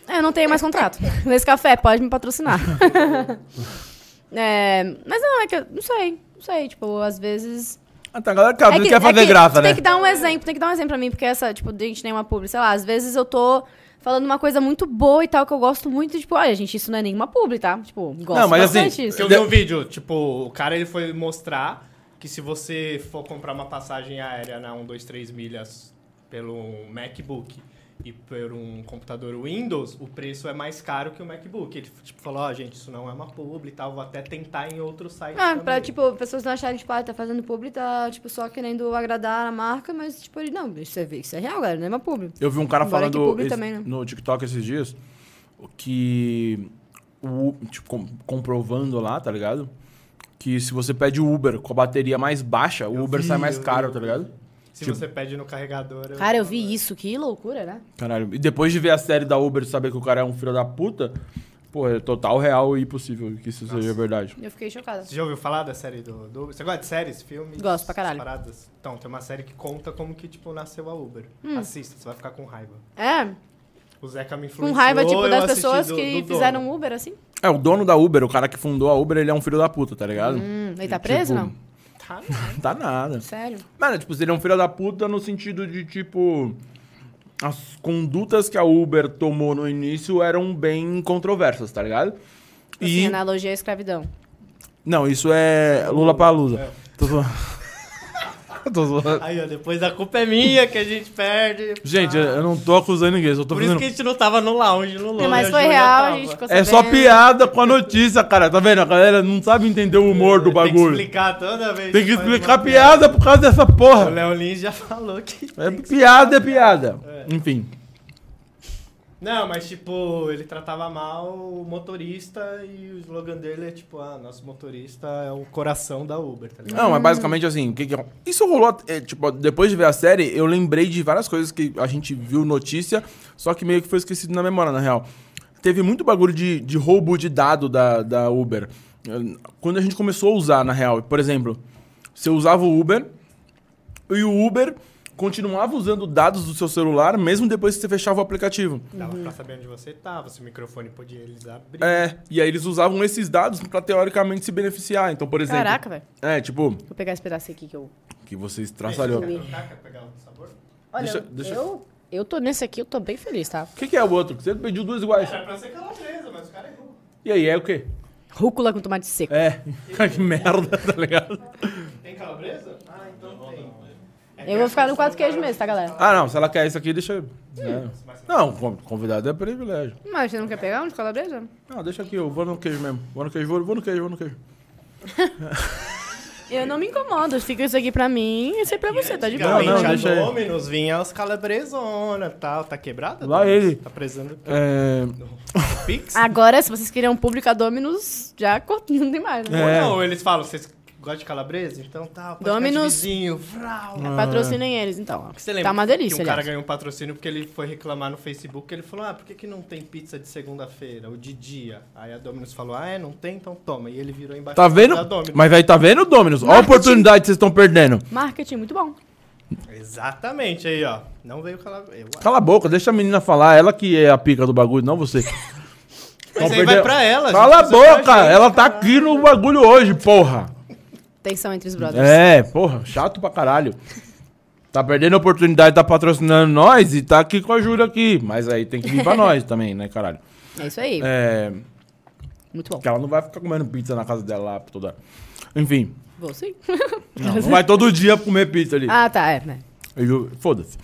D: É, Eu não tenho mais contrato. Nesse café, pode
A: *laughs*
D: me patrocinar. É, mas não, é que eu não sei. Não sei, tipo, às vezes.
A: Ah, tá, a galera acaba,
D: é
A: não
D: que-
A: quer
D: é
A: fazer
D: que
A: graça,
D: tu
A: né?
D: Tem que dar um exemplo, tem que dar um exemplo pra mim, porque essa, tipo, a gente tem uma publi, sei lá, às vezes eu tô falando uma coisa muito boa e tal, que eu gosto muito, e, tipo, olha, gente, isso não é nenhuma publi, tá? Tipo, gosto
A: Não, mas
D: bastante
A: assim,
D: disso.
C: Porque eu vi um vídeo, tipo, o cara ele foi mostrar que se você for comprar uma passagem aérea na 1, 2, 3 milhas pelo MacBook e por um computador Windows, o preço é mais caro que o MacBook. Ele tipo, falou, ó, gente, isso não é uma publi e tal, vou até tentar em outro site
D: Ah,
C: também.
D: pra, tipo, pessoas não acharem, tipo, ah, tá fazendo publi, tá, tipo, só querendo agradar a marca, mas, tipo, ele, não, você vê que isso é real, galera, não é uma publi.
A: Eu vi um cara
D: Embora que
A: falando
D: publi
A: esse-
D: também, né?
A: no TikTok esses dias que o, tipo, com- comprovando lá, tá ligado? Que se você pede o Uber com a bateria mais baixa, o Uber
C: vi,
A: sai mais
C: eu
A: caro,
C: vi.
A: tá ligado?
C: se
A: tipo-
C: você pede no carregador...
D: Cara, eu vi isso, que loucura, né?
A: Caralho. E depois de ver a série da Uber e saber que o cara é um filho da puta, pô, é total real e impossível que isso seja verdade.
D: Eu fiquei chocada.
C: Você já ouviu falar da série do, do Uber? Você gosta de séries, filmes?
D: Gosto pra caralho.
C: essas paradas? Então, tem uma série que conta como que, tipo, nasceu a Uber. Assista, você vai ficar com raiva.
D: É.
C: O Zeca me
D: Hum. Com
C: influenciou.
D: raiva, tipo,
C: eu
D: das
C: assisti
D: pessoas
C: do-
D: que
C: do
D: fizeram
C: dono.
D: Uber, assim?
A: É, o dono da Uber, o cara que fundou a Uber, ele é um filho da puta, tá ligado?
D: Hum, ele tá
A: Tipo,
D: preso, não?
C: Tá,
A: *laughs* Tá nada.
D: Sério?
A: Mano, tipo, ele é um filho da puta no sentido de, tipo... As condutas que a Uber tomou no início eram bem controversas, tá ligado?
D: Assim,
A: E...
D: analogia à escravidão.
A: Não, isso é Lula Palusa. Tô zoando. *laughs* Tô zoando.
C: Aí, ó, depois a culpa é minha que a gente perde.
A: Gente,
C: Ah,
A: eu não tô acusando ninguém, só tô
C: Por isso
A: fazendo...
C: que a gente não tava no lounge, no lounge.
D: É, Mas
C: a
D: foi
C: Júlia
D: real, a
C: tava.
D: gente ficou
A: É só
D: Tá sabendo.
A: piada com a notícia, cara. Tá vendo? A galera não sabe entender o humor do
C: Tem que
A: bagulho.
C: explicar toda vez.
A: Tem que
C: faz uma
A: explicar piada por causa dessa
C: O
A: porra.
C: Léo Lins já falou que.
A: É piada, é piada. Enfim.
C: Não, mas tipo, ele tratava mal o motorista e o slogan dele é tipo, ah, nosso motorista é o coração da Uber, tá ligado?
A: Não, mas basicamente assim, o que que... Isso rolou, é, tipo, depois de ver a série, eu lembrei de várias coisas que a gente viu notícia, só que meio que foi esquecido na memória, na real. Teve muito bagulho de, de roubo de dado da, da Uber. Quando a gente começou a usar, na real, por exemplo, você usava o Uber e o Uber continuava usando dados do seu celular mesmo depois que você fechava o aplicativo.
C: Dava pra saber onde você tava, se o microfone podia eles abrir.
A: É, e aí eles usavam esses dados pra teoricamente se beneficiar. Então, por exemplo,
D: Caraca, velho.
A: é, tipo,
D: Vou pegar esse pedaço aqui que eu...
A: que você estraçalhou.
C: Quer trocar? Quer pegar outro sabor?
D: Olha,
A: Deixa- deixa-
D: eu... Eu tô nesse aqui, eu tô bem feliz, tá?
A: O que, que é o outro? Que Você pediu duas iguais.
C: Era pra ser calabresa, mas o cara errou.
A: E aí, é o quê?
D: Rúcula com tomate seco.
A: É. *laughs* que merda, tá ligado?
C: Tem calabresa? Ah, então tem.
D: Eu vou ficar no quatro queijos mesmo, tá, galera?
A: Ah, não. Se ela quer isso aqui, deixa eu... É. Não, con- convidado é privilégio.
D: Mas você não quer pegar um de calabresa?
A: Não, deixa aqui. Eu vou no queijo mesmo. Vou no queijo, vou, vou no queijo, vou no queijo.
D: Eu não me incomodo. Fica isso aqui pra mim e isso aí pra você, tá de boa.
A: Não, não,
C: Antigamente,
A: deixa aí.
C: a Dominus vinha os calabresona e tal. Tá quebrada?
A: Lá
C: Dominus?
A: ele.
C: Tá presando
A: É...
C: Pix?
D: Agora, se vocês queriam um público a Dominus, já *laughs* corta- não tem mais, né?
A: É.
C: Ou não, eles falam, vocês gostam de calabresa? Então tá, pode ficar de
D: Dominus.
C: vizinho, vrau.
A: É.
D: Patrocinem eles, então. ó.
C: Você lembra
D: Tá uma delícia,
C: que um cara
D: aliás.
C: ganhou um patrocínio porque ele foi reclamar no Facebook, ele falou, ah, por que, que não tem pizza de segunda-feira, ou de dia? Aí a Dominus falou, ah, é, não tem? Então toma. E ele virou embaixo
A: Tá vendo?
C: da Dominus.
A: Mas aí, tá vendo, Dominus? Olha a
D: Marketing.
A: oportunidade que vocês estão perdendo.
D: Marketing, muito bom.
C: Exatamente, aí ó, não veio calabresa.
A: Cala a boca, deixa a menina falar. Ela que é a pica do bagulho, não você.
C: Mas aí
A: Então,
C: vai
A: perdeu-
C: pra ela.
A: Cala a
C: gente, isso é pra
A: boca!
C: gente,
A: Ela tá
C: caralho.
A: aqui no bagulho hoje, porra!
D: Tensão entre os brothers.
A: É, porra, chato pra caralho. Tá perdendo a oportunidade, tá patrocinando nós e tá aqui com a Júlia aqui. Mas aí tem que vir pra nós também, né, caralho?
D: É, isso aí.
A: É.
D: Muito bom.
A: Porque ela não vai ficar comendo pizza na casa dela lá toda. Enfim,
D: Vou sim.
A: não, não vai todo dia comer pizza ali.
D: *laughs* ah, tá. É, né?
A: Eu ju- Foda-se.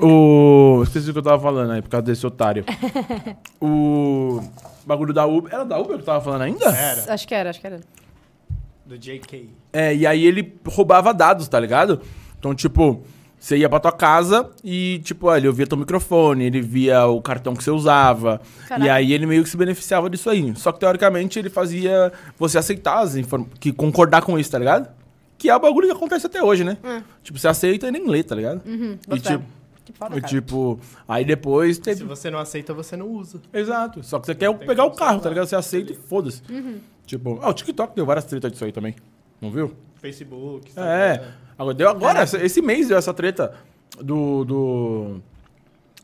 A: o. Esqueci o que eu tava falando aí, por causa desse otário. O. Bagulho da Uber. Era da Uber que eu tava falando ainda?
C: Era,
D: Acho que era, acho que era.
C: do JK.
A: É, e aí ele roubava dados, tá ligado? Então, tipo, você ia pra tua casa e, tipo, olha, eu via teu microfone, ele via o cartão que você usava.
D: Caraca.
A: E aí ele meio que se beneficiava disso aí. Só que, teoricamente, ele fazia você aceitar as inform- que concordar com isso, tá ligado? Que é o bagulho que acontece até hoje, né?
D: Hum.
A: Tipo, você aceita e nem lê, tá ligado? e,
D: boto fé.
A: tipo,
D: Tipo,
A: e,
D: foda, Uhum, cara.
A: tipo, aí depois
C: Se
A: teve...
C: você não aceita, você não usa.
A: Exato. Só que você quer pegar o carro, tá ligado? Você aceita e foda-se. Tipo, ah, o TikTok deu várias tretas disso aí também. Não viu?
C: Facebook, Instagram.
A: É. Agora, deu agora essa- esse mês deu essa treta do. do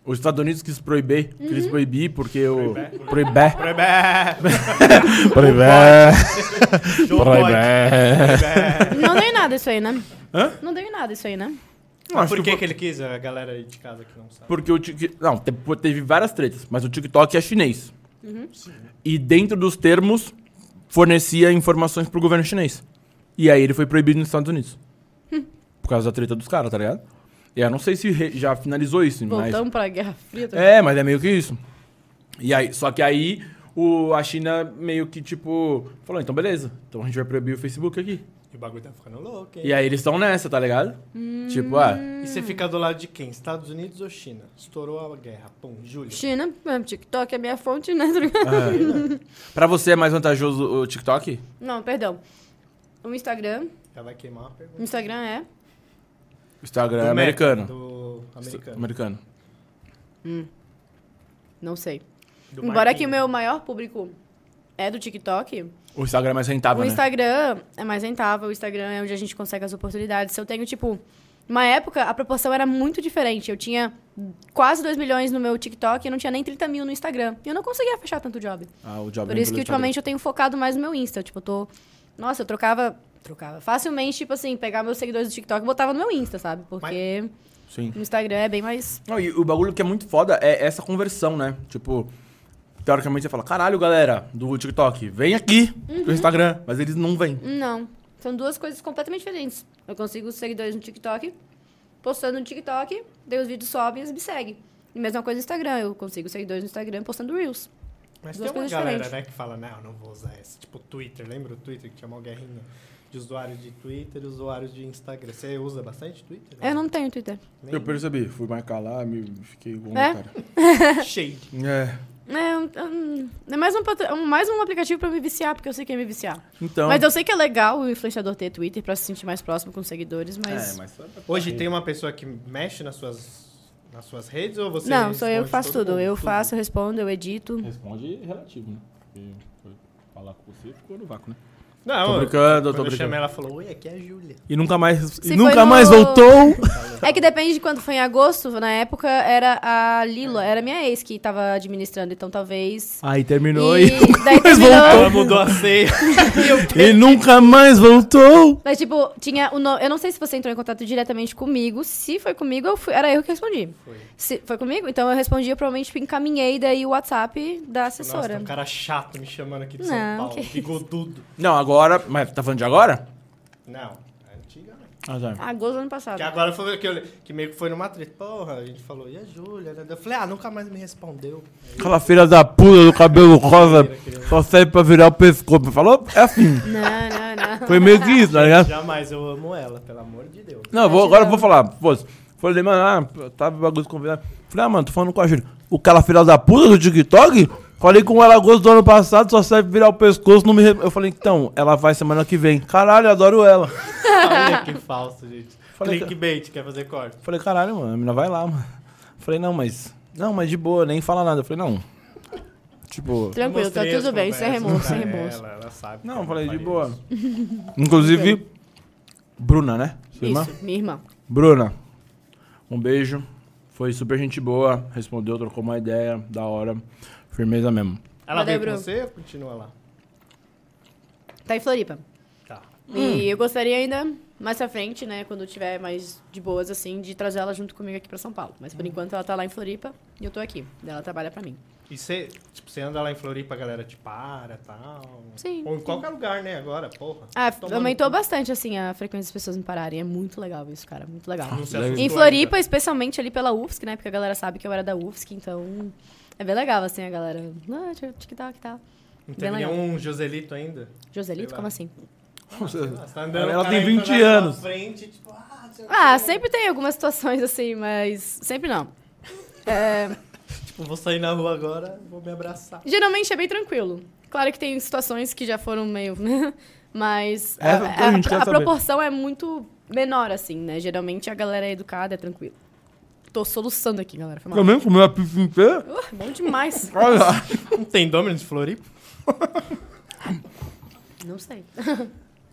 A: os Estados Unidos quis proibir, quis proibir porque o. Proibir.
C: Prebé!
A: Proibir.
C: Show boy.
D: Não deu em nada isso aí, né?
A: Hã?
D: Não deu em nada isso aí, né?
C: Mas por que, que ele quis a galera aí de casa que não sabe?
A: Porque o TikTok. Não, te- pô, teve várias tretas, mas o TikTok é chinês. E dentro dos termos, fornecia informações pro governo chinês. E aí ele foi proibido nos Estados Unidos. Por causa da treta dos caras, tá ligado? E eu não sei se re- já finalizou isso, mas.
D: Voltamos pra Guerra Fria. também.
A: É, mas é meio que isso. E aí, só que aí o, a China meio que tipo falou, então beleza, então a gente vai proibir o Facebook aqui.
C: E o bagulho tá ficando louco, hein?
A: E aí eles estão nessa, tá ligado?
D: Hum.
A: Tipo, ah,
C: E você fica do lado de quem? Estados Unidos ou China? Estourou a guerra. Pum, Júlia.
D: China, é, TikTok é minha fonte, né?
C: Ah.
A: pra você é mais vantajoso o TikTok?
D: *laughs* Não, perdão. O Instagram.
C: Já vai queimar a pergunta.
D: O Instagram é.
A: Instagram é
C: Do Meta,
A: americano.
C: Do
A: Americano.
C: americano.
D: Não sei.
C: Do
D: Embora
C: Marquinhos.
D: que o meu maior público é do TikTok,
A: O Instagram é mais rentável,
D: o
A: né?
D: Instagram é mais rentável, o Instagram é onde a gente consegue as oportunidades. Se eu tenho, tipo, Uma época, a proporção era muito diferente. Eu tinha quase 2 milhões no meu TikTok e eu não tinha nem 30 mil no Instagram. E eu não conseguia fechar tanto job.
A: Ah, o job
D: Por
A: vem
D: isso que
A: pelo Instagram.
D: ultimamente eu tenho focado mais no meu Insta. Tipo, eu tô. Nossa, eu trocava. Trocava. Facilmente, tipo assim, pegar meus seguidores do TikTok e botava no meu Insta, sabe? Porque
A: Sim.
D: no Instagram é bem mais.
A: Não, e o bagulho que é muito foda é essa conversão, né? Tipo, teoricamente você fala, caralho, galera do TikTok, vem aqui
D: Uhum.
A: pro Instagram, mas eles não vêm.
D: Não. São duas coisas completamente diferentes. Eu consigo os seguidores no TikTok, postando no TikTok, daí os vídeos sobem e eles me seguem. E mesma coisa no Instagram, eu consigo seguidores no Instagram postando Reels.
C: Mas
D: Duas
C: tem uma
D: coisas
C: galera,
D: diferentes.
C: né, que fala, não, não vou usar essa. Tipo, Twitter, lembra o Twitter que tinha uma guerrinha de usuários de Twitter e usuários de Instagram? Você usa bastante Twitter?
D: Eu não tenho Twitter.
C: Nem-
A: Eu percebi, fui marcar lá, me fiquei com
D: É?
A: cara.
C: *laughs* Shade.
A: É.
D: É, um- um- é mais, um, patro- um- mais um aplicativo pra me viciar, porque eu sei que é me viciar.
A: Então.
D: Mas eu sei que é legal o influenciador ter Twitter pra se sentir mais próximo com os seguidores, mas.
A: É, mas
C: Hoje tem uma pessoa que mexe nas suas, nas suas redes ou você...
D: Não, sou eu que
C: responde
D: faço
C: todo
D: tudo.
C: mundo,
D: Eu faço, eu respondo, eu edito.
A: Responde relativo, né? Porque foi falar com você ficou no vácuo, né?
C: Não,
A: Tô
C: eu-
A: brincando, tô
C: quando eu
A: brincando.
C: chamei, ela falou, oi, aqui é a Júlia.
A: E nunca mais.
D: Se
A: e
D: foi
A: nunca
D: no-
A: mais voltou!
D: É que depende de quando foi em agosto, na época era a Lila, era minha ex que tava administrando, então talvez.
A: Aí terminou e.
D: e daí
A: mais
D: terminou.
C: Ela mudou
D: *laughs*
C: a ceia. *laughs*
A: E nunca mais voltou!
D: Mas, tipo, tinha o no... Eu não sei se você entrou em contato diretamente comigo. Se foi comigo, eu fui- era eu que respondi.
C: Foi.
D: Se foi comigo, então eu respondi, eu provavelmente tipo, encaminhei daí o WhatsApp da
C: Nossa,
D: assessora.
C: tem um cara chato me chamando aqui de
D: Não,
C: São Paulo.
D: que isso.
C: Bigodudo.
A: Não, agora. Mas tá falando de agora?
C: Não, é antiga, né?
D: Tá
A: Ah, já.
D: Agosto do ano passado.
C: Que agora foi que, eu- que meio que foi numa treta. Porra, a gente falou, e a Júlia? né? Eu falei, ah, nunca mais
D: *laughs*
C: me respondeu.
A: Aquela filha da puta do cabelo rosa só serve pra virar o pescoço. Falou? É assim.
D: Não,
C: *laughs*
D: não, não.
A: Foi meio que isso, tá ligado?
C: Jamais, eu amo ela, pelo amor de
D: *laughs*
C: Deus.
A: Não, eu vou, agora eu vou falar. Pô, falei, mano, ah, tava bagulho convidado. Falei, ah, mano, tô falando com a Júlia. O cara filha da puta do TikTok? Falei com ela agosto do ano passado, só serve virar o pescoço, não me. re- Eu falei, então, ela vai semana que vem. Caralho, eu adoro ela.
C: Olha que falso, gente.
A: Falei que-
C: Clickbait, quer fazer corte?
A: Falei, caralho, mano, a mina vai lá, mano. Falei, não, mas. Não, mas de boa, nem fala nada. Eu falei, não. Tipo.
D: Tranquilo, tá
C: Mostrei as
D: tudo bem, sem
C: conversas
D: remorso,
C: pra
D: sem remorso.
C: Ela, ela sabe. que
A: Não,
C: eu
A: falei, de
C: faria
A: boa.
C: *laughs* isso.
A: Inclusive, Bruna, né? Sua irmã?
D: Isso, minha irmã.
A: Bruna, um beijo. Foi super gente boa. Respondeu, trocou uma ideia. Da hora. Firmeza mesmo.
C: Ela
D: Valeu,
C: veio com
D: Bruno.
C: você ou continua lá?
D: Tá em Floripa.
C: Tá.
A: Hum.
D: E eu gostaria ainda, mais pra frente, né, quando eu tiver mais de boas, assim, de trazer ela junto comigo aqui pra São Paulo. Mas
C: Hum.
D: por enquanto ela tá lá em Floripa e eu tô aqui. Daí Ela trabalha pra mim.
C: E você, tipo, você anda lá em Floripa, a galera te para e tal.
D: Sim.
C: Ou em qualquer lugar, né, agora, porra.
D: Ah,
C: Tomando
D: aumentou
C: cu.
D: bastante, assim, a frequência das pessoas me pararem. É muito legal isso, cara. Muito legal.
C: Não se
A: Em
C: assustou
D: Em
C: ainda.
D: Floripa, especialmente ali pela UFSC, né? Porque a galera sabe que eu era da UFSC, então é bem legal, assim, a galera. Ah, TikTok e tal.
C: Não
D: bem
C: teve
D: legal.
C: nenhum Joselito ainda?
D: Joselito,
C: Sei lá.
D: como assim?
C: Você tá andando,
A: Ela
C: o cara
A: tem
C: entra
A: 20
C: na sua
A: anos.
C: Frente, tipo, ah, sei lá.
D: Ah, sempre tem algumas situações assim, mas sempre não. É,
C: Tipo, vou sair na rua agora, vou me abraçar. *laughs*
D: Geralmente é bem tranquilo. Claro que tem situações que já foram meio, né? Mas
A: É,
D: a,
A: então
D: a-
A: a gente quer
D: a
A: saber.
D: proporção é muito menor, assim, né? Geralmente a galera é educada, é tranquila. Tô soluçando aqui, galera. Foi mal.
A: Também comeu a pizza inteira?
D: Uh, bom demais.
A: Olha lá.
C: Não tem Domino's de Floripa?
D: não sei.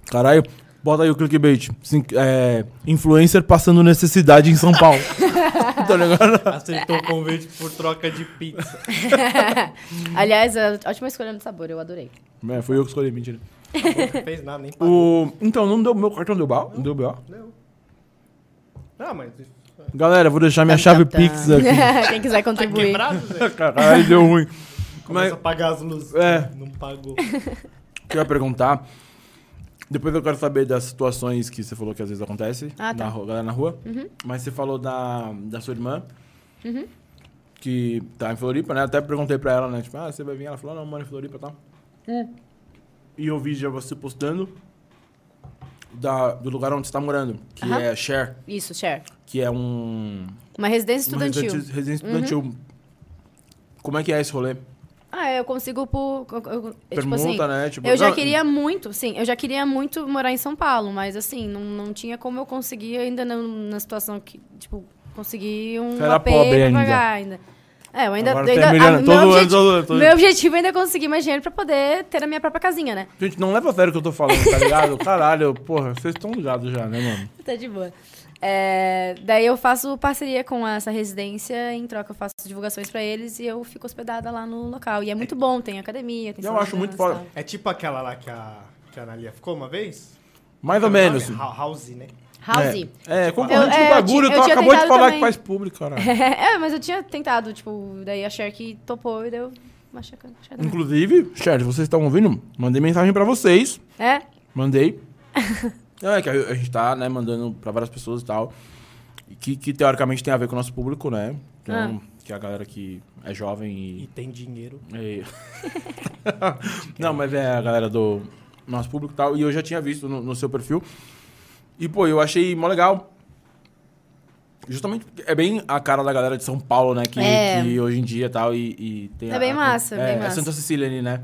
A: Caralho, bota aí o clickbait. Sim, é, influencer passando necessidade em São Paulo. *laughs* tá ligado?
C: Aceitou o convite por troca de pizza.
D: Aliás, é a ótima escolha no sabor, eu adorei.
A: É, foi eu que escolhi, mentira.
C: Não fez nada, nem pagou.
A: O, então, não deu, meu cartão deu BO? Não deu BO.
C: Não. Não, mas...
A: Galera, vou
D: É
A: deixar minha chave
D: Tam, tam, tam.
A: Pix aqui.
D: *laughs* Quem quiser
C: Tá
A: *laughs*
D: contribuir.
C: quebrado, velho.
A: Caralho, deu ruim.
C: Começa a pagar as luzes.
A: É.
C: Não pagou.
A: O que eu ia perguntar? Depois eu quero saber das situações que você falou que às vezes acontece
D: Ah, tá.
A: na rua, galera na rua. Mas você falou da, da sua irmã,
D: Uhum.
A: que tá em Floripa, né? Até perguntei pra ela, né? Tipo, ah, você vai vir? Ela falou, não, eu moro em Floripa e tal.
D: É.
A: E eu vi já você postando da, do lugar onde você tá morando, que
D: Aham.
A: é Share,
D: Isso, share.
A: que é um.
D: Uma residência
A: uma
D: estudantil. Uhum.
A: residência- residência estudantil. Como é que é esse rolê?
D: Ah, é, eu consigo por. eu- eu- tipo
A: Permuta,
D: assim,
A: né? Tipo,
D: eu já
A: não,
D: queria muito, sim, eu já queria muito morar em São Paulo, mas assim, não, não tinha como eu conseguir ainda na, na situação que, tipo, conseguir um
A: Você era
D: AP
A: pobre
D: pra
A: ainda.
D: pagar ainda. É, eu ainda.
A: Agora
D: eu
A: tá
D: ainda-
A: melhorando,
D: ah,
A: todo ano,
D: meu, objeti-
A: todo ano, todo ano.
D: meu objetivo é ainda conseguir mais dinheiro pra poder ter a minha própria casinha, né?
A: Gente, não leva a sério o que eu tô falando, tá ligado?
D: *laughs*
A: Caralho, porra, vocês estão ligados já, né, mano?
D: Tá de boa. É, daí eu faço parceria com essa residência, em troca eu faço divulgações pra eles e eu fico hospedada lá no local. E é muito bom, tem academia, tem
A: Eu
D: salão de
A: acho muito
D: dança e
A: foda.
D: tal.
C: É tipo aquela lá que a, que a Analia ficou uma vez?
A: Mais ou
C: Como é o
A: menos.
C: nome? Ha- House, né?
D: House.
A: É, é concorrente
D: Eu-
A: do
D: é,
A: bagulho,
D: eu
A: tu
D: tinha- eu tinha
A: acabou de
D: tentado
A: falar que
D: também.
A: faz público, caralho.
D: *laughs* É, mas eu tinha tentado, tipo, daí a Cher que topou e deu uma chacana. chacana.
A: Inclusive, chat, vocês estão ouvindo? Mandei mensagem pra vocês.
D: É? *laughs*
A: Mandei. Não, é que a a gente tá, né, mandando pra várias pessoas e tal. e Que, que teoricamente tem a ver com o nosso público, né? Então,
D: Ah.
A: que é a galera que é jovem
C: E
A: e.
C: tem dinheiro.
A: e- *laughs* Não, mas é a galera do nosso público e tal. E eu já tinha visto no, no seu perfil. E, pô, eu achei mó legal. Justamente, porque é bem a cara da galera de São Paulo, né? Que,
D: É.
A: que hoje em dia e tal. E, e tem
D: É
A: a-
D: bem
A: a-
D: massa,
A: é,
D: bem
A: É
D: massa.
A: Santa Cecília ali, né?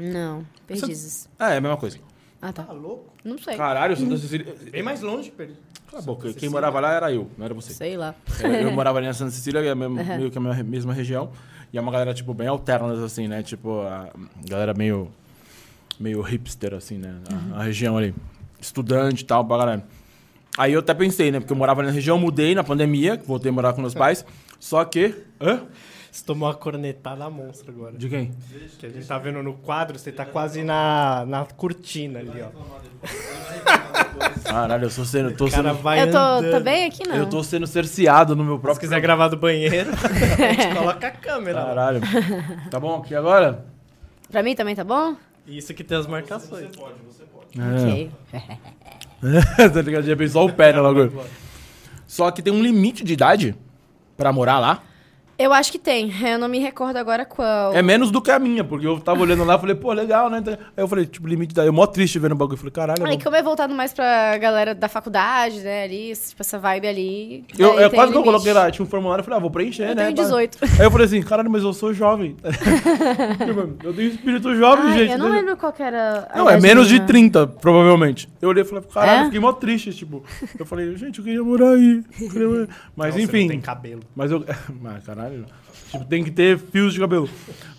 D: Não, perdizes.
A: É, é a mesma coisa.
D: Ah,
C: Tá
D: tá.
C: louco?
D: Não sei.
A: Caralho, Santa Cecília.
C: Bem mais longe, Pedro.
A: É. Cala a boca, quem morava lá era eu, não era você.
D: Sei lá.
A: Eu, eu morava ali na Santa Cecília, que é mesmo- meio que a minha mesma região. E é uma galera, tipo, bem alterna, assim, né? Tipo, a galera meio, meio hipster, assim, né? A, a região ali. Estudante e tal, pra galera. Aí eu até pensei, né? Porque eu morava na região, mudei na pandemia, voltei a morar com meus pais. Só que. Hã?
C: Você tomou a cornetada monstra agora.
A: De quem?
C: Que a gente tá vendo no quadro, você tá quase na, na cortina ali, ó.
A: Caralho, eu sou sendo. Tô
C: O cara
A: sendo
C: vai
D: eu tô,
C: andando.
D: tô bem aqui, não.
A: eu tô sendo cerceado no meu
C: Se
A: próprio.
C: quiser gravar
D: *laughs*
C: do banheiro, a gente coloca a câmera né? lá.
A: Caralho. Tá bom aqui agora?
D: Pra mim também tá bom?
C: Isso que tem as marcações.
D: Ok.
A: *laughs* tá ligado? Já bem só o pé, né, logo. Só que tem um limite de idade pra morar lá.
D: Eu acho que tem. Eu não me recordo agora qual.
A: É menos do que a minha, porque eu tava olhando lá e falei, pô, legal, né? Aí eu falei, tipo, limite de idade. Eu mó triste vendo o bagulho. Eu falei, caralho.
D: Aí,
A: não.
D: como é voltado mais pra galera da faculdade, né, ali, tipo, essa vibe ali.
A: Eu,
D: daí
A: é,
D: tem
A: quase que eu
D: limite.
A: coloquei lá, tinha um formulário, eu falei, ah, vou preencher,
D: Eu
A: né?
D: tenho
A: tá?
D: 18.
A: Aí eu falei assim, caralho, mas eu sou jovem. *laughs* Tipo, eu tenho espírito jovem,
D: Ai,
A: gente.
D: eu não lembro qual que era. a
A: Não, é
D: idade
A: menos de
D: mínima.
A: 30, provavelmente. Eu olhei e falei, caralho,
D: né? É?
A: eu fiquei mó triste, tipo. Eu falei, gente, eu queria morar aí. eu queria morar aí.
D: *laughs*
A: Mas
C: Nossa,
A: enfim.
C: não tem cabelo.
A: Mas eu. *laughs* Mas, caralho. Tipo, tem que ter fios de cabelo.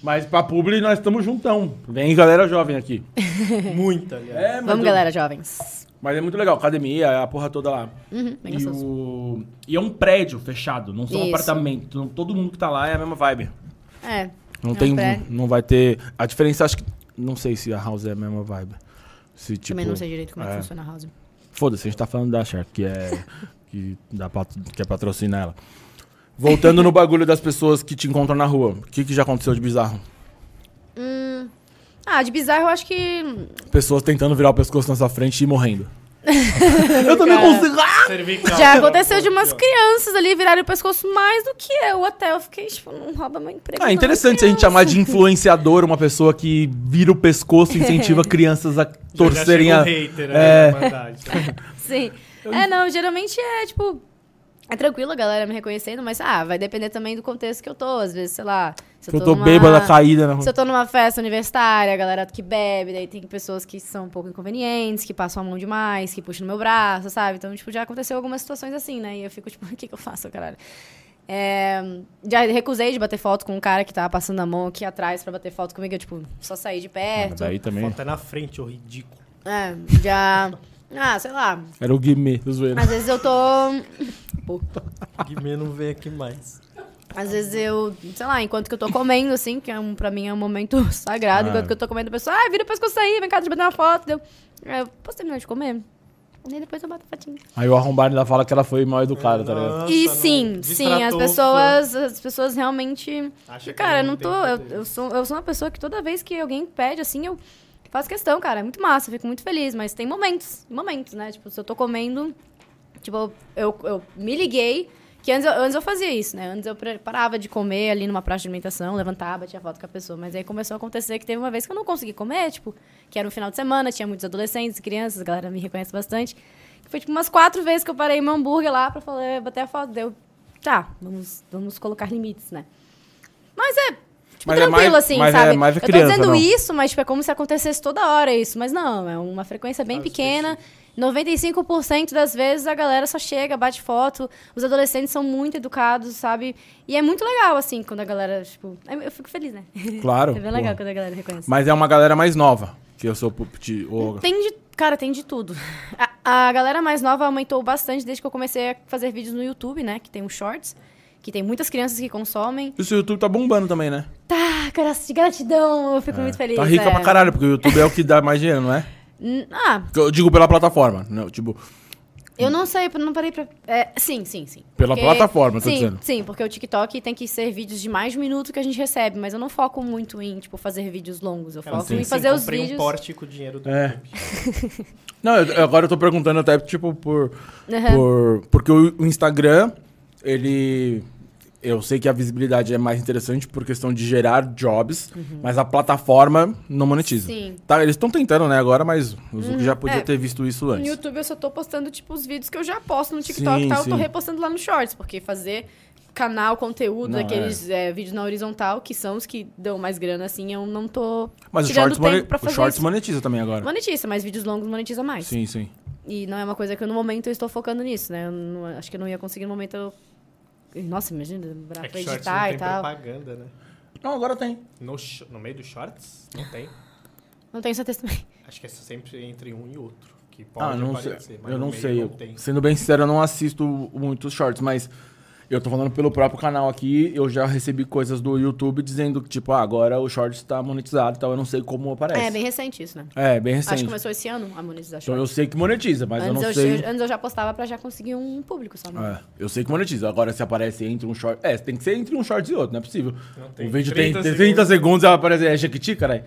A: Mas pra publi nós estamos juntão. Vem galera jovem aqui.
C: Muito, aliás.
A: mas
D: Vamos,
A: eu-
D: galera, jovens.
A: Mas é muito legal, academia, a porra toda lá.
D: Uhum, bem
A: e,
D: gostoso.
A: o... e é um prédio fechado, não são
D: Isso.
A: apartamento. Não, todo mundo que tá lá é a mesma vibe.
D: É.
A: Não
D: É um
A: tem.
D: prédio.
A: Não vai ter. A diferença, acho que. Não sei se a house é a mesma vibe. Se, tipo,
D: Também não sei direito como é,
A: é.
D: que funciona a house.
A: Foda-se, a gente tá falando da Shark, que é. *laughs* que, dá pat- que é patrocina ela. Voltando no bagulho das pessoas que te encontram na rua, o que, que já aconteceu de bizarro?
D: Ah, de bizarro eu acho que.
A: Pessoas tentando virar o pescoço na sua frente e
D: *laughs*
A: morrendo. eu também consigo. Ah!
C: Cervical.
D: Já aconteceu de umas crianças ali virarem o pescoço mais do que eu até. Eu fiquei, tipo, não rouba meu emprego.
A: Ah,
D: não,
A: é interessante a gente chamar de influenciador uma pessoa que vira o pescoço
D: *laughs*
A: e incentiva crianças a torcerem
C: já
A: a.
C: chega um hater,
A: É.
C: né? na
A: *laughs*
C: maldade.
D: Sim. É, não, geralmente é tipo. É tranquilo a galera me reconhecendo, mas ah, vai depender também do contexto que eu tô. Às vezes, sei lá. Se
A: Se eu tô bêbada, caída na rua.
D: Se eu tô numa festa universitária, a galera que bebe, daí tem pessoas que são um pouco inconvenientes, que passam a mão demais, que puxam no meu braço, sabe? Então, tipo, já aconteceu algumas situações assim, né? E eu fico, tipo, *laughs* o que, que eu faço, caralho? É, já recusei de bater foto com um cara que tava passando a mão aqui atrás pra bater foto comigo. Eu, tipo, só saí de perto.
A: Daí também.
C: Foto é na frente, ô ridículo.
D: É, já. Ah, sei lá.
A: Era o Guimê, do zoeiro.
D: Às vezes eu tô. Pô.
C: Guimê não vem aqui mais.
D: Às vezes eu, sei lá, enquanto que eu tô comendo, assim, que é um, pra mim é um momento *laughs* sagrado,
A: Ah.
D: enquanto que eu tô comendo, a pessoa, ah, vira o pescoço aí, vem cá, deixa eu bater uma foto. Deu, "É, eu posso terminar de comer? E aí depois eu bato a fotinha.
A: Aí o arrombado ainda fala que ela foi mal educada, tá ligado?
C: Nossa,
D: E
C: não.
D: sim, sim, as
C: Destratou o
D: pessoas, as pessoas realmente.
C: Acha que
D: cara, eu
C: não
D: não
C: tem
D: tô. Eu,
C: poder.
D: eu sou, eu sou uma pessoa que toda vez que alguém pede, assim, eu faço questão, cara. É muito massa, eu fico muito feliz, mas tem momentos, momentos, né? Tipo, se eu tô comendo, tipo, eu, eu me liguei. Que antes eu, antes eu fazia isso, né? Antes eu pre- parava de comer ali numa praça de alimentação, levantava, tinha foto com a pessoa. Mas aí começou a acontecer que teve uma vez que eu não consegui comer, tipo, que era um final de semana, tinha muitos adolescentes, crianças, a galera me reconhece bastante. Que foi tipo umas quatro vezes que eu parei meu hambúrguer lá pra falar, bater a foto. Deu, tá, vamos, vamos colocar limites, né? Mas é, tipo,
A: Mas é
D: tranquilo,
A: mais-
D: assim,
A: mas é
D: sabe?
A: mais a
D: eu tô
A: criança,
D: dizendo
A: não. Ah,
D: isso, mas tipo, é como se acontecesse toda hora isso. Mas não, é uma frequência bem pequena. 95% das vezes a galera só chega, bate foto. Os adolescentes são muito educados, sabe? E é muito legal, assim, quando a galera, tipo. Eu eu fico feliz, né?
A: Claro.
D: *laughs* É bem legal
A: porra.
D: quando a galera reconhece.
A: Mas é uma galera mais nova. Que eu sou. pu- De, o-
D: Tem de. Cara, tem de tudo. A, a galera mais nova aumentou bastante desde que eu comecei a fazer vídeos no YouTube, né? Que tem os shorts. Que tem muitas crianças que consomem.
A: E o seu YouTube tá bombando também, né?
D: Tá, cara, de gratidão. Eu fico muito feliz.
A: tá rica
D: é.
A: pra caralho, porque o YouTube é o que dá mais dinheiro, não é?
D: N- Ah,
A: Que Eu digo pela plataforma. Não, tipo,
D: eu não sei, eu não parei pra. é, sim, sim, sim.
A: Pela plataforma, tô
D: sim,
A: dizendo.
D: Sim, porque o TikTok tem que ser vídeos de mais de um minuto que a gente recebe, mas eu não foco muito em, tipo, fazer vídeos longos. Eu foco em
C: Sim,
D: fazer os
C: comprei
D: vídeos.
C: um porte com o dinheiro do
A: É. *laughs*
C: YouTube.
A: Não, eu- agora eu tô perguntando até, tipo, por.
D: Aham.
A: por porque o, o Instagram, ele. Eu sei que a visibilidade é mais interessante por questão de gerar jobs, mas a plataforma não monetiza.
D: Uhum. Sim.
A: Tá, eles estão tentando, né, agora, mas o Zuc já podia
D: É.
A: ter visto isso
D: No
A: antes.
D: YouTube eu só tô postando, tipo, os vídeos que eu já posto no TikTok
A: Sim,
D: e tal, eu tô
A: sim.
D: repostando lá no Shorts, porque fazer canal, conteúdo,
A: Não,
D: aqueles é, vídeos na horizontal, que são os que dão mais grana, assim, eu não tô
A: Mas o
D: tirando
A: Shorts,
D: tempo
A: mone-
D: pra
A: o
D: fazer
A: shorts
D: isso.
A: monetiza também agora.
D: Monetiza, mas vídeos longos monetiza mais.
A: Sim, sim.
D: E não é uma coisa que eu, no momento eu estou focando nisso, né? Eu não- acho que eu não ia conseguir no momento... Eu... Nossa, imagina, demorar pra
C: É que shorts não
D: editar
C: tem
D: e tal.
C: propaganda, né?
A: Não, agora tem.
C: No, sh- no meio dos shorts? Não tem.
D: Não tenho certeza também.
C: Acho que é sempre entre um e outro. Que pode
A: Ah, não
C: aparecer,
A: sei.
C: mas
A: Eu
C: no
A: não
C: meio
A: sei.
C: Não tem.
A: Eu- Sendo bem sincero, eu não assisto muitos shorts, mas eu tô falando pelo próprio canal aqui. Eu já recebi coisas do YouTube dizendo que, tipo, ah, agora o shorts tá monetizado e tal. Eu não sei como aparece.
D: É, bem recente isso, né?
A: É, bem
D: Acho
A: recente.
D: que começou esse ano a monetizar
A: Então
D: shorts.
A: eu sei que monetiza, mas eu
D: Antes
A: não
D: eu,
A: sei.
D: eu- antes eu já postava pra já conseguir um público só. né?
A: É, eu sei que monetiza. Agora, se aparece entre um short. É, tem que ser entre um short e outro, não é possível.
C: Não tem.
A: O vídeo tem 30
C: 30
A: segundos, 30 segundos ela aparece. É Jequiti,
D: *laughs*
A: caralho?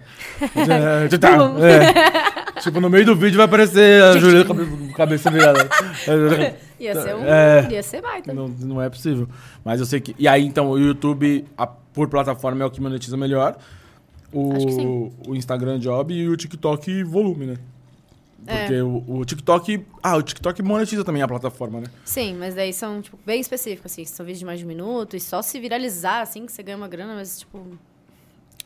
A: É, tá,
D: Bom.
A: é. Tipo, no meio do vídio vai aparecer a Julia com a cabe- com a cabeça
D: *laughs*
A: virada.
D: Ia ser um.
A: É.
D: Ia ser baita.
A: Não, não é possível. Mas eu sei que. E aí, então, o YouTube, a- por plataforma, é o que monetiza melhor. O,
D: Acho que sim.
A: o Instagram Job e o TikTok volume, né?
D: É.
A: Porque o, o TikTok. Ah, o TikTok monetiza também a plataforma, né?
D: Sim, mas daí são, tipo, bem específicos, assim. São vídeos de mais de um minuto e só se viralizar, assim, que você ganha uma grana, mas, tipo.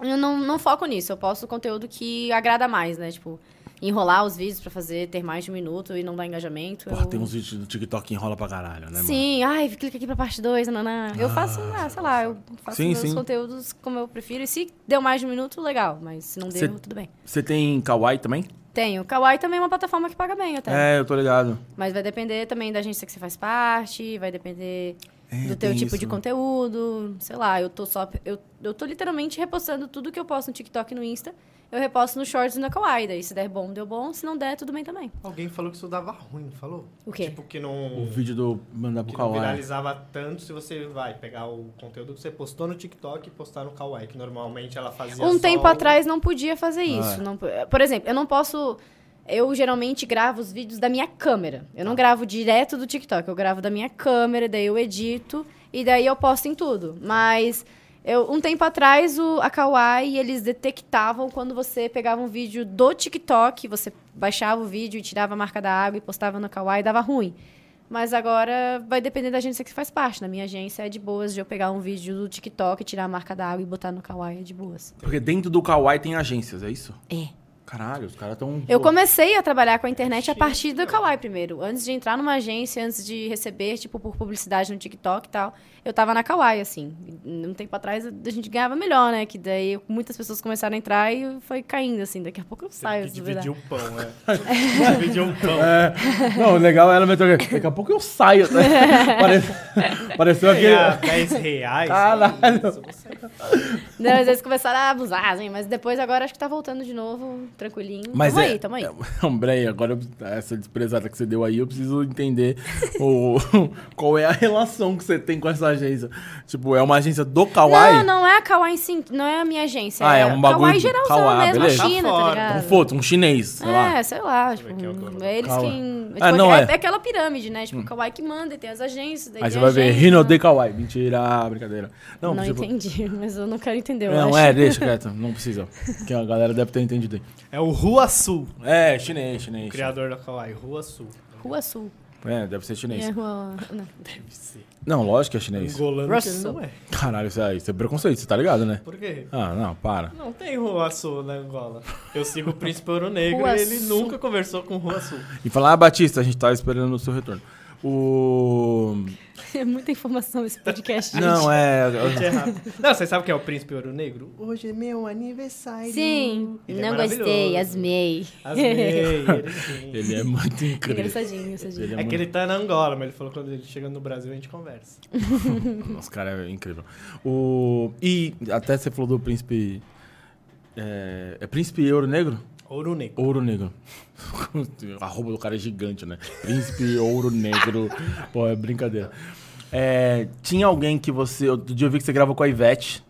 D: Eu não, não foco nisso. Eu posto conteúdo que agrada mais, né? Tipo, enrolar os vídeos pra fazer, ter mais de um minuto e não dar engajamento.
A: Porra,
D: eu-
A: tem uns vídeos do TikTok que enrola pra caralho, né, mano?
D: Então. Sim, ai, clica aqui pra parte 2, naná. Eu faço, ah, sei lá, eu faço
A: Sim,
D: meus
A: sim.
D: conteúdos como eu prefiro. E se deu mais de um minuto, legal. Mas se não deu,
A: Cê-
D: tudo bem.
A: Você tem Kawaii também?
D: Tenho. Kawaii também é uma plataforma que paga bem até. né?
A: É, eu tô ligado.
D: Mas vai depender também da agência que você faz parte, vai depender
A: É,
D: do teu
A: tem
D: tipo de
A: isso.
D: conteúdo, sei lá, eu tô só eu, eu tô literalmente repostando tudo que eu posto no TikTok e no Insta. Eu reposto no Shorts e na Kawaii, daí se der bom, deu bom, se não der, tudo bem também.
C: Alguém falou que isso dava ruim, não falou?
D: O quê?
C: Tipo, que não,
A: O vídeo do mandar pro
C: que não
A: Kawaii.
C: viralizava tanto se você vai pegar o conteúdo que você postou no TikTok e postar no Kawaii, que normalmente ela fazia
D: um
C: só
D: tempo
C: o-
D: atrás não podia fazer
A: Ah,
D: isso.
A: é.
D: não po- por exemplo, eu não posso. Eu geralmente gravo os vídeos da minha câmera. Eu não gravo direto do TikTok, eu gravo da minha câmera, daí eu edito e daí eu posto em tudo. Mas eu, um tempo atrás, o, a Kawaii, eles detectavam quando você pegava um vídeo do TikTok, você baixava o vídeo e tirava a marca da água e postava no Kawaii, dava ruim. Mas agora vai depender da agência que faz parte. Na minha agência é de boas de eu pegar um vídeo do TikTok, tirar a marca da água e botar no Kawaii, é de boas.
A: Porque dentro do Kawaii tem agências, é isso?
D: É.
A: Caralho, os caras tão.
D: Eu comecei a trabalhar com a internet a partir do Kawaii primeiro. Antes de entrar numa agência, antes de receber, tipo, por publicidade no TikTok e tal, eu tava na Kawaii, assim. Um tempo atrás a gente ganhava melhor, né? Que daí muitas pessoas começaram a entrar e foi caindo, assim. Daqui a pouco eu
C: Teve
D: saio.
C: que
D: se
C: dividir
D: duvidar.
C: o pão,
D: *laughs*
C: é. dividir o pão.
A: É. Não, o legal era meter. Daqui a pouco eu
D: *laughs*
A: saio. Né? Parece... Pareceu aquele.
C: Ganhar 10 reais.
A: Caralho.
C: Isso, você- é
A: um-
D: Não, às vezes começaram a abusar, assim, mas depois agora acho que tá voltando de novo, tranquilinho.
A: Mas
D: tamo
A: é-
D: aí, tamo aí.
A: Não, Breia, agora eu- essa desprezada que você deu aí, eu preciso entender o, *laughs* qual é a relação que você tem com essa agência. Tipo, é uma agência do Kawaii?
D: Não, não é a Kawaii em si, não é a minha agência.
A: Ah, é um bagulho
D: Kawaii
A: de-
D: geralzão
A: Kawaii,
D: mesmo,
A: beleza.
D: a China,
C: Tá
D: tá
C: fora.
A: Um
D: ligado?
A: foto, um chinês, sei lá.
D: É, sei lá, tipo,
C: ver quem é o dono da
D: é eles
A: Kawaii.
D: quem...
A: Ah,
D: tipo,
A: não,
D: é,
A: é.
D: é aquela pirâmide, né? Tipo, o Kawaii que manda e tem as agências, daí
A: Aí você
D: tem
A: vai
D: a
A: ver,
D: agência.
A: Rino de Kawaii. Mentira, brincadeira. Não,
D: Não,
A: tipo,
D: entendi, *laughs* mas eu não quero entender, eu
A: Não,
D: acho.
A: é, deixa quieto, não precisa. Que a galera deve ter entendido aí.
C: É o Rua Sul,
A: É, chinês, chinês.
C: o criador da Kawaii, Rua Sul.
D: Rua Sul.
A: É, deve ser chinês.
D: É, Juan- não. *laughs*
C: Deve ser.
A: Não, lógico que é chinês.
C: Engolando
D: Russell.
C: não é.
A: Caralho, isso aí, isso é preconceito, você tá ligado, né?
C: Por quê?
A: Ah, não, para.
C: Não tem Rua Sul na Angola. Eu sigo o príncipe Ouro Negro
D: Rua
C: e ele
D: Sul.
C: nunca conversou com Rua Sul.
A: E falar, ah, Batista, a gente tava esperando o seu retorno. O.
D: É muita informação esse podcast. gente.
A: Não, *laughs*
C: Tá
A: é.
C: errado. Não, vocês sabem quem é o príncipe Ouro Negro? Hoje é meu aniversário.
D: Sim,
C: Ele é
D: não
C: maravilhoso.
D: gostei, asmei.
C: Asmei,
A: *laughs*
C: ele sim.
A: Ele é muito incrível.
D: *laughs* Engraçadinho, engraçadinho.
A: Ele é *laughs*
C: É que
A: muito...
C: ele tá na Angola, mas ele falou que quando ele chega no Brasil a gente conversa.
A: Nossa, cara, é incrível. O... E até você falou do príncipe. É, é príncipe ouro negro?
C: Ouro Negro.
A: Ouro negro. *laughs* A roupa do cara é gigante, né? Príncipe ouro *laughs* negro. Pô, é brincadeira. É, tinha alguém que você. Outro dia eu vi que você gravou com a Ivete,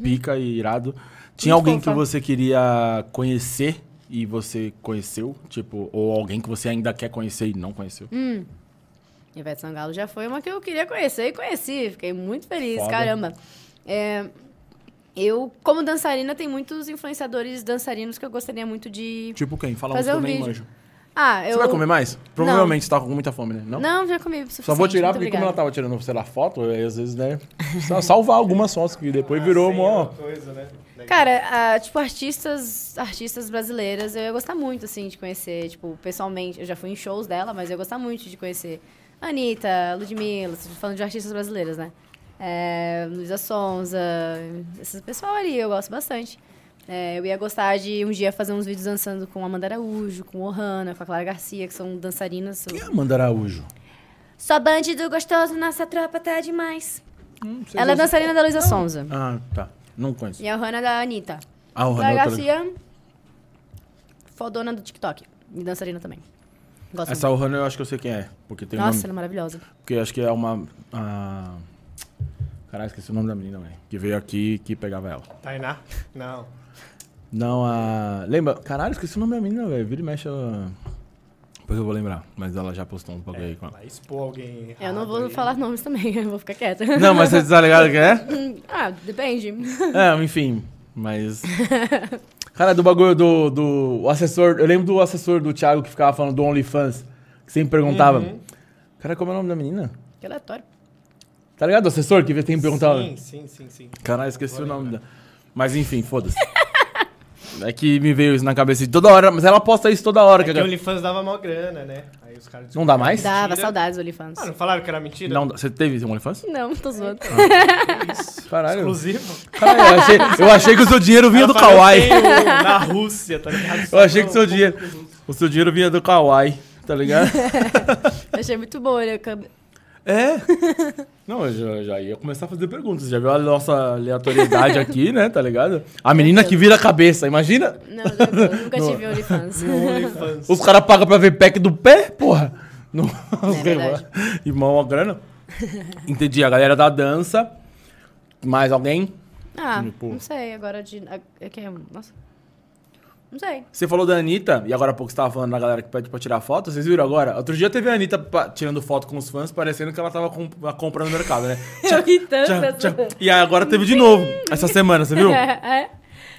A: pica e irado. Tinha
D: Uhum. Muito
A: alguém que
D: fofa.
A: você queria conhecer e você conheceu? Tipo, ou alguém que você ainda quer conhecer e não conheceu?
D: Hum. Ivete Sangalo já foi uma que eu queria conhecer e conheci. Fiquei muito feliz,
A: Foda.
D: caramba. É, eu, como dançarina, tem muitos influenciadores dançarinos que eu gostaria muito de.
A: Tipo quem? Fala uns que
D: Fazer
A: eu
D: um
A: nem
D: vídeo.
A: manjo.
D: Ah, eu.
A: Você vai comer mais? Provavelmente você tá com muita fome, né?
D: Não, já comi. o
A: Só vou tirar,
D: suficiente, muito
A: porque como
D: obrigada.
A: ela tá tava tirando, sei lá, foto, aí às vezes, né? só Salvar algumas fotos, que
D: Ah,
A: depois virou mó.
C: coisa, né?
D: Cara, ah, tipo, artistas, artistas brasileiras, eu ia gostar muito, assim, de conhecer, tipo, pessoalmente. Eu já fui em shows dela, mas eu ia gostar muito de conhecer Anitta, Ludmilla, tô falando de artistas brasileiras, né? É, Luísa Sonza, esses pessoal ali, eu gosto bastante. É, eu ia gostar de um dia fazer uns vídeos dançando com a Amanda Araújo, com Ohana, com a Clara Garcia, que são dançarinas.
A: E a é Amanda Araújo?
D: Só bandido gostoso, nossa tropa tá demais. Ela é dançarina da Luísa Sonza.
A: Ah, tá. Não conheço.
D: E a Ohana da Anitta.
A: Ah, o
D: Clara
A: Renato.
D: Garcia, fodona do TikTok. E dançarina também. Gosto
A: Essa Ohana eu acho que eu sei quem é. Porque tem
D: muito.
A: um
D: Nossa,
A: nome.
D: ela é maravilhosa.
A: Porque eu acho que é uma. ah, Caralho, esqueci o nome da menina, velho. Que veio aqui que pegava ela.
C: Tainá? Não.
A: Não, a. Lembra? Caralho, esqueci o nome da menina, velho. Vira e mexe. ela- Depois eu vou lembrar. Mas ela já postou um bagulho aí com ela.
C: Vai expor alguém.
D: Eu não
C: errado
D: vou
C: aí.
D: falar nomes também, *laughs* eu vou ficar quieta.
A: Não, mas você tá ligado que
D: *laughs*
A: é?
D: ah, depende.
A: É, enfim, mas. Cara, do bagulho do, do o assessor. Eu lembro do assessor do Thiago que ficava falando do OnlyFans, que sempre perguntava. Cara, como é o nome da menina?
D: Que aleatório.
A: Tá ligado? O assessor que tem que perguntar.
C: Sim, sim, sim, sim.
A: Caralho, esqueci o nome da. Mas enfim, *laughs* foda-se. é que me veio isso na cabeça de toda hora, mas ela posta isso toda hora.
C: É
A: que
C: que
A: eu-
C: o OnlyFans dava mó grana, né? Aí os caras
A: Não dá mais?
D: Dava
C: Mentira.
D: saudades do OnlyFans.
C: Ah, não falaram que era mentira?
A: Não, você teve um OnlyFans?
D: Não, É, tô zoando.
A: Caralho.
C: Exclusivo?
A: Caralho, eu achei, eu achei que o seu dinheiro vinha
C: Ela
A: do
C: fala, eu
A: Kawaii.
C: tenho um Na Rússia, tá ligado?
A: *laughs* Eu achei que o seu dinheiro. O seu dinheiro vinha do Kawaii, tá ligado?
D: Achei muito boa. Né? Eu acabei-
A: *laughs* É? Não, eu já, já ia começar a fazer perguntas. Já viu a nossa *laughs* aleatoriedade aqui, né? Tá ligado? A menina que vira a cabeça, imagina?
D: *laughs* Não, não, eu nunca tive
A: *laughs*
D: OnlyFans.
C: No OnlyFans.
A: Os caras pagam pra ver pack do pé, porra. *laughs* Não,
D: É verdade.
A: Irmão, a grana. Entendi, a galera da dança. Mais alguém?
D: Ah,
A: Pô.
D: não sei, agora de... ah, é que é- Nossa. Não sei.
A: Você falou da Anitta, e agora há pouco você tava falando da galera que pede pra tirar foto, vocês viram agora? Outro dia teve a Anitta pa- tirando foto com os fãs, parecendo que ela tava com, a compra no mercado,
D: *laughs*
A: né?
D: Eu ri tanto.
A: Tchá, tchá. E aí agora teve de novo, essa semana, você viu?
D: *laughs* É, é.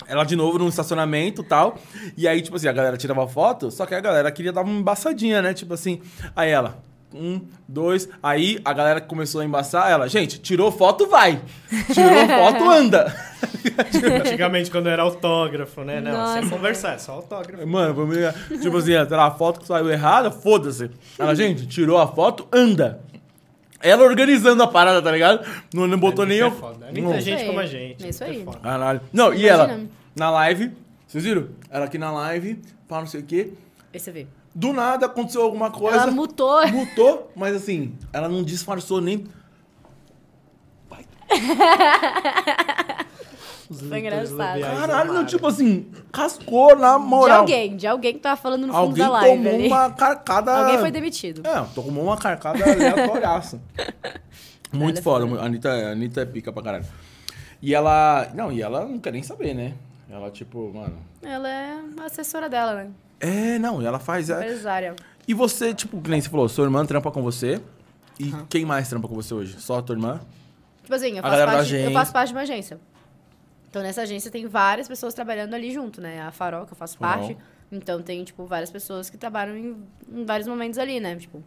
A: Ela de novo num estacionamento e tal. E aí, tipo assim, a galera tirava foto, só que a galera queria dar uma embaçadinha, né? Tipo assim, aí ela. Um, dois. Aí a galera que começou a embaçar, ela, gente, tirou foto, vai! Tirou foto, anda!
C: Antigamente, quando era autógrafo, né? Não, sem
D: Nossa.
C: conversar, é só autógrafo.
A: Mano, foi meio- tipo assim, era a foto que saiu errada, foda-se. Ela, gente, tirou a foto, anda! Ela organizando a parada, tá ligado? Não, não botou nem.
C: Isso é
A: o-
C: foda.
A: Não.
C: Muita gente
D: aí.
C: como a gente.
D: Isso aí.
C: É foda.
A: Caralho. Não, e
D: Imagina.
A: ela, na live, vocês viram? Ela aqui na live, pá, não sei o quê.
D: Esse eu vi.
A: Do nada aconteceu alguma coisa.
D: Ela mutou.
A: *laughs* Mutou, mas assim, ela não disfarçou nem.
C: Os
D: Foi
C: leitores
D: engraçado.
C: labiais
A: Caralho, não,
C: amaram.
A: tipo assim, cascou na moral.
D: De alguém, de alguém que tava falando no fundo
A: Alguém
D: da live
A: tomou
D: ali.
A: uma carcada.
D: *laughs* Alguém foi demitido.
A: É, tomou uma carcada aleatoriaça.
D: *laughs* Ela
A: Muito
D: é
A: foda, a Anitta, a Anitta é pica pra caralho. E ela. Não, e ela não quer nem saber, né? Ela, tipo, mano.
D: Ela é a assessora dela, né?
A: É, não, e ela faz. é-
D: Empresária.
A: E você, tipo, que nem você falou, sua irmã trampa com você. E quem mais trampa com você hoje? Só a tua irmã?
D: Tipo assim, eu
A: galera
D: faço,
A: da
D: parte,
A: agência.
D: eu faço parte de uma agência. Então nessa agência tem várias pessoas trabalhando ali junto, né? A Farol, que eu faço
A: Farol.
D: parte. Então tem, tipo, várias pessoas que trabalham em, em vários momentos ali, né? Tipo,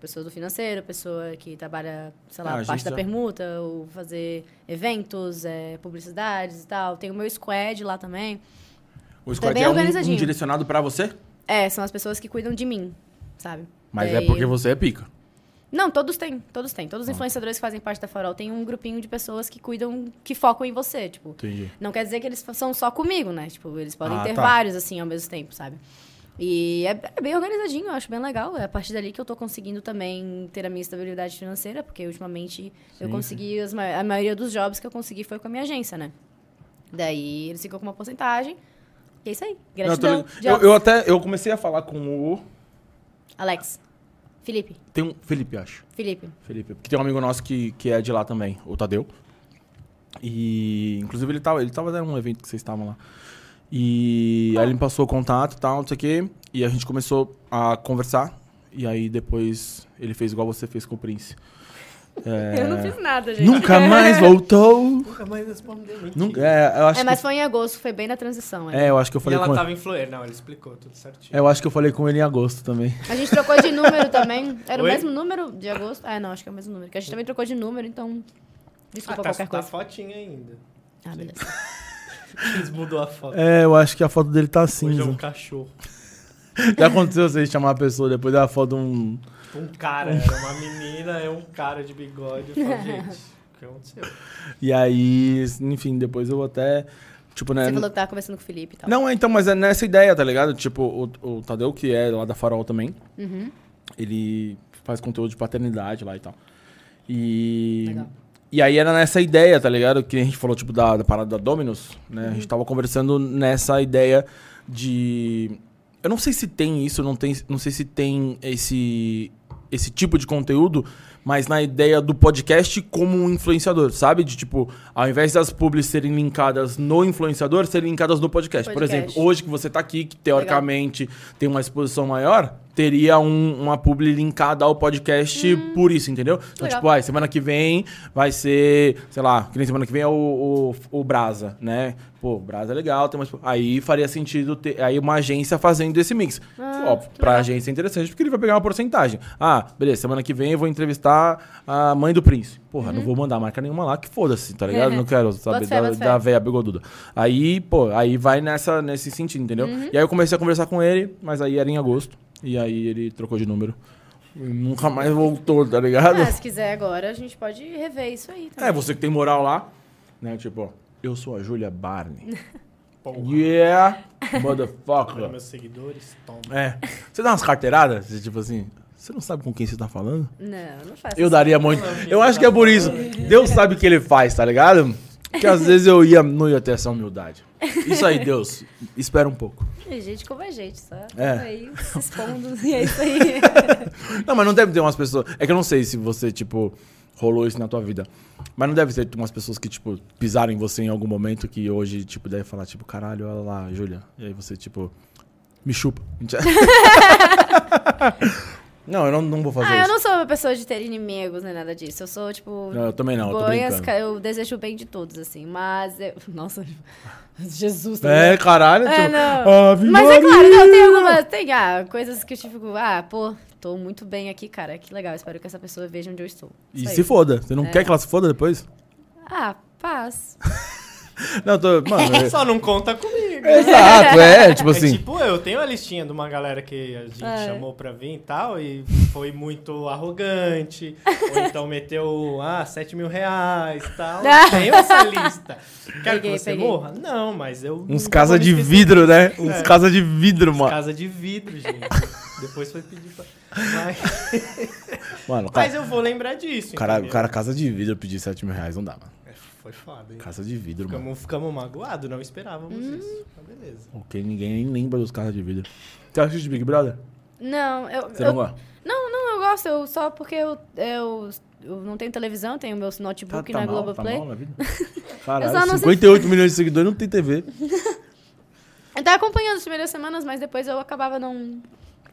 D: Pessoa do financeiro, pessoa que trabalha,
A: Ah,
D: sei lá,
A: a gente
D: parte da
A: já-
D: permuta, ou fazer eventos, é, publicidades e tal. Tem o meu squad lá também.
A: O squad
D: Tá bem
A: é um- um,
D: organizadinho.
A: direcionado pra você?
D: É, são as pessoas que cuidam de mim, sabe?
A: Mas
D: E
A: é
D: aí-
A: porque Ah. você é pica.
D: Não, todos têm, todos têm. Todos os influenciadores que fazem parte da Farol têm um grupinho de pessoas que cuidam, que focam em você, tipo.
A: Entendi.
D: Não quer dizer que eles são só comigo, né? Tipo, eles podem
A: Ah,
D: ter
A: tá.
D: vários, assim, ao mesmo tempo, sabe? E é, é bem organizadinho, eu acho bem legal. É a partir dali que eu tô conseguindo também ter a minha estabilidade financeira, porque ultimamente eu
A: Sim,
D: consegui, as ma- a maioria dos jobs que eu consegui foi com a minha agência, né? Daí eles ficam com uma porcentagem. E é isso aí.
A: Não, eu tô
D: Gratidão.
A: ligado.
D: Jobs.
A: eu, eu até eu comecei a falar com o.
D: Alex. Felipe.
A: Tem um. Felipe, acho.
D: Felipe.
A: Felipe. Porque tem um amigo nosso que, que é de lá também, o Tadeu. E. Inclusive ele tava, ele tava num evento que vocês estavam lá. E aí ele me passou o contato e tal, não sei o quê. E a gente começou a conversar. E aí depois ele fez igual você fez com o Prince.
D: Eu não fiz nada, gente.
A: É.
D: *laughs*
A: Nunca mais voltou.
C: Nunca mais respondeu. Mentira.
A: Nunca, é, eu acho
D: É, mas
A: que,
D: foi em agosto, foi bem na transição. É.
A: é, eu acho que eu
C: E
A: falei
C: ela
A: com É. ele.
C: tava em Floer. Não, ele explicou tudo certinho.
A: Eu acho que eu falei com ele em agosto também.
D: A gente trocou de *laughs* número também. Era
C: Oi?
D: o mesmo número de agosto? Ah, não, acho que é o mesmo número. Que a gente também trocou de número, então.
C: Ah,
D: Desculpa
C: tá,
D: qualquer
C: tá a
D: coisa.
C: fotinha ainda.
D: Ah, beleza.
C: Eles mudou a foto.
A: É, eu acho que a foto dele tá
C: Hoje é
A: cinza.
C: um cachorro.
A: Já aconteceu vocês chamar a pessoa depois da foto de um.
C: Um cara, era uma menina, é um cara de bigode. Eu falo, gente, o que aconteceu?
A: E aí, enfim, depois eu até. Tipo, né?
D: Você falou que tava conversando com o Felipe e tal.
A: Não, é, então, mas é nessa ideia, tá ligado? Tipo, o, o Tadeu, que é lá da Farol também,
D: Uhum.
A: ele faz conteúdo de paternidade lá e tal. E.
D: Legal.
A: E aí era nessa ideia, tá ligado? Que a gente falou, tipo, da, da parada da Dominus, né?
D: Uhum.
A: A gente tava conversando nessa ideia de. Eu não sei se tem isso, não, tem, não sei se tem esse, esse tipo de conteúdo, mas na ideia do podcast como um influenciador, sabe? De tipo, ao invés das publis serem linkadas no influenciador, serem linkadas no podcast. Por
D: Podcast.
A: exemplo, hoje que você tá aqui, que teoricamente tem uma exposição maior, teria um- uma publi linkada ao podcast por isso, entendeu? Então,
D: Hum. Legal.
A: tipo, ah, semana que vem vai ser, sei lá, que nem semana que vem é o, o, o Brasa, né? Pô, Brasa é legal, tem mais. Aí faria sentido ter aí uma agência fazendo esse mix. Tipo,
D: Ah,
A: Ó,
D: que
A: pra
D: legal.
A: agência é interessante porque ele vai pegar uma porcentagem. Ah, beleza, semana que vem eu vou entrevistar a mãe do Prince. Porra,
D: Uhum.
A: não vou mandar marca nenhuma lá, que foda-se, tá
D: *laughs*
A: ligado? Não quero saber
D: Bota fé,
A: da,
D: bota fé.
A: da véia bigoduda. Aí, pô, aí vai nessa, nesse sentido, entendeu?
D: Uhum.
A: E aí eu comecei a conversar com ele, mas aí era em agosto. E aí ele trocou de número. E nunca mais voltou, tá ligado?
D: Ah, se quiser agora, a gente pode rever isso aí também.
A: É, você que tem moral lá, né? Tipo, ó, eu sou a Julia Barney.
C: *laughs* Porra,
D: *laughs*
A: Yeah,
C: olha
A: motherfucker.
C: meus seguidores, toma.
A: É. Você dá umas carteiradas, de, tipo assim, você não sabe com quem você tá falando?
D: Não, não faço
A: Eu
D: isso.
A: daria muito. Eu acho que é por isso. Deus sabe o que ele faz, tá ligado? Que às vezes eu ia, não ia ter essa humildade. Isso aí, Deus. Espera um pouco.
D: É Gente como a gente, só
A: É. *laughs*
D: aí se expondo e é isso aí.
A: Não, mas não deve ter umas pessoas. É que eu não sei se você, tipo, rolou isso na tua vida. Mas não deve ter umas pessoas que, tipo, pisaram em você em algum momento que hoje, tipo, deve falar, tipo, caralho, olha lá, Júlia. E aí você, tipo, me chupa. *laughs* não, eu não, não vou fazer
D: Ah, eu
A: isso.
D: não sou uma pessoa de ter inimigos nem nada disso. Eu sou, tipo.
A: Não, eu também Ah, não, eu tô
D: boias,
A: brincando.
D: ca- eu desejo o bem de todos, assim. Mas eu. *laughs* Nossa, Jesus. tá ligado?
A: É, caralho,
D: É,
A: tipo,
D: não.
A: Ave
D: Mas é claro,
A: Maria.
D: não, tem algumas. Tem ah, coisas que eu tipo, ah, pô, tô muito bem aqui, cara. Que legal. Espero que essa pessoa veja onde eu estou.
A: E
D: Isso aí.
A: se foda. Você não
D: É.
A: quer que ela se foda depois?
D: Ah, paz.
A: Não, eu tô.
D: *laughs*
A: Mano, é-
C: Só não conta comigo.
A: *laughs*
C: né?
A: Exato, é, tipo
C: É
A: assim.
C: tipo eu, tenho a listinha de uma galera que a gente
D: É.
C: chamou pra vir e tal, e foi
D: *laughs*
C: muito arrogante, ou então meteu, ah, 7 mil reais
D: *laughs*
C: e tal.
D: Ah.
C: Tenho essa lista. Quero
D: Peguei,
C: que você
D: peguei.
C: morra? *laughs* Não, mas eu...
A: Uns
C: nunca
A: casa
C: vou
A: de
C: me esquecer.
A: vidro, né? Uns
C: É.
A: casa de vidro,
C: Uns
A: mano.
C: Casa de vidro, gente.
A: *laughs*
C: Depois foi pedir pra...
A: tá.
C: Mas,
A: Mano, cara,
C: mas eu vou lembrar disso,
A: cara,
C: entendeu?
A: cara, casa de vidro, eu pedi 7 mil reais, não dá, mano.
C: É, Foi foda, hein?
A: Casa de vidro, mano.
C: Ficamos, ficamos magoados, não esperávamos
D: Hum.
C: isso. Mas beleza.
A: Ok, ninguém nem lembra dos casas de vidro. Você assiste Big Brother?
D: Não, eu.
A: Você
D: eu-
A: não gosta?
D: não, não, eu gosto. Eu, só porque eu, eu, eu não tenho televisão, tenho meu notebook na
A: mal,
D: Globoplay.
A: Tá mal na
D: *laughs*
A: vida?
D: Eu só
A: Caralho,
D: não sei-
A: 58 milhões de seguidores não tem
D: *laughs*
A: TV.
D: eu tava acompanhando as primeiras semanas, mas depois eu acabava não.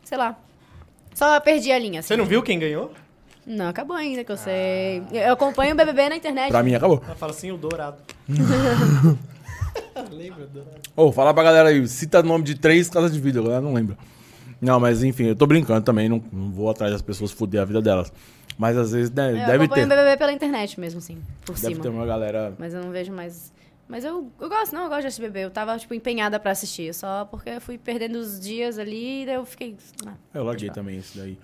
D: Sei lá. Só perdi a linha. assim.
C: Você não viu quem ganhou?
D: Não, acabou ainda, que eu sei. Eu acompanho o BBB na internet.
A: Ah. Pra mim, acabou.
C: Ela fala assim, o *laughs* dourado. Lembra, o dourado?
A: Ô, fala pra galera aí, cita o nome de três casas de vidro, a galera não lembra. Não, mas enfim, eu tô brincando também, não, não vou atrás das pessoas foder a vida delas. Mas às vezes né,
D: É, Eu
A: deve
D: acompanho
A: ter.
D: o BBB pela internet mesmo, assim, por
A: Deve
D: cima.
A: ter uma galera.
D: Mas eu não vejo mais. Mas eu, eu gosto, não, eu gosto de SBB. Eu tava, tipo, empenhada pra assistir. Só porque eu fui perdendo os dias ali, daí eu fiquei. ah,
A: Eu larguei
D: deixa pra lá.
A: também isso daí. Tá.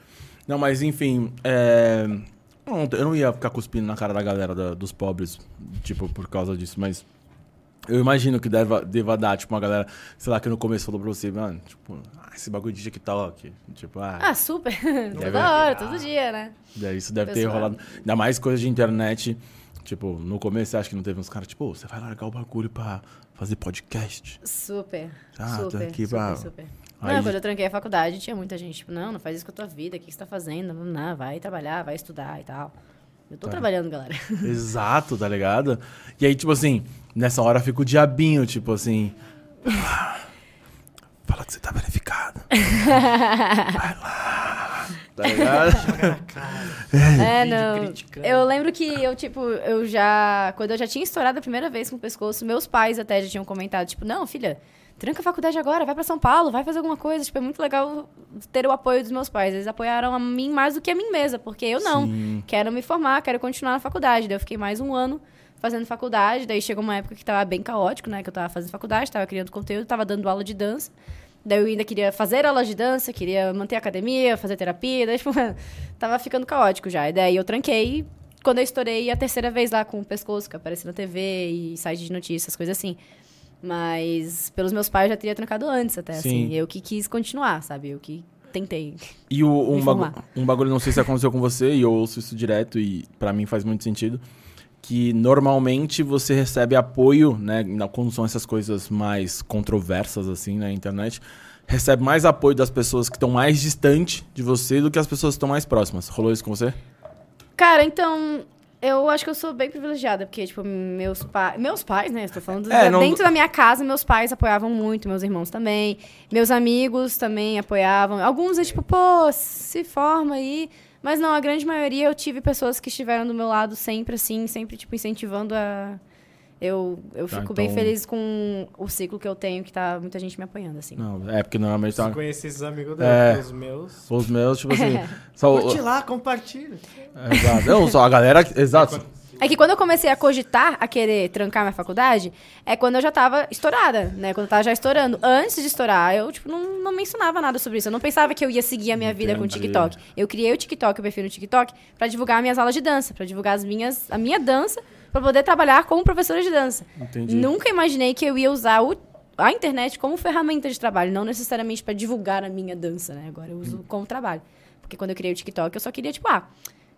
A: Não, mas enfim. é, Eu não- eu não ia ficar cuspindo na cara da galera da- dos pobres, tipo, por causa disso, mas. Eu imagino que deva, deva dar, tipo, uma galera, sei lá, que no começo falou pra você, mano, tipo, ah, esse bagulho de TikTok. Tipo, ah,
D: Ah, super.
A: Deve-
D: *laughs* Toda hora,
A: Ah.
D: todo dia, né?
A: daí isso deve ter
D: pessoal.
A: rolado. Ainda mais coisa de internet. Tipo, no começo você acha que não teve uns caras, tipo, "Ô, você vai largar o bagulho pra fazer podcast.
D: Super.
A: Ah, tô
D: super,
A: aqui
D: super,
A: pra-
D: super.
A: Aí-
D: Não, quando eu tranquei a faculdade, tinha muita gente, tipo, não, não faz isso com a tua vida, o que que você tá fazendo? Não, vai trabalhar, vai estudar e tal. Eu
A: Tá.
D: tô trabalhando, galera. *laughs*
A: Exato, tá ligado? E aí, tipo assim, nessa hora fica o diabinho, tipo assim. "Ah, Fala que você tá verificado. Vai lá. Tá ligado?
D: É,
C: Vídeo
D: não.
C: criticando.
D: Eu lembro que eu, tipo, eu já. Quando eu já tinha estourado a primeira vez com o pescoço, meus pais até já tinham comentado, tipo, não, filha, tranca a faculdade agora, vai pra São Paulo, vai fazer alguma coisa. Tipo, é muito legal ter o apoio dos meus pais. Eles apoiaram a mim mais do que a mim mesma, porque eu não. Quero me formar, quero continuar na faculdade. Daí eu fiquei mais um ano fazendo faculdade. Daí chegou uma época que tava bem caótico, né? Que eu tava fazendo faculdade, tava criando conteúdo, tava dando aula de dança. Daí eu ainda queria fazer aula de dança, queria manter a academia, fazer terapia. Daí, tipo, *laughs* tava ficando caótico já. E daí eu tranquei. Quando eu estourei a terceira vez lá com o pescoço, que apareceu na TV e site de notícias, coisas assim. Mas pelos meus pais eu já teria trancado antes até,
A: Sim.
D: assim. Eu que quis continuar, sabe? Eu que tentei.
A: E o- um,
D: Me
A: bagu-
D: formar.
A: um bagulho, não sei se aconteceu com você, e eu ouço isso direto, e pra mim faz muito sentido. Que normalmente você recebe apoio, né? na- Quando são essas coisas mais controversas, assim, na internet, recebe mais apoio das pessoas que estão mais distante de você do que as pessoas que estão mais próximas. Rolou isso com você?
D: Cara, então. Eu acho que eu sou bem privilegiada, porque, tipo, meus pais. Meus pais, né? Estou falando
A: É,
D: da-
A: não-
D: dentro da minha casa, meus pais apoiavam muito, meus irmãos também. Meus amigos também apoiavam. Alguns, é tipo, pô, se forma aí. Mas não, a grande maioria eu tive pessoas que estiveram do meu lado sempre, assim, sempre, tipo, incentivando a. Eu, eu
A: Tá,
D: fico bem
A: então-
D: feliz com o ciclo que eu tenho, que tá muita gente me apoiando, assim.
A: Não, é porque normalmente tá.
C: Se conhecer esses amigos
A: É.
C: dos meus.
A: Os meus, tipo assim. só o- é,
C: Curte lá, compartilha.
A: exato. Não, só a galera. que- Exato.
D: É que quando eu comecei a cogitar a querer trancar minha faculdade, é quando eu já tava estourada, né? Quando eu tava já estourando. Antes de estourar, eu, tipo, não, não mencionava nada sobre isso. Eu não pensava que eu ia seguir a minha vida com o
A: Entendi.
D: TikTok. Eu criei o TikTok, o perfil no TikTok, pra divulgar minhas aulas de dança, pra divulgar as minhas, a minha dança, pra poder trabalhar como professora de dança.
A: Entendi.
D: Nunca imaginei que eu ia usar o- a internet como ferramenta de trabalho, não necessariamente pra divulgar a minha dança, né? Agora eu
A: Hum.
D: uso como trabalho. Porque quando eu criei o TikTok, eu só queria, tipo, ah,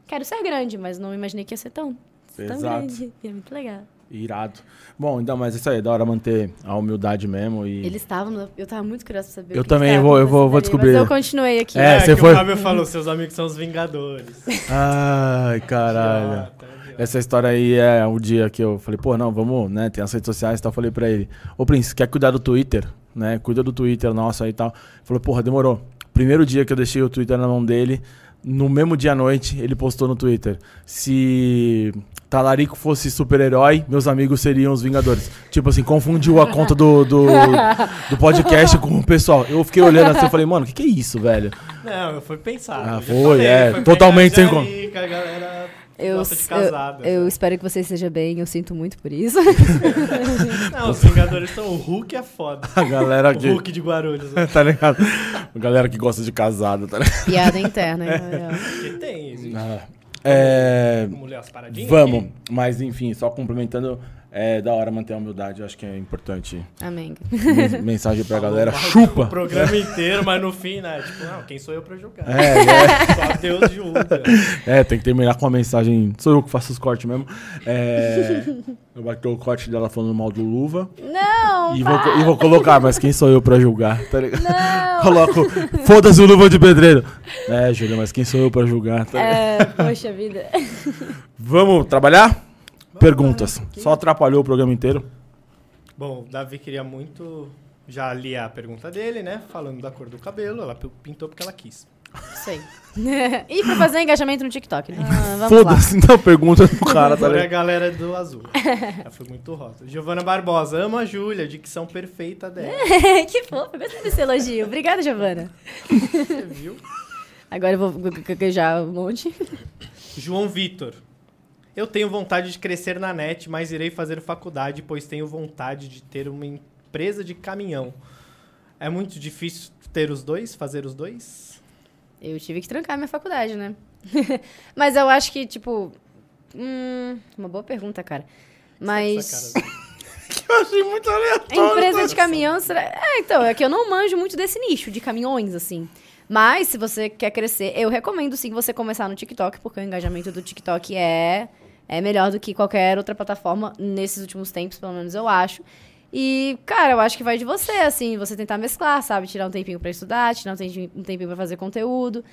D: quero ser grande, mas não imaginei que ia ser tão, tão
A: Exato.
D: grande. E é muito legal.
A: Irado. Bom, então, mas isso aí, é da hora manter a humildade mesmo. E...
D: Eles estavam. no- Eu tava muito curiosa pra saber.
A: Eu
D: o que
A: também,
D: que tava
A: eu vou- eu vou-
D: acontecendo
A: vou
D: ali,
A: descobrir.
D: Mas eu continuei aqui.
A: É, você
C: que
A: foi-
C: o Fábio falou, seus amigos são
A: *laughs*
C: os Vingadores.
A: Ai, caralho.
C: Ah, tá ligado.
A: Essa história aí é um dia que eu falei, pô, não, vamos, né? Tem as redes sociais e tal. Falei pra ele, ô Prince, quer cuidar do Twitter? Né? Cuida do Twitter nosso aí e tal. Ele Falou, porra, demorou. Primeiro dia que eu deixei o Twitter na mão dele, no mesmo dia à noite, ele postou no Twitter. Se Talarico fosse super-herói, meus amigos seriam os Vingadores. Tipo assim, confundiu a conta do, do, do podcast com o pessoal. Eu fiquei olhando assim e falei, mano, o que, que é isso, velho?
C: Não, eu fui pensar.
A: Ah,
C: eu já
A: foi, é,
C: foi
A: totalmente sem con-
C: pegadinha ali, que a galera
D: Eu,
C: gosta de
D: eu-
C: casada. né?
D: eu espero que você esteja bem, eu sinto muito por isso.
C: Não, os Vingadores são... O Hulk
A: *laughs*
C: é foda.
A: A galera
C: O
A: que.
C: Hulk de Guarulhos.
A: *laughs* tá ligado? A galera que gosta de casado, tá ligado?
D: *laughs*
A: *laughs*
D: Piada interna, hein, Gabriel?
C: Que tem, gente.
A: Ah. É.
C: Vamos ler as paradinhas
A: Vamos,
C: aqui?
A: mas enfim, só cumprimentando. É da hora manter a humildade, eu acho que é importante.
D: Amém.
A: *laughs* Men- Mensagem pra galera,
C: O
A: chupa!
C: programa inteiro, mas no fim, né? Tipo, não, quem sou eu pra julgar?
A: É,
C: Só Deus julga.
A: é, é, tem que terminar com uma mensagem. Sou eu que faço os cortes mesmo. É, eu bati o corte dela falando mal do Luva.
D: Não!
A: E vou, co- e vou colocar, mas quem sou eu pra julgar? Tá ligado? *laughs* Coloco, foda-se o Luva de Pedreiro. É, Júlia, mas quem sou eu pra julgar? Tá ligado?
D: É, poxa vida.
A: Vamos trabalhar? Perguntas. Só atrapalhou o programa inteiro.
C: Bom, o Davi queria muito... Já li a pergunta dele, né? Falando da cor do cabelo. Ela pintou porque ela quis.
B: Isso
D: *laughs*
B: aí.
D: e pra fazer um engajamento no TikTok, né? Ah, vamos lá. *laughs*
A: Foda-se, então pergunta do cara, tá
C: Agora é a
A: ligado?
C: galera do azul. Já foi muito rosa. Giovana Barbosa, amo a Júlia, dicção perfeita dela.
D: que fofo, gostei desse elogio. Obrigada, Giovana.
C: Você viu?
D: Agora eu vou gaguejar um monte. *laughs*
C: João Vitor. Eu tenho vontade de crescer na net, mas irei fazer faculdade, pois tenho vontade de ter uma empresa de caminhão. É muito difícil ter os dois, fazer os dois?
D: Eu tive que trancar minha faculdade, né? *laughs* Mas eu acho que, tipo. Hum, uma boa pergunta, cara. Mas.
C: Essa cara-
A: Eu achei muito aleatório.
D: Empresa de caminhão, será... É, então, é que eu não manjo muito desse nicho de caminhões, assim. Mas, se você quer crescer, eu recomendo sim você começar no TikTok, porque o engajamento do TikTok é, é melhor do que qualquer outra plataforma nesses últimos tempos, pelo menos eu acho. E, cara, eu acho que vai de você, assim, você tentar mesclar, sabe? Tirar um tempinho pra estudar, tirar um tempinho, um tempinho pra fazer conteúdo.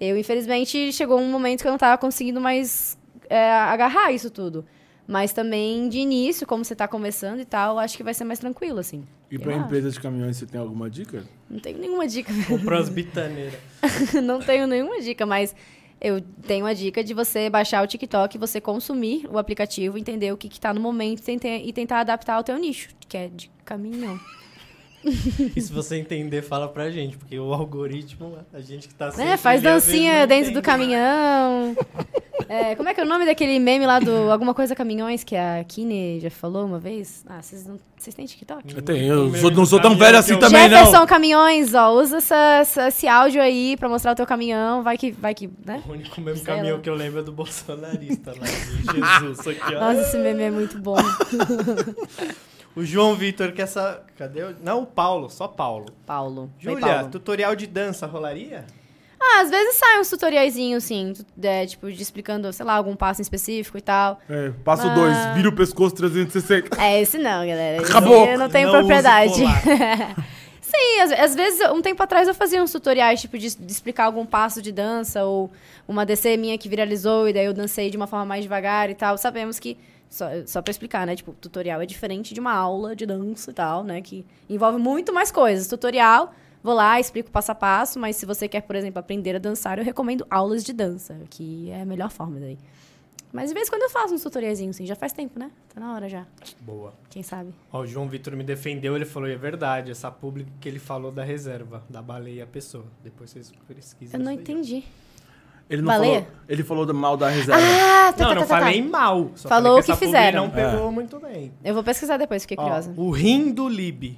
D: Eu, infelizmente, chegou um momento que eu não tava conseguindo mais é, agarrar isso tudo. Mas também, de início, como você tá começando e tal, eu acho que vai ser mais tranquilo, assim.
A: E
D: pra Eu acho.
A: de caminhões, você tem alguma dica?
D: Não tenho nenhuma dica, *laughs*
C: Comprou as bitaneiras.
D: não tenho nenhuma dica, mas eu tenho a dica de você baixar o TikTok, você consumir o aplicativo, entender o que, que tá no momento e tentar- e tentar adaptar ao teu nicho, que é de caminhão.
C: E se você entender, fala pra gente, porque o algoritmo, a gente que tá
D: É,
C: sempre
D: faz
C: ali, às vezes,
D: dancinha
C: não
D: dentro do
C: entende. *laughs*
D: caminhão. É, como é que é o nome daquele meme lá do Alguma Coisa Caminhões que a Kine já falou uma vez? Ah, vocês não- vocês têm TikTok?
A: Eu tenho, eu sou- não sou tão velho assim
C: Eu-
A: também,
D: Jefferson
A: não.
D: Caminhões, ó, usa essa- essa- esse áudio aí pra mostrar o teu caminhão, vai que, vai que, né?
C: O único mesmo
D: Sei
C: caminhão
D: lá.
C: que eu lembro é do bolsonarista lá. de Jesus, aqui, ó.
D: Nossa, esse meme é muito bom.
C: O João Vitor quer essa. Cadê? o- Não, o Paulo, só Paulo.
D: *laughs* Paulo. Foi
C: Júlia,
D: Paulo.
C: tutorial de dança rolaria?
D: Ah, às vezes sai uns tutoriaizinhos, assim, tu- é, tipo, de explicando, sei lá, algum passo em específico e tal.
A: É, passo dois,
D: Ah.
A: vira o pescoço 360.
D: É esse não, galera. Esse
A: Acabou.
D: Eu não tenho
C: uso
D: propriedade.
C: colar.
D: *laughs* Sim, às, às vezes, um tempo atrás eu fazia uns tutoriais, tipo, de, de explicar algum passo de dança ou uma DC minha que viralizou e daí eu dancei de uma forma mais devagar e tal. Sabemos que, só, só pra explicar, né? Tipo, tutorial é diferente de uma aula de dança e tal, né? Que envolve muito mais coisas. Tutorial, vou lá, explico passo a passo, mas se você quer, por exemplo, aprender a dançar, eu recomendo aulas de dança, que é a melhor forma daí. Mas de vez em quando eu faço uns tutoriaizinhos, assim, já faz tempo, né? Tá na hora já,
C: Boa.
D: quem sabe.
C: Ó, o João Vitor me defendeu, ele falou, e é verdade, essa pública que ele falou da reserva, da baleia pessoa. Depois vocês pesquisam.
D: Eu não
C: isso é aí, ó.
D: entendi.
A: Ele não
D: Baleia?
A: falou, ele falou do mal da reserva.
D: Ah, tá, tá,
C: Não, não
D: tá, tá, tá.
C: falei mal. Só
D: Falou
C: falei
D: o que
C: essa publi
D: fizeram.
C: não pegou muito bem.
D: Eu vou pesquisar depois, fiquei
C: Ó,
D: curiosa.
C: o rim do Lib.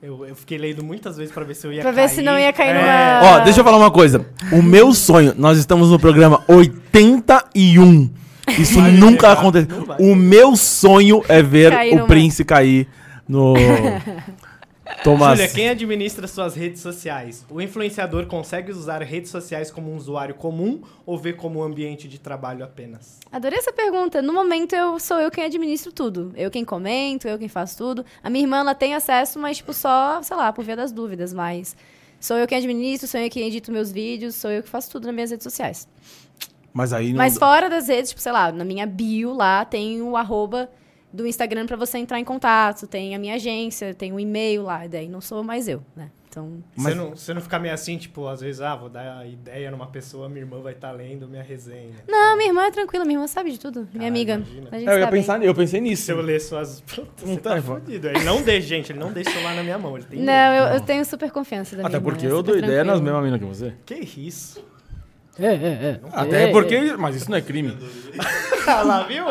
C: Eu, eu fiquei lendo muitas vezes pra ver se eu ia
D: Pra
C: cair.
D: ver se não ia cair
C: É,
D: numa-
A: Ah. Ó, deixa eu falar uma coisa. O meu sonho, nós estamos no programa 81. Isso
C: Vai
A: nunca
C: levar,
A: aconteceu.
C: não vai.
A: O meu sonho é ver
D: Cair
A: o
D: numa-
A: Prince cair
D: *laughs*
A: no. Tomás.
C: Júlia, quem administra suas redes sociais? O influenciador consegue usar redes sociais como um usuário comum ou vê como um ambiente de trabalho apenas?
D: Adorei essa pergunta. No momento, eu sou eu quem administro tudo. Eu quem comento, eu quem faço tudo. A minha irmã, ela tem acesso, mas, tipo, só, sei lá, por via das dúvidas, mas... Sou eu quem administro, sou eu quem edito meus vídeos, sou eu que faço tudo nas minhas redes sociais.
A: Mas aí não.
D: Mas fora das redes, tipo, sei lá, na minha bio lá tem o arroba do Instagram pra você entrar em contato, tem a minha agência, tem o e-mail lá, e daí não sou mais eu, né? Então,
A: Mas-
C: Você, não, você não fica meio assim, tipo, às vezes, ah, vou dar a ideia numa pessoa, minha irmã vai estar lendo minha resenha.
D: Não, minha irmã é tranquila, minha irmã sabe de tudo. Minha
C: Caralho,
D: amiga.
C: imagina.
D: A gente
A: É, eu, ia
D: sabe.
A: pensar, eu pensei nisso.
C: Se eu ler suas. *laughs* Puta,
A: Não
C: você tá
A: tá, pô.
C: fudido. Ele não deixa, gente, ele não deixa o celular na minha mão. Ele tem medo.
D: Não, eu, eu tenho super confiança da minha
A: Até
D: irmã,
A: porque
D: é
A: eu
D: super
A: dou ideia nas
D: tranquila.
A: mesmas minas que você.
C: Que isso? *laughs*
A: Até porque. Mas isso não é crime.
C: Ah, lá, viu?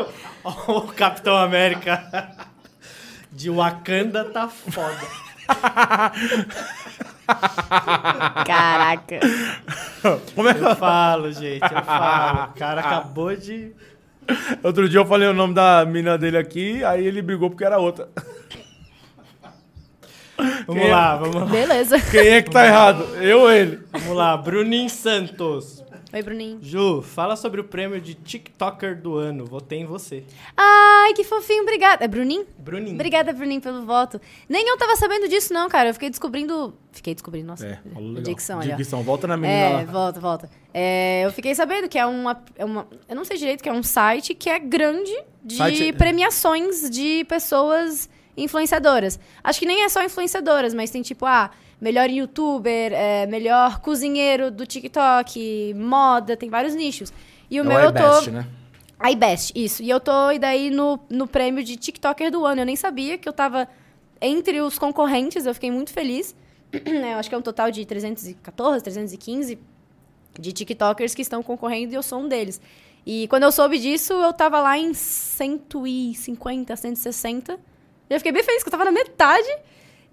C: Ó, o Capitão América de Wakanda tá foda.
A: *laughs*
D: Caraca.
A: Como é que
C: Eu falo, gente, eu falo. O cara acabou de.
A: Outro dia eu falei o nome da mina dele aqui, aí ele brigou porque era outra.
C: Vamos
A: Quem-
C: *laughs* lá, vamos lá.
D: Beleza.
A: Quem é que tá errado? Eu ou ele?
C: Vamos lá, Bruninho Santos.
D: Oi, Bruninho.
C: Ju, fala sobre o prêmio de TikToker do ano. Votei em você.
D: Ai, que fofinho, obrigada. É Bruninho?
C: Bruninho.
D: Obrigada, Bruninho, pelo voto. Nem eu tava sabendo disso, não, cara. Eu fiquei descobrindo. Fiquei descobrindo, nossa.
A: É,
D: Dicção, ali, ó.
A: Dicção, volta na menina
D: É,
A: lá.
D: volta, volta. É, eu fiquei sabendo que é uma, é uma- Eu não sei direito que é um site que é grande de
A: Site-
D: premiações de pessoas influenciadoras. Acho que nem é só influenciadoras, mas tem tipo, ah, melhor youtuber, é, melhor cozinheiro do TikTok, moda, tem vários nichos. E É o meu eu tô.
A: iBest, né?
D: iBest, isso. E eu tô, e daí, no, no prêmio de TikToker do ano. Eu nem sabia que eu tava entre os concorrentes, eu fiquei muito feliz. *clears throat* eu acho que é um total de 314, 315 de TikTokers que estão concorrendo e eu sou um deles. E quando eu soube disso, eu tava lá em 150, 160. Eu fiquei bem feliz, que eu tava na metade.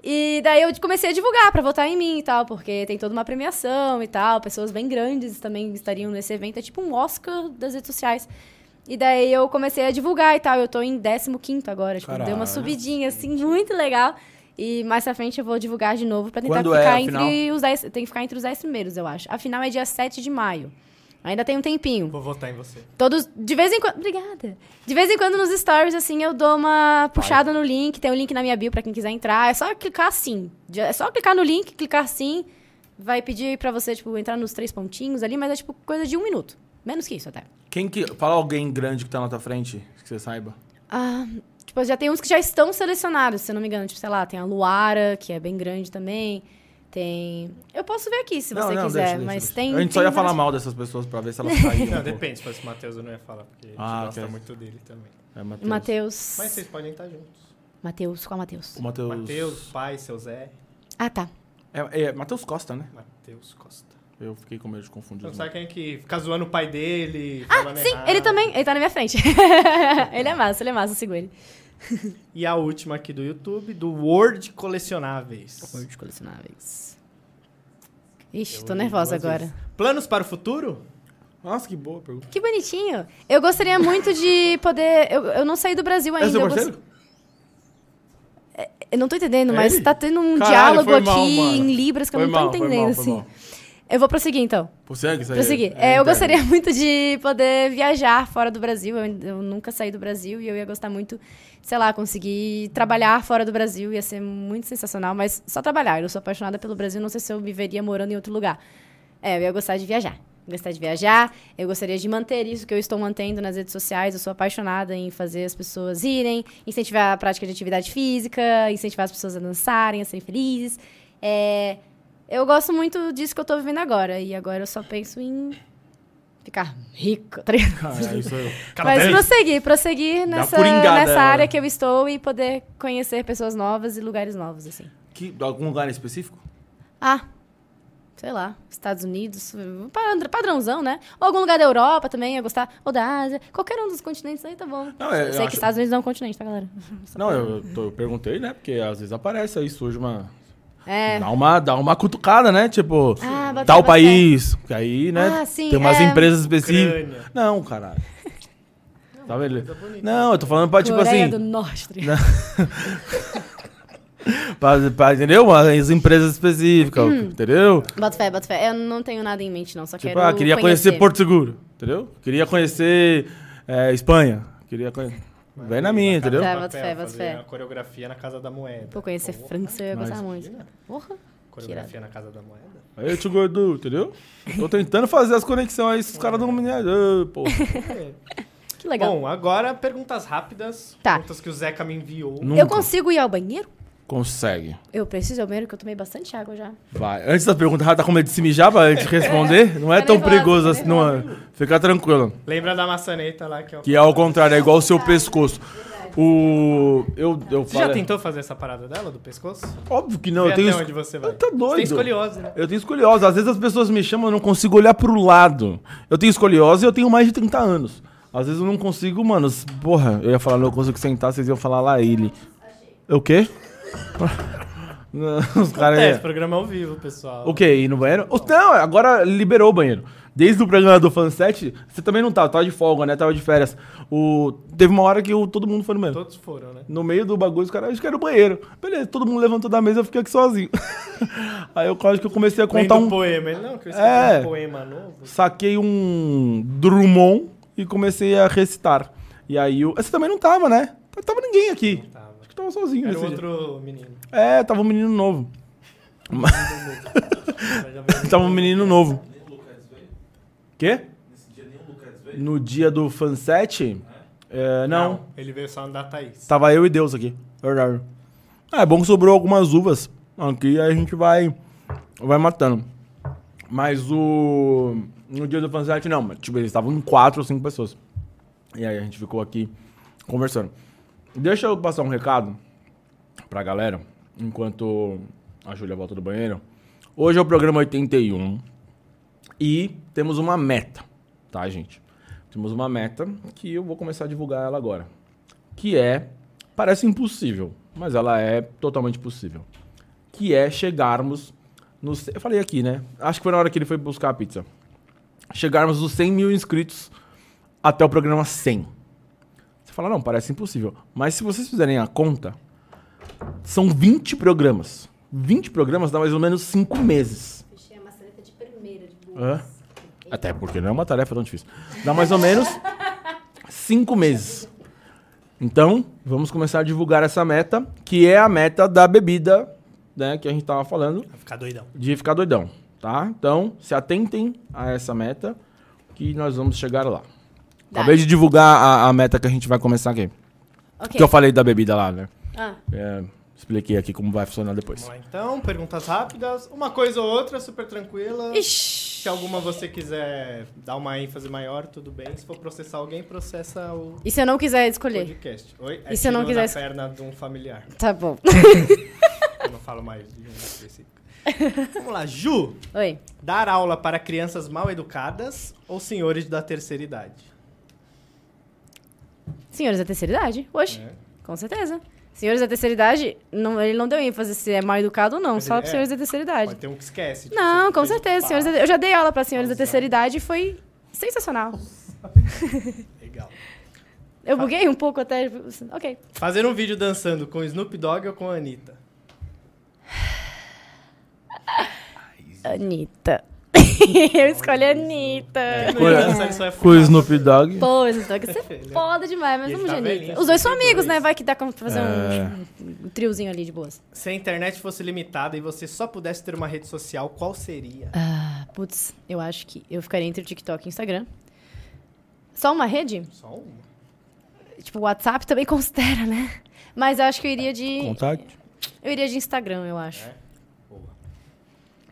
D: E daí eu comecei a divulgar pra votar em mim e tal, porque tem toda uma premiação e tal, pessoas bem grandes também estariam nesse evento, é tipo um Oscar das redes sociais. E daí eu comecei a divulgar e tal, eu tô em 15º agora, tipo, deu uma
A: Caralho.
D: subidinha assim muito legal. E mais pra frente eu vou divulgar de novo pra tentar
A: Quando é
D: ficar
A: a
D: entre
A: final?
D: os 10, tem que ficar entre os 10 primeiros, eu acho. A final é dia 7 de maio. Ainda tem um tempinho.
C: Vou votar em você.
D: Todos, de vez em quando. Obrigada. De vez em quando nos stories, assim, eu dou uma puxada no link. Tem um link na minha bio pra quem quiser entrar. É só clicar sim. Já- É só clicar no link, clicar sim. Vai pedir pra você, tipo, entrar nos três pontinhos ali, mas é, tipo, coisa de um minuto. Menos que isso até.
A: Quem que. Fala alguém grande que tá na tua frente, que você saiba.
D: Ah, tipo, já tem uns que já estão selecionados, se eu não me engano. Tipo, sei lá, tem a Luara, que é bem grande também. Tem. Eu posso ver aqui se
A: Não,
D: você
A: não,
D: quiser,
A: deixa, deixa,
D: mas
A: deixa.
D: tem.
A: A gente só
D: tem
A: ia falar
D: várias-
A: mal dessas pessoas pra ver se
D: *laughs*
A: elas caíam.
C: Não,
A: um pouco.
C: depende. Se fosse o Matheus, eu não ia falar, porque a gente
A: Ah,
C: gosta
A: ok.
C: muito dele também.
A: É, Matheus.
D: Matheus.
C: Mas vocês podem estar juntos.
D: Matheus, qual Matheus?
A: O Matheus.
C: Matheus, pai, seu Zé,
D: Ah, tá.
A: É, é Matheus Costa, né?
C: Matheus Costa.
A: Eu fiquei com medo de confundir.
C: Não
A: os
C: sabe quem é que fica zoando o pai dele, falando
D: Ah, Sim,
C: errado.
D: ele também, ele tá na minha frente. *laughs* ele é massa, ele é massa, eu sigo ele.
C: E a última aqui do YouTube, do Word Colecionáveis.
D: Cores colecionáveis. Ixi,
C: Eu
D: tô
C: li
D: nervosa
C: duas
D: agora.
C: vezes. Planos para o futuro?
A: nomes. Nossa, que boa pergunta.
D: Que bonitinho. Eu gostaria muito de poder. Eu, eu não saí do Brasil ainda.
A: É seu
D: eu, gost-
A: parceiro?
D: eu não tô entendendo,
A: É
D: mas
A: ele?
D: tá tendo um
A: Caralho,
D: diálogo
A: foi
D: aqui
A: mal, mano.
D: em Libras que eu
A: Foi
D: não tô
A: mal, foi
D: entendendo,
A: mal, foi
D: assim.
A: mal.
D: Eu vou prosseguir então.
A: Prossegue, isso aí. é
D: Prosseguir. É, eu
A: interno. *laughs*
D: gostaria *laughs* muito de poder viajar fora do Brasil. Eu, eu nunca saí do Brasil e eu ia gostar muito, sei lá, conseguir trabalhar fora do Brasil. Ia ser muito sensacional, mas só trabalhar. Eu sou apaixonada pelo Brasil, não sei se eu me veria morando em outro lugar. É, eu ia gostar de viajar. Gostar de viajar, eu gostaria de manter isso que eu estou mantendo nas redes sociais. Eu sou apaixonada em fazer as pessoas irem, incentivar a prática de atividade física, incentivar as pessoas a dançarem, a serem felizes. É, eu gosto muito disso que eu tô vivendo agora. E agora eu só penso em ficar rica, tá ligado?
A: Caralho, Ah, é isso eu.
D: Mas
C: peraí.
D: prosseguir, prosseguir
A: Dá
D: nessa,
A: coringada
D: nessa
A: ela.
D: área que eu estou e poder conhecer pessoas novas e lugares novos, assim.
A: Que, algum lugar em específico?
D: Ah, sei lá, Estados Unidos, padr- padrãozão, né? Ou algum lugar da Europa também, eu gostar. Ou da Ásia, qualquer um dos continentes aí tá bom.
A: Não, é,
D: eu
A: eu
D: sei que
A: acho-
D: Estados Unidos não é um continente, tá, galera? *laughs* Só
A: Não,
D: pra-
A: eu, eu tô- eu perguntei, né? Porque às vezes aparece aí, surge uma.
D: É.
A: Dá, uma dá uma cutucada, né? Tipo,
D: Ah, bota-
A: tal
D: bota-
A: país. que Aí, né?
D: Ah, sim,
A: tem umas
D: é.
A: empresas específicas.
C: Ucrânia.
A: Não, caralho. Tá beleza. Não, eu tô falando pra, tipo
D: Coreia
A: assim.
D: do Norte. tá ligado?
A: Pra, pra- entendeu? As empresas específicas,
D: Hum.
A: entendeu?
D: Bota fé, bota fé. Eu não tenho nada em mente, não, só
A: Tipo,
D: quero
A: ah, queria conhecer, Porto Seguro, entendeu? Queria conhecer é, Espanha, queria conhecer... Vem na minha, entendeu?
D: Tá.
C: Papel,
D: bota fé, bota
C: fazer
D: fé.
C: A coreografia na Casa da Moeda.
D: Pô, conhecer
C: Porra,
D: França, eu ia
A: Mas-
D: gostar muito. Porra.
C: Coreografia na Casa da Moeda.
D: *laughs*
A: Aí eu te gordo, entendeu? Tô tentando fazer as conexões aí, se os caras não me... Ah, Pô,
D: Que legal.
C: É. Bom, agora perguntas rápidas.
D: Tá.
C: Perguntas que o Zeca me enviou.
A: Não.
D: eu
A: nunca.
D: consigo ir ao banheiro?
A: consegue.
D: Eu preciso ir ao banheiro, que eu tomei bastante água já.
A: Vai. Antes da pergunta, ah, tá com medo de se mijar pra gente responder? Não é
D: Tá
A: tão
D: nervosa,
A: perigoso
D: tá
A: assim, não é. Fica tranquilo.
C: Lembra da maçaneta lá que eu...
A: Que é ao contrário, é igual o seu pescoço. O... Eu, eu
C: Você já
A: falo-
C: tentou fazer essa parada dela, do pescoço?
A: Óbvio que não,
C: Vê
A: eu tenho...
C: até
A: es-
C: onde você vai.
A: Tá doido.
C: Você tem escoliose, né?
A: Eu tenho escoliose. Às vezes as pessoas me chamam, eu não consigo olhar pro lado. Eu tenho escoliose e eu tenho mais de 30 anos. Às vezes eu não consigo, mano. s- Porra, eu ia falar, não eu consigo sentar, vocês iam falar lá ele. O quê? *laughs* Não, Os caras.
C: É,
A: iam-
C: esse programa é ao vivo, pessoal.
A: O quê? Ir no banheiro? Os- Não, agora liberou o banheiro. Desde o programa do Fanset, você também não tava, tava de folga, né? Tava de férias. O... Teve uma hora que o- todo mundo foi no banheiro.
C: Todos foram, né?
A: No meio do bagulho, os caras, acho que era o banheiro. Beleza, todo mundo levantou da mesa, eu fiquei aqui sozinho. *laughs* Aí eu quase que eu comecei a contar
C: Lendo
A: um.
C: poema. Ele, não, que eu escrevi
A: É.
C: um poema novo.
A: saquei um Drummond e comecei a recitar. E aí o. Você também não tava, né? Não tava ninguém aqui.
C: Tava.
A: Acho que tava sozinho
C: Era
A: nesse
C: o
A: dia.
C: outro menino.
A: É, tava um menino novo. *laughs*
C: Mas já veio-
A: tava um menino novo. Quê? No dia do fanset? É, não.
C: Ele veio só no da Thaís.
A: Tava eu e Deus aqui. Verdade. Ah, é bom que sobrou algumas uvas. aqui, aí a gente vai, vai matando. Mas o. No dia do fanzite, não, mas, tipo, eles estavam em quatro ou cinco pessoas. E aí a gente ficou aqui conversando. Deixa eu passar um recado pra galera, enquanto a Júlia volta do banheiro. Hoje é o programa 81 e temos uma meta, tá, gente? Temos uma meta que eu vou começar a divulgar ela agora. Que é, parece impossível, mas ela é totalmente possível. Que é chegarmos nos. Eu falei aqui, né? Acho que foi na hora que ele foi buscar a pizza. Chegarmos nos 100 mil inscritos até o programa 100. Você fala, não, parece impossível. Mas se vocês fizerem a conta, são 20 programas. 20 programas dá mais ou menos 5 meses.
E: Fechei a maçaneta de primeira de
A: Hã?
E: boas.
A: Até porque não é uma tarefa tão difícil. Dá mais ou menos 5 meses. Então, vamos começar a divulgar essa meta, que é a meta da bebida, né, que a gente tava falando,
F: Vai ficar doidão.
A: de ficar doidão, tá? Então, se atentem a essa meta, que nós vamos chegar lá.
D: Dá.
A: Acabei de divulgar a, a meta que a gente vai começar aqui.
D: Ok.
C: Ah.
A: Que eu falei da bebida lá, né?
D: Ah.
A: É, expliquei aqui como vai funcionar depois.
C: Vamos lá, então, perguntas rápidas. Uma coisa ou outra, super tranquila.
D: Ixi.
C: Se alguma você quiser dar uma ênfase maior, tudo bem. Se for processar alguém, processa o
D: E se eu não quiser escolher?
C: podcast. Oi? É
D: E se eu não
C: tirou
D: quiser
C: da
D: es-
C: perna de um familiar.
D: Tá bom. *laughs*
C: Eu não falo mais de um específico. Vamos lá, Ju.
D: Oi.
C: Dar aula para crianças mal educadas ou senhores da terceira idade?
D: Senhores da terceira idade? Oxe,
C: É.
D: com certeza. Senhores da terceira idade, não, ele não deu ênfase se é mal educado ou não,
C: Mas
D: só
C: ele
D: para
C: é.
D: senhores da terceira
C: Pode
D: idade.
C: ter um que esquece. tipo,
D: Não,
C: você
D: com
C: fez um
D: certeza.
C: pá. Tá
D: Senhores da, eu já dei aula para senhores da
C: Pausar.
D: terceira idade e foi sensacional.
C: Tá. Legal.
D: Eu buguei um pouco até. Ok.
C: Fazer um vídeo dançando com Snoop Dogg ou com a Anitta?
D: Anitta. *laughs* eu escolhi a Anitta.
C: Não é dança, ele só é
A: Com o
C: fumar.
A: Snoop Dogg.
D: Pô, Snoop Dogg, você
C: *laughs* Ele
D: é
C: é-
D: foda demais, mas
C: ele
D: vamos de
C: tá
D: Anitta.
C: velhinho,
D: Os dois são
C: 52.
D: amigos, né? Vai que dá pra fazer
A: É.
D: um, um triozinho ali de boas.
C: Se a internet fosse limitada e você só pudesse ter uma rede social, qual seria?
D: Ah, putz, eu acho que eu ficaria entre o TikTok e o Instagram. Só uma rede?
C: Só uma.
D: Tipo, o WhatsApp também *laughs* considera, né? Mas eu acho que eu iria de.
A: Contact.
D: Eu iria de Instagram, eu acho.
C: É.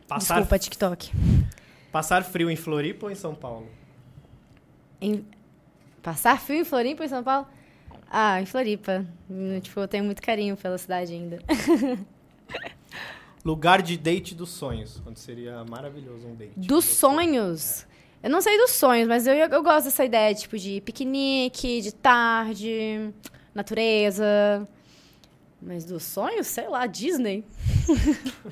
C: Passar,
D: Desculpa, TikTok.
C: passar frio em Floripa ou em São Paulo?
D: Em- Passar frio em Floripa, em São Paulo? Ah, em Floripa. Hum, Tipo, eu tenho muito carinho pela cidade ainda.
C: Lugar de date dos sonhos, onde seria maravilhoso um date.
D: Tipo, Dos sonhos. Eu não sei dos sonhos, mas eu, eu gosto dessa ideia, tipo, de piquenique, de tarde, natureza. Mas dos sonhos, sei lá, Disney.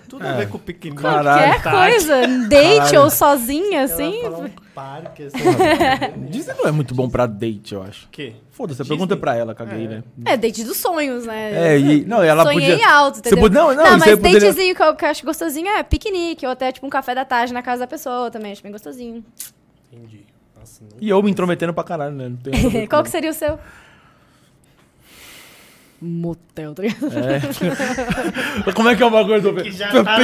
C: Tudo a ver com o piquenique.
A: Caralho.
D: Qualquer coisa. Date
A: Caralho.
D: ou sozinha, assim.
C: Ela fala um parque, assim. *laughs* o
A: Disney não é muito bom pra date, eu acho.
C: quê?
A: Foda-se, a
C: Disney?
A: pergunta é pra ela, caguei, né?
D: É, date dos sonhos, né?
A: É, e. Não, ela
D: Sonhei
A: podia.
D: alto,
A: Você
D: entendeu?
A: podia, não, não,
D: Não,
A: isso aí
D: mas
A: poderia.
D: datezinho que eu, que eu acho gostosinho é piquenique, ou até tipo um café da tarde na casa da pessoa também, acho bem gostosinho. *laughs*
C: Entendi. Nossa, não...
A: E eu me intrometendo pra caralho, né? Não
D: *laughs*
A: tem nada a ver
D: Qual
A: com-
D: que seria o seu? Motel, tá ligado?
A: É. Como é que é o bagulho do.
C: *laughs* Que já tá na...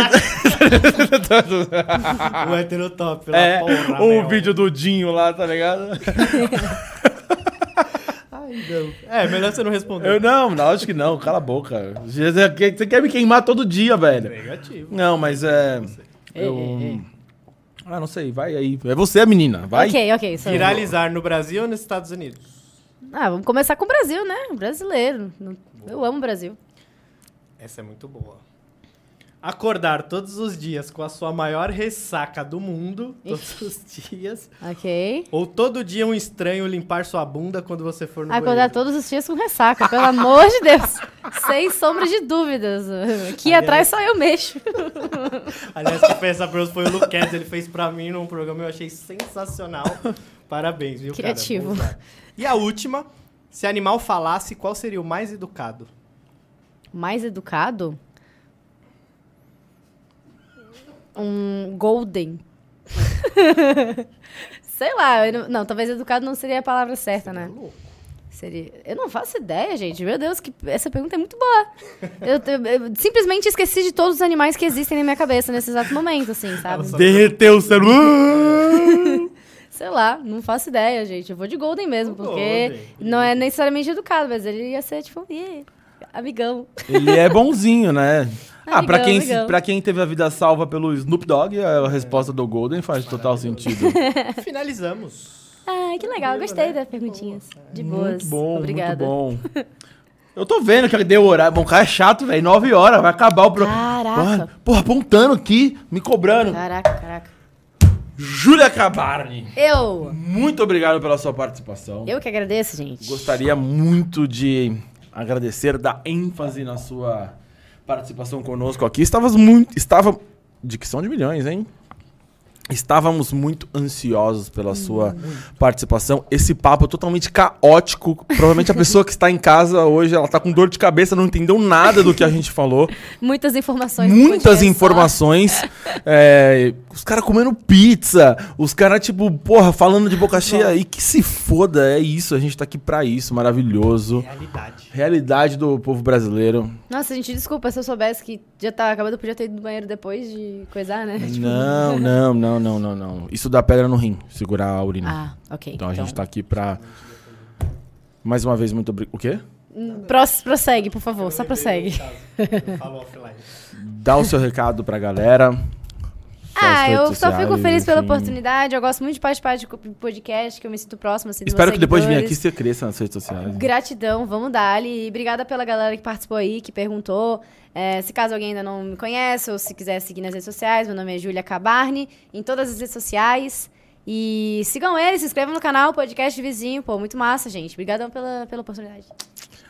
C: *laughs* o heterotop. lá,
A: É,
C: porra,
A: ou
C: meu.
A: o vídeo do Dinho lá, tá ligado?
C: Ai, não. É, melhor você não responder.
A: Eu não, não, acho que não, cala a boca. Você quer- você quer me queimar todo dia, velho.
C: Negativo.
A: Não, mas é. Eu... Ah, não sei, vai aí. É você a menina, vai.
D: Ok, ok. sou eu.
C: Viralizar no Brasil ou nos Estados Unidos?
D: Ah, vamos começar com o Brasil, né? Brasileiro. Eu amo o Brasil.
C: Essa é muito boa. Acordar todos os dias com a sua maior ressaca do mundo, todos os dias.
D: Ok.
C: Ou todo dia um estranho limpar sua bunda quando você for no
D: Acordar
C: banheiro.
D: todos os dias com ressaca, pelo amor de Deus.
C: *laughs*
D: Sem sombra de dúvidas. Aqui atrás só eu mexo.
C: Aliás, quem fez essa pergunta foi o Luquete, ele fez pra mim num programa, eu achei sensacional. Parabéns, viu, cara?
D: Criativo.
C: Vamos lá. E a última, se animal falasse, qual seria o mais educado?
D: Mais educado? Um golden. *laughs* Sei lá, eu não, não, talvez educado não seria a palavra certa,
C: Tá
D: né? Seria. Eu não faço ideia, gente. Meu Deus, que essa pergunta é muito boa. Eu, eu- eu simplesmente esqueci de todos os animais que existem na minha cabeça nesse exato momento, assim, sabe?
A: Derreteu o *laughs* celular.
D: Sei lá, não faço ideia, gente. Eu vou de Golden mesmo,
C: O
D: porque
C: Golden.
D: não é necessariamente educado, mas ele ia ser tipo, "Ih, amigão.
A: Ele é bonzinho, né? Ah, pra
B: Legal,
A: quem,
B: legal.
A: pra quem teve a vida salva pelo Snoop Dogg, a resposta do Golden faz total sentido.
C: Finalizamos.
F: Ai, que legal. Gostei das perguntinhas.
B: De *laughs* boas.
A: né? Muito bom,
B: Obrigada.
A: muito bom. Eu tô vendo que deu horário. Bom, o cara é chato, velho. Nove horas, vai acabar o programa.
D: Caraca.
A: Porra, apontando aqui, me cobrando.
D: Caraca, caraca.
A: Júlia Cabarni,
D: Eu!
A: muito obrigado pela sua participação.
D: Eu que agradeço, gente.
A: Gostaria muito de agradecer da ênfase na sua participação conosco aqui. Estavas muito, estava dicção de milhões, hein? Estávamos muito ansiosos pela sua participação. Esse papo é totalmente caótico. Provavelmente a pessoa que está em casa hoje, ela tá com dor de cabeça, não entendeu nada do que a gente falou.
F: Muitas informações. que
A: Muitas
F: podia só-
D: *laughs*
A: informações. É, os caras comendo pizza. Os caras, tipo, porra, falando de boca cheia. E que se foda, é isso. A gente tá aqui pra isso. Maravilhoso.
C: Realidade.
A: Realidade do povo brasileiro.
D: Nossa, gente, desculpa se eu soubesse que já tá acabando, eu podia ter ido no banheiro depois de coisar, né?
A: Hum. Não, não, não, não, não, não. Isso dá pedra no rim, segurar a urina.
D: Ah, ok.
A: então a gente tá aqui pra. Mais uma vez, muito obrigado. O quê?
D: Hum, pros- prossegue, por favor, só prossegue.
C: Eu falo offline.
A: Dá o seu recado pra galera.
D: Ah,
A: Suas
D: eu
A: redes
D: só fico
A: sociais,
D: feliz pela
A: enfim.
D: oportunidade. Eu gosto muito de participar de co- podcast, que eu me sinto próxima. Assim, dos
A: Espero
D: meus
A: que depois de vir aqui
D: seguidores.
A: você cresça nas redes sociais.
D: Gratidão, vamos dar ali. E obrigada pela galera que participou aí, que perguntou. É, se caso alguém ainda não me conhece ou se quiser seguir nas redes sociais, meu nome é Júlia Cabarni, em todas as redes sociais. E sigam ele, se inscrevam no canal, podcast vizinho. Pô, muito massa, gente. Obrigadão pela, pela oportunidade.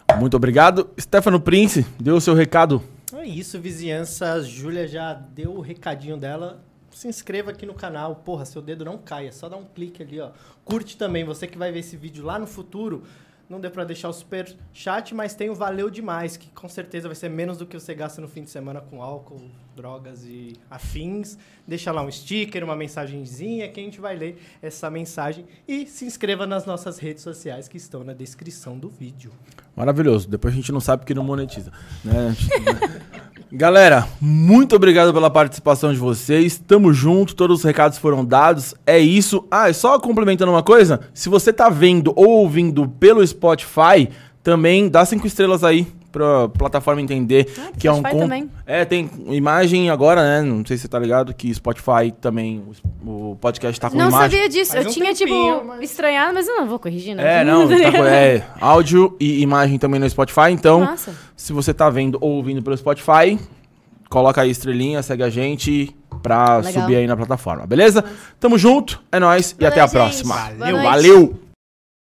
A: Tá Muito obrigado. Stefano Prince, deu o seu recado.
C: Então É isso, vizinhança. A Júlia já deu o recadinho dela. Se inscreva aqui no canal. Porra, seu dedo não cai. É só dar um clique ali, ó. Curte também. Você que vai ver esse vídeo lá no futuro. Não deu pra deixar o super chat, mas tem o Valeu Demais, que com certeza vai ser menos do que você gasta no fim de semana com álcool, drogas e afins. Deixa lá um sticker, uma mensagenzinha, que a gente vai ler essa mensagem. E se inscreva nas nossas redes sociais, que estão na descrição do vídeo.
A: Maravilhoso. Depois a gente não sabe porque não monetiza. né? *laughs* Galera, muito obrigado pela participação de vocês. Tamo junto, todos os recados foram dados. É isso. Ah, e só complementando uma coisa: se você tá vendo ou ouvindo pelo Spotify, também dá cinco estrelas aí pra plataforma entender que é um
D: Ah, Spotify
A: con-
D: também.
A: É, tem imagem agora, né? Não sei se você tá ligado que Spotify também o o podcast tá com
D: não
A: imagem.
D: sabia disso.
C: Faz
D: eu
C: um
D: tinha,
C: tempinho,
D: tipo,
C: mas-
D: estranhado, mas eu não vou corrigir, né?
A: É,
D: *laughs*
A: não, tá com- é áudio e imagem também no Spotify, então
D: Nossa.
A: se você tá vendo ou ouvindo pelo Spotify, coloca aí estrelinha, segue a gente pra
D: Legal.
A: subir aí na plataforma, beleza? Tamo junto, é nóis e até a
D: gente.
A: próxima.
D: Boa noite.
A: Valeu!